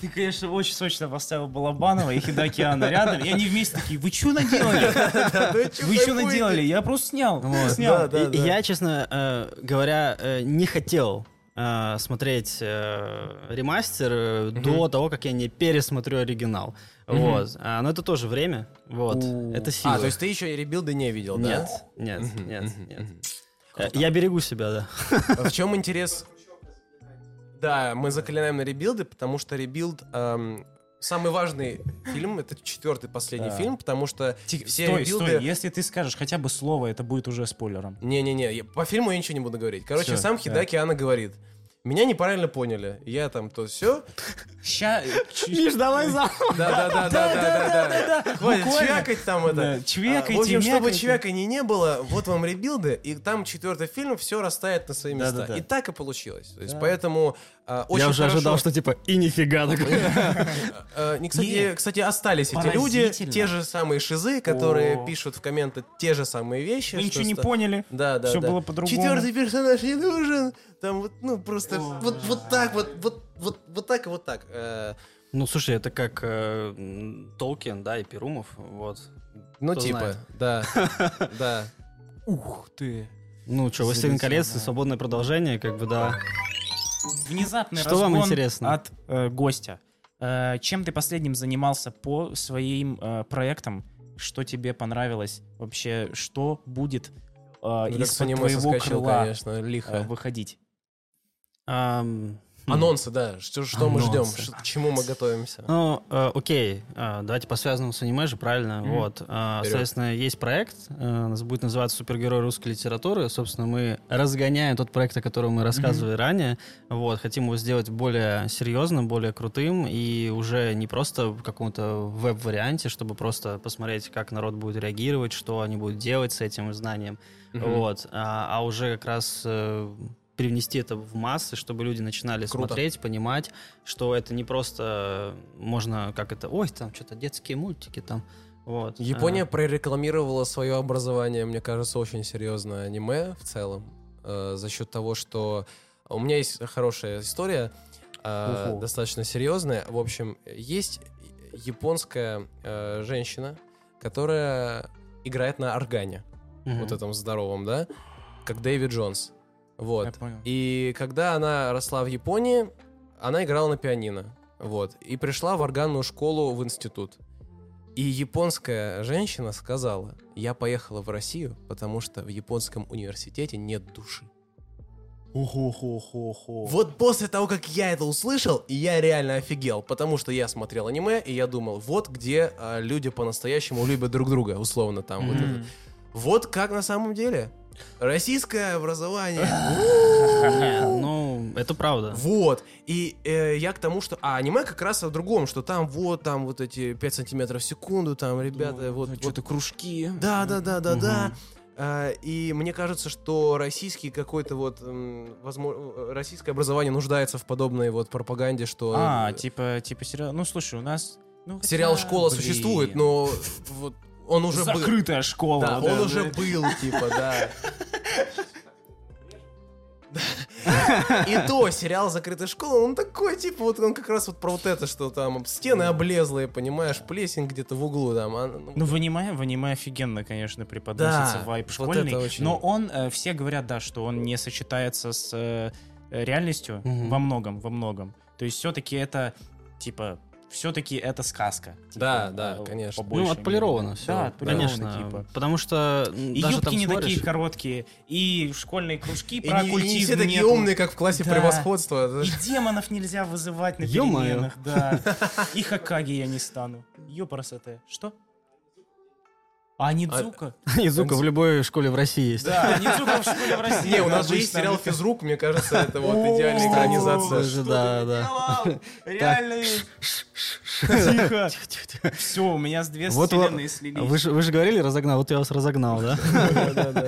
Speaker 3: Ты, конечно, очень сочно поставил Балабанова и Хидакиана рядом. И они вместе такие, вы что наделали? Вы что наделали? Я просто снял.
Speaker 4: Да,
Speaker 3: Снял.
Speaker 4: да,
Speaker 1: И- и
Speaker 4: да.
Speaker 1: Я, честно э, говоря, э, не хотел э, смотреть э, ремастер э, до того, как я не пересмотрю оригинал. Вот. А, но это тоже время. Вот. Это сила.
Speaker 4: А, то есть ты еще и ребилды не видел, да?
Speaker 1: Нет, нет, нет, нет. Э, Я берегу себя, да.
Speaker 4: В чем интерес? Да, мы заклинаем на ребилды, потому что ребилд эм, самый важный фильм, это четвертый последний
Speaker 3: Да.
Speaker 4: фильм, потому что
Speaker 3: Ти-
Speaker 4: все
Speaker 3: Стой,
Speaker 4: ребилды.
Speaker 3: стой, если ты скажешь хотя бы слово, это будет уже спойлером.
Speaker 4: Не-не-не, я- по фильму я ничего не буду говорить. Короче,
Speaker 3: Всё,
Speaker 4: сам
Speaker 3: да.
Speaker 4: Хидаки Анна говорит. Меня неправильно поняли. Я там то все.
Speaker 3: Ща...
Speaker 1: Миш, давай за.
Speaker 4: Да, да, да, да, да, да, да. Хватит
Speaker 3: Буквально.
Speaker 4: чвякать там это.
Speaker 3: Да, чвякайте,
Speaker 4: А, В общем, чтобы
Speaker 3: мякайте.
Speaker 4: чвяканий не было, вот вам ребилды, и там четвертый фильм все растает на свои
Speaker 3: Да, да,
Speaker 4: места.
Speaker 3: да.
Speaker 4: И так и получилось. То есть поэтому а, очень
Speaker 1: Я уже
Speaker 4: хорошо-
Speaker 1: ожидал, что типа и нифига такое.
Speaker 4: Э, не, кстати,
Speaker 3: Нет.
Speaker 4: кстати, остались эти люди,
Speaker 3: Поразительно.
Speaker 4: те же самые шизы, которые
Speaker 3: О.
Speaker 4: пишут в комменты те же самые вещи.
Speaker 3: Вы
Speaker 4: что
Speaker 3: ничего не
Speaker 4: ста-
Speaker 3: поняли.
Speaker 4: Да, да,
Speaker 3: Всё
Speaker 4: да.
Speaker 3: было по-другому.
Speaker 4: Четвертый персонаж не нужен. Там вот, ну, просто вот, вот так, вот, вот, вот, вот так и вот так. Э,
Speaker 1: Ну, слушай, это как э, м, Толкин, да, и Перумов, вот.
Speaker 4: ну,
Speaker 1: Кто
Speaker 4: типа,
Speaker 1: знает.
Speaker 4: да, да.
Speaker 3: Ух ты.
Speaker 1: Ну что, «Властелин колец» и
Speaker 3: Заразительно.
Speaker 1: «Свободное продолжение», как бы, да.
Speaker 3: Внезапный
Speaker 1: Что вам
Speaker 3: разгон
Speaker 1: интересно?
Speaker 3: от э, гостя. Э, чем ты последним занимался по своим э, проектам? Что тебе понравилось? Вообще, что будет э,
Speaker 4: Ну, как
Speaker 3: из
Speaker 4: с аниме
Speaker 3: твоего
Speaker 4: соскочил,
Speaker 3: крыла
Speaker 4: конечно,
Speaker 3: э,
Speaker 4: лихо.
Speaker 3: выходить?
Speaker 1: Ам,
Speaker 4: Анонсы, да, что, что мы ждем,
Speaker 1: Анонсы.
Speaker 4: Ш- к чему мы готовимся.
Speaker 1: Ну, э, окей, э, давайте по связанному с аниме же, правильно?
Speaker 3: Мгм.
Speaker 1: Вот, э,
Speaker 4: Вперед.
Speaker 1: соответственно, есть проект, э, у нас будет называться «Супергерой русской литературы». Собственно, мы разгоняем тот проект, о котором мы рассказывали ранее. Вот, хотим его сделать более серьезным, более крутым и уже не просто в каком-то веб-варианте, чтобы просто посмотреть, как народ будет реагировать, что они будут делать с этим знанием.
Speaker 4: Мгм.
Speaker 1: Вот, а, а уже как раз э, привнести это в массы, чтобы люди начинали
Speaker 4: Круто.
Speaker 1: смотреть, понимать, что это не просто э, можно как это, ой, там что-то детские мультики там, вот.
Speaker 4: Япония
Speaker 1: А,
Speaker 4: прорекламировала свое образование, мне кажется, очень серьезно аниме в целом. э, за счет того, что у меня есть хорошая история, э,
Speaker 3: Уху.
Speaker 4: достаточно серьезная. В общем, есть японская э, женщина, которая играет на органе,
Speaker 1: А, мгм.
Speaker 4: вот этом здоровом, да, как Дэвид Джонс. Вот.
Speaker 3: Я понял.
Speaker 4: И когда она росла в Японии, она играла на пианино. Вот. И пришла в органную школу в институт. И японская женщина сказала, я поехала в Россию, потому что в японском университете нет души.
Speaker 3: Охо-хо-хо-хо.
Speaker 4: Вот после того, как я это услышал, я реально офигел, потому что я смотрел аниме, и я думал, вот где а, люди по-настоящему любят друг друга, условно там. вот
Speaker 3: Мгм.
Speaker 4: это. Вот как на самом деле. Российское образование.
Speaker 1: Не, ну, это правда.
Speaker 4: Вот. И э, я к тому, что... А аниме как раз о другом, что там вот, там вот эти 5 сантиметров в секунду, там ребята вот... вот-
Speaker 3: Ну, Что-то кружки.
Speaker 4: Да, да, да, да,
Speaker 1: Мгм.
Speaker 4: да. А, И мне кажется, что российский какой-то вот, возможно, российское образование нуждается в подобной вот пропаганде, что
Speaker 3: А,
Speaker 4: э,
Speaker 3: типа, типа сериал. Ну слушай, у нас. ну, хотя,
Speaker 4: сериал «Школа»
Speaker 3: блин.
Speaker 4: существует, но вот он уже был.
Speaker 3: закрытая школа.
Speaker 4: Да,
Speaker 3: да,
Speaker 4: он уже
Speaker 3: да.
Speaker 4: был, типа, да. И то сериал «Закрытая школа», он такой, типа, вот он как раз вот про вот это, что там стены облезлые, понимаешь, плесень где-то в углу там. а, ну,
Speaker 3: Ну, в аниме, в аниме офигенно, конечно, преподносится
Speaker 4: Да,
Speaker 3: вайп
Speaker 4: вот
Speaker 3: школьный,
Speaker 4: это очень.
Speaker 3: но он, э, все говорят, да, что он не сочетается с э, э, реальностью
Speaker 1: Мгм.
Speaker 3: во многом, во многом. То есть все-таки это, типа, все-таки это сказка. типа,
Speaker 4: Да, да,
Speaker 3: э,
Speaker 4: конечно.
Speaker 3: по большей
Speaker 1: Ну,
Speaker 3: мере.
Speaker 1: отполировано все.
Speaker 3: Да, отполировано,
Speaker 1: Конечно,
Speaker 3: типа.
Speaker 1: потому что м,
Speaker 3: И
Speaker 1: даже
Speaker 3: юбки
Speaker 1: там
Speaker 3: не
Speaker 1: смотришь-
Speaker 3: такие короткие, и школьные кружки
Speaker 4: И
Speaker 3: про
Speaker 4: не- и не
Speaker 3: оккультизм
Speaker 4: все такие
Speaker 3: нету.
Speaker 4: умные, как в классе
Speaker 3: Да.
Speaker 4: превосходства.
Speaker 3: И демонов нельзя вызывать на
Speaker 1: Ё-моё.
Speaker 3: переменах, да. И Хакаги я не стану. Ёпарасоте. Что? А Нидзука?
Speaker 1: Низука в любой школе в России есть.
Speaker 3: Да, Нидзука в школе в России.
Speaker 4: Не, у нас же
Speaker 3: обычно.
Speaker 4: есть сериал «Физрук», мне кажется, это вот
Speaker 3: О,
Speaker 4: идеальная
Speaker 1: Что
Speaker 4: экранизация.
Speaker 1: же, да, да.
Speaker 3: Делал! Реально. Тихо. Все, у меня с две
Speaker 1: Вот
Speaker 3: вселенные слились.
Speaker 1: Вы же вы же говорили, разогнал, вот я вас разогнал, да?
Speaker 4: Да-да-да.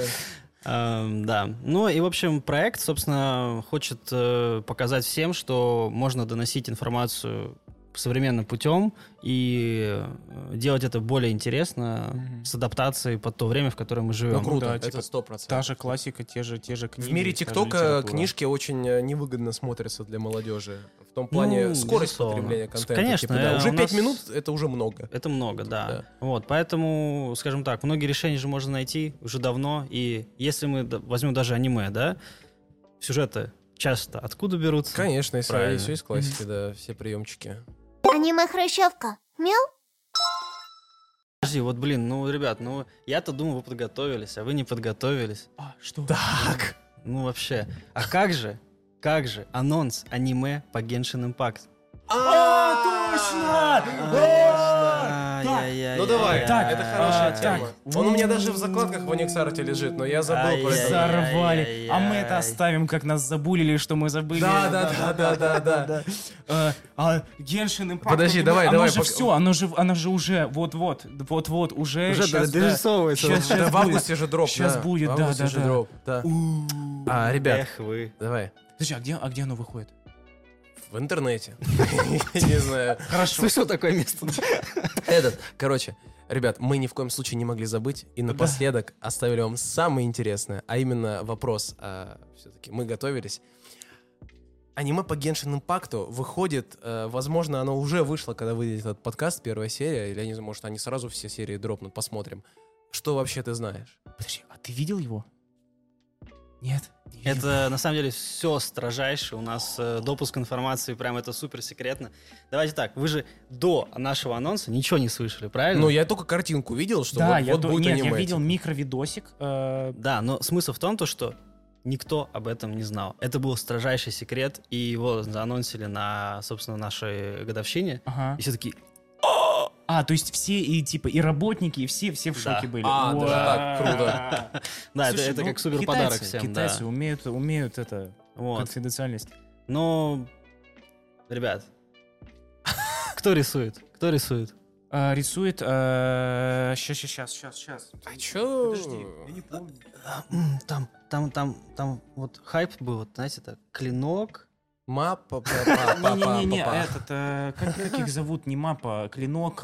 Speaker 1: Эм, Да. Ну и, в общем, проект, собственно, хочет э, показать всем, что можно доносить информацию современным путем и э, делать это более интересно
Speaker 3: Мгм.
Speaker 1: с адаптацией под то время, в которое мы
Speaker 4: Ну,
Speaker 1: живем.
Speaker 4: круто,
Speaker 3: да,
Speaker 4: это
Speaker 3: типа,
Speaker 4: сто процентов.
Speaker 3: Та же классика, те же, те же книги.
Speaker 4: В мире
Speaker 3: та же
Speaker 4: ТикТока
Speaker 3: литература.
Speaker 4: книжки очень э, невыгодно смотрятся для молодежи. В том плане
Speaker 1: Ну,
Speaker 4: скорость
Speaker 1: безусловно.
Speaker 4: потребления контента.
Speaker 1: Конечно,
Speaker 4: типа, да,
Speaker 1: э,
Speaker 4: Уже
Speaker 1: у
Speaker 4: 5
Speaker 1: нас-
Speaker 4: минут это уже много.
Speaker 1: Это много, да.
Speaker 4: Да.
Speaker 1: Вот, поэтому, скажем так, многие решения же можно найти уже давно. И если мы д- возьмем даже аниме, да, сюжеты часто откуда берутся?
Speaker 4: Конечно, если
Speaker 1: Правильно.
Speaker 4: все из классики, да, все приемчики.
Speaker 5: Аниме Хрущевка. Мяу.
Speaker 1: Подожди, вот, блин, ну, ребят, ну, я-то думал, вы подготовились, а вы не подготовились.
Speaker 3: А, что?
Speaker 4: Так!
Speaker 1: Ну, вообще. А как же, как же анонс аниме по Genshin Impact?
Speaker 3: А, точно! А,
Speaker 1: Ай-яй-яй-яй.
Speaker 4: Ну давай,
Speaker 3: Так,
Speaker 4: это хорошая
Speaker 1: а,
Speaker 4: тема.
Speaker 3: так.
Speaker 4: Он у меня даже в закладках в Анексарте лежит, но я забыл про
Speaker 1: Ай-яй-яй.
Speaker 4: это.
Speaker 3: Взорвали. А мы это
Speaker 1: Ай-яй-яй.
Speaker 3: оставим, как нас забулили, что мы забыли.
Speaker 4: Да, да, да, да, да, да.
Speaker 3: Э, А Геншин Impact,
Speaker 4: Подожди,
Speaker 3: он-
Speaker 4: давай,
Speaker 3: оно
Speaker 4: давай,
Speaker 3: же
Speaker 4: пока-
Speaker 3: все, оно же, оно же уже вот-вот, вот-вот, уже
Speaker 1: Уже
Speaker 3: щас, да.
Speaker 1: дорисовывается.
Speaker 3: Щас, щас
Speaker 4: Да, в
Speaker 3: будет.
Speaker 4: августе же дроп.
Speaker 3: Щас
Speaker 4: да.
Speaker 3: будет,
Speaker 4: В
Speaker 3: да,
Speaker 4: августе
Speaker 3: да,
Speaker 4: же
Speaker 3: да.
Speaker 4: дроп, да.
Speaker 3: У.
Speaker 4: А, ребят,
Speaker 1: Эх вы.
Speaker 4: давай.
Speaker 3: Подожди, а где, а где оно выходит?
Speaker 4: В интернете. Я Не знаю.
Speaker 3: Хорошо.
Speaker 1: Слышал такое место?
Speaker 4: Этот, короче, ребят, мы ни в коем случае не могли забыть и напоследок оставили вам самое интересное, а именно вопрос. Все-таки мы готовились. Аниме по Геншин Импакту выходит, э, возможно, оно уже вышло, когда выйдет этот подкаст, первая серия, или, я не знаю, может, они сразу все серии дропнут, посмотрим. Что вообще ты знаешь?
Speaker 3: Подожди, а ты видел его? Нет. не видел.
Speaker 1: Это на самом деле все строжайше. У нас э, допуск информации, прям это супер секретно. Давайте так, вы же до нашего анонса ничего не слышали, правильно?
Speaker 4: Ну, я только картинку видел, что
Speaker 3: Да,
Speaker 4: вот,
Speaker 3: я,
Speaker 4: вот
Speaker 3: то-
Speaker 4: будет
Speaker 3: нет, я
Speaker 4: аниме.
Speaker 3: видел микровидосик. э,
Speaker 1: Да, но смысл в том, то, что никто об этом не знал. Это был строжайший секрет, и его заанонсили на, собственно, нашей годовщине.
Speaker 3: ага.
Speaker 1: И все таки
Speaker 3: А, то есть все и типа и работники, и все, все в
Speaker 1: Да.
Speaker 3: шоке были.
Speaker 4: А, даже так,
Speaker 3: круто.
Speaker 1: да, это, это как супер подарок всем. да.
Speaker 3: Китайцы умеют, умеют это,
Speaker 1: Вот.
Speaker 3: конфиденциальность.
Speaker 1: Но, ребят, кто рисует? Кто рисует?
Speaker 3: А, рисует... а, Сейчас, сейчас, сейчас, сейчас.
Speaker 4: А чё?
Speaker 1: М, Там, там, там, там вот хайп был, вот, знаете, так, клинок.
Speaker 4: Мапа, па, па, па, па,
Speaker 3: Не-не-не,
Speaker 4: па, па.
Speaker 3: этот, э, как как их зовут, не мапа, а клинок,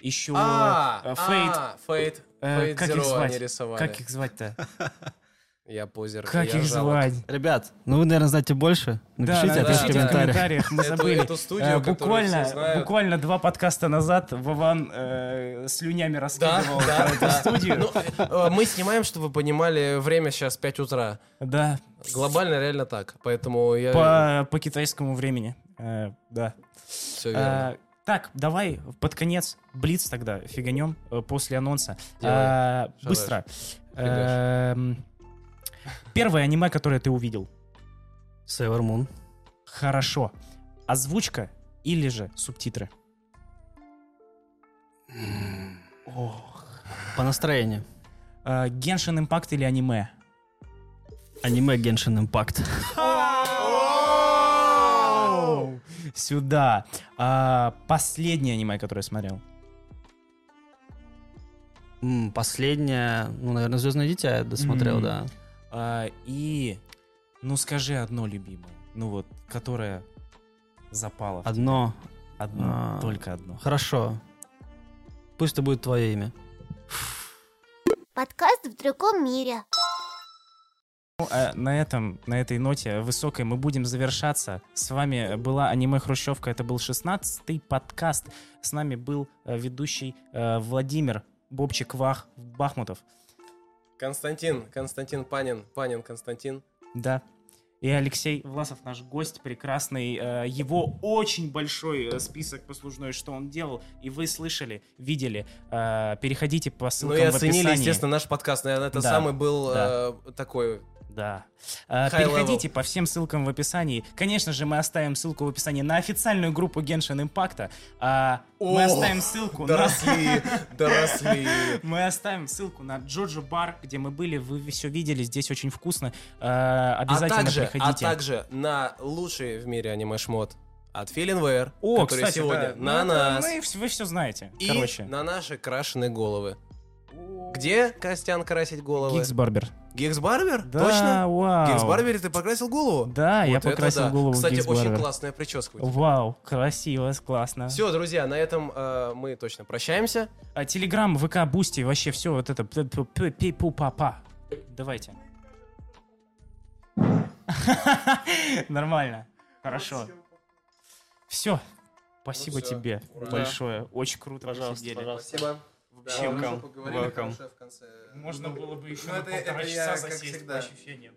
Speaker 3: еще
Speaker 4: А,
Speaker 3: Фейт.
Speaker 4: а, Фейт.
Speaker 3: Э,
Speaker 4: Фейт
Speaker 3: как их
Speaker 4: Zero они
Speaker 3: звать?
Speaker 4: рисовали.
Speaker 3: Как их звать-то?
Speaker 4: Я позер.
Speaker 3: Как
Speaker 4: я
Speaker 3: их
Speaker 4: жалок.
Speaker 3: звать?
Speaker 1: Ребят, ну вы, наверное, знаете больше. Напишите, опять
Speaker 4: да, да.
Speaker 1: в
Speaker 3: напишите в
Speaker 1: комментариях.
Speaker 3: комментариях, мы
Speaker 4: Эту-
Speaker 3: забыли.
Speaker 4: эту студию,
Speaker 3: Э,
Speaker 4: которую все
Speaker 3: буквально,
Speaker 4: знают.
Speaker 3: буквально два подкаста назад Вован э, слюнями
Speaker 4: Да,
Speaker 3: раскидывал
Speaker 4: да,
Speaker 3: эту
Speaker 4: да.
Speaker 3: студию.
Speaker 4: Ну, э, Мы снимаем, чтобы вы понимали, время сейчас 5 утра.
Speaker 3: Да,
Speaker 4: Глобально реально так. Поэтому я...
Speaker 3: по, по китайскому времени. Э, да.
Speaker 4: Все верно.
Speaker 3: Э, так, давай под конец блиц тогда фиганем э, после анонса.
Speaker 4: Делай.
Speaker 3: Э,
Speaker 4: Что
Speaker 3: быстро. Эм, Первое аниме, которое ты увидел.
Speaker 1: Sailor Moon.
Speaker 3: Хорошо. Озвучка или же субтитры? Ох.
Speaker 1: По настроению.
Speaker 3: Э, Геншин Импакт или аниме?
Speaker 1: Аниме Genshin Impact.
Speaker 3: А. Сюда. А, последнее аниме, которое я смотрел.
Speaker 1: М, Последнее, ну, наверное, Звездное дитя я досмотрел,
Speaker 3: М.
Speaker 1: да.
Speaker 3: А, и, ну скажи одно любимое. Ну вот, которое запало.
Speaker 1: Одно.
Speaker 3: Одно,
Speaker 1: а.
Speaker 3: только одно.
Speaker 1: Хорошо. Пусть это будет твое имя.
Speaker 5: Подкаст в другом мире.
Speaker 3: Ну, а на этом, на этой ноте высокой мы будем завершаться. С вами была аниме Хрущевка, это был 16-й подкаст. С нами был э, ведущий э, Владимир Бобчик Вах Бахмутов.
Speaker 4: Константин, Константин Панин, Панин Константин.
Speaker 3: Да. И Алексей Власов, наш гость прекрасный. э, Его очень большой э, список послужной, что он делал. И вы слышали, видели. Э, Переходите по
Speaker 4: Ну
Speaker 3: ссылкам
Speaker 4: и
Speaker 3: в
Speaker 4: оценили,
Speaker 3: описании.
Speaker 4: естественно, наш подкаст. Наверное, это
Speaker 3: Да,
Speaker 4: самый был э, такой...
Speaker 3: Да. Э,
Speaker 4: High
Speaker 3: Переходите по всем ссылкам в описании. Конечно же, мы оставим ссылку в описании на официальную группу Genshin Impact. А, Мы
Speaker 4: О,
Speaker 3: оставим ссылку на...
Speaker 4: Доросли, доросли.
Speaker 3: Мы оставим ссылку на Джоджо Бар, где мы были, вы все видели, здесь очень вкусно. Э,
Speaker 4: А
Speaker 3: Обязательно
Speaker 4: также, а
Speaker 3: приходите.
Speaker 4: также на лучший в мире аниме-шмот от Филинвэр,
Speaker 3: О,
Speaker 4: который
Speaker 3: кстати,
Speaker 4: сегодня
Speaker 3: да.
Speaker 4: на
Speaker 3: Ну, это
Speaker 4: нас.
Speaker 3: мы вс- вы все знаете.
Speaker 4: И
Speaker 3: Короче.
Speaker 4: на наши крашеные головы. Где Костян красить головы?
Speaker 3: Гикс Барбер.
Speaker 2: Гекс Барбер?
Speaker 3: Да,
Speaker 2: Точно?
Speaker 3: вау.
Speaker 2: Гекс Барбер, ты покрасил голову?
Speaker 3: Да, я
Speaker 4: Вот это
Speaker 3: покрасил
Speaker 4: да.
Speaker 3: голову в
Speaker 4: Кстати,
Speaker 3: Гигс
Speaker 4: очень
Speaker 3: Барбер.
Speaker 4: классная прическа. у тебя.
Speaker 3: Вау, красиво, классно.
Speaker 4: Все, друзья, на этом э, мы точно прощаемся.
Speaker 3: А Телеграм, ВК, Бусти, вообще все вот это. пи- пи- пи- пи- пу- па- па. Давайте. Нормально. Хорошо. Все. Спасибо
Speaker 4: Ну всё.
Speaker 3: тебе
Speaker 4: Ура.
Speaker 3: большое. Очень круто.
Speaker 1: Пожалуйста,
Speaker 3: посидели.
Speaker 1: пожалуйста.
Speaker 4: Спасибо.
Speaker 1: Welcome. Ну, Welcome.
Speaker 4: ну,
Speaker 3: Можно было бы еще на полтора часа засесть по ощущениям.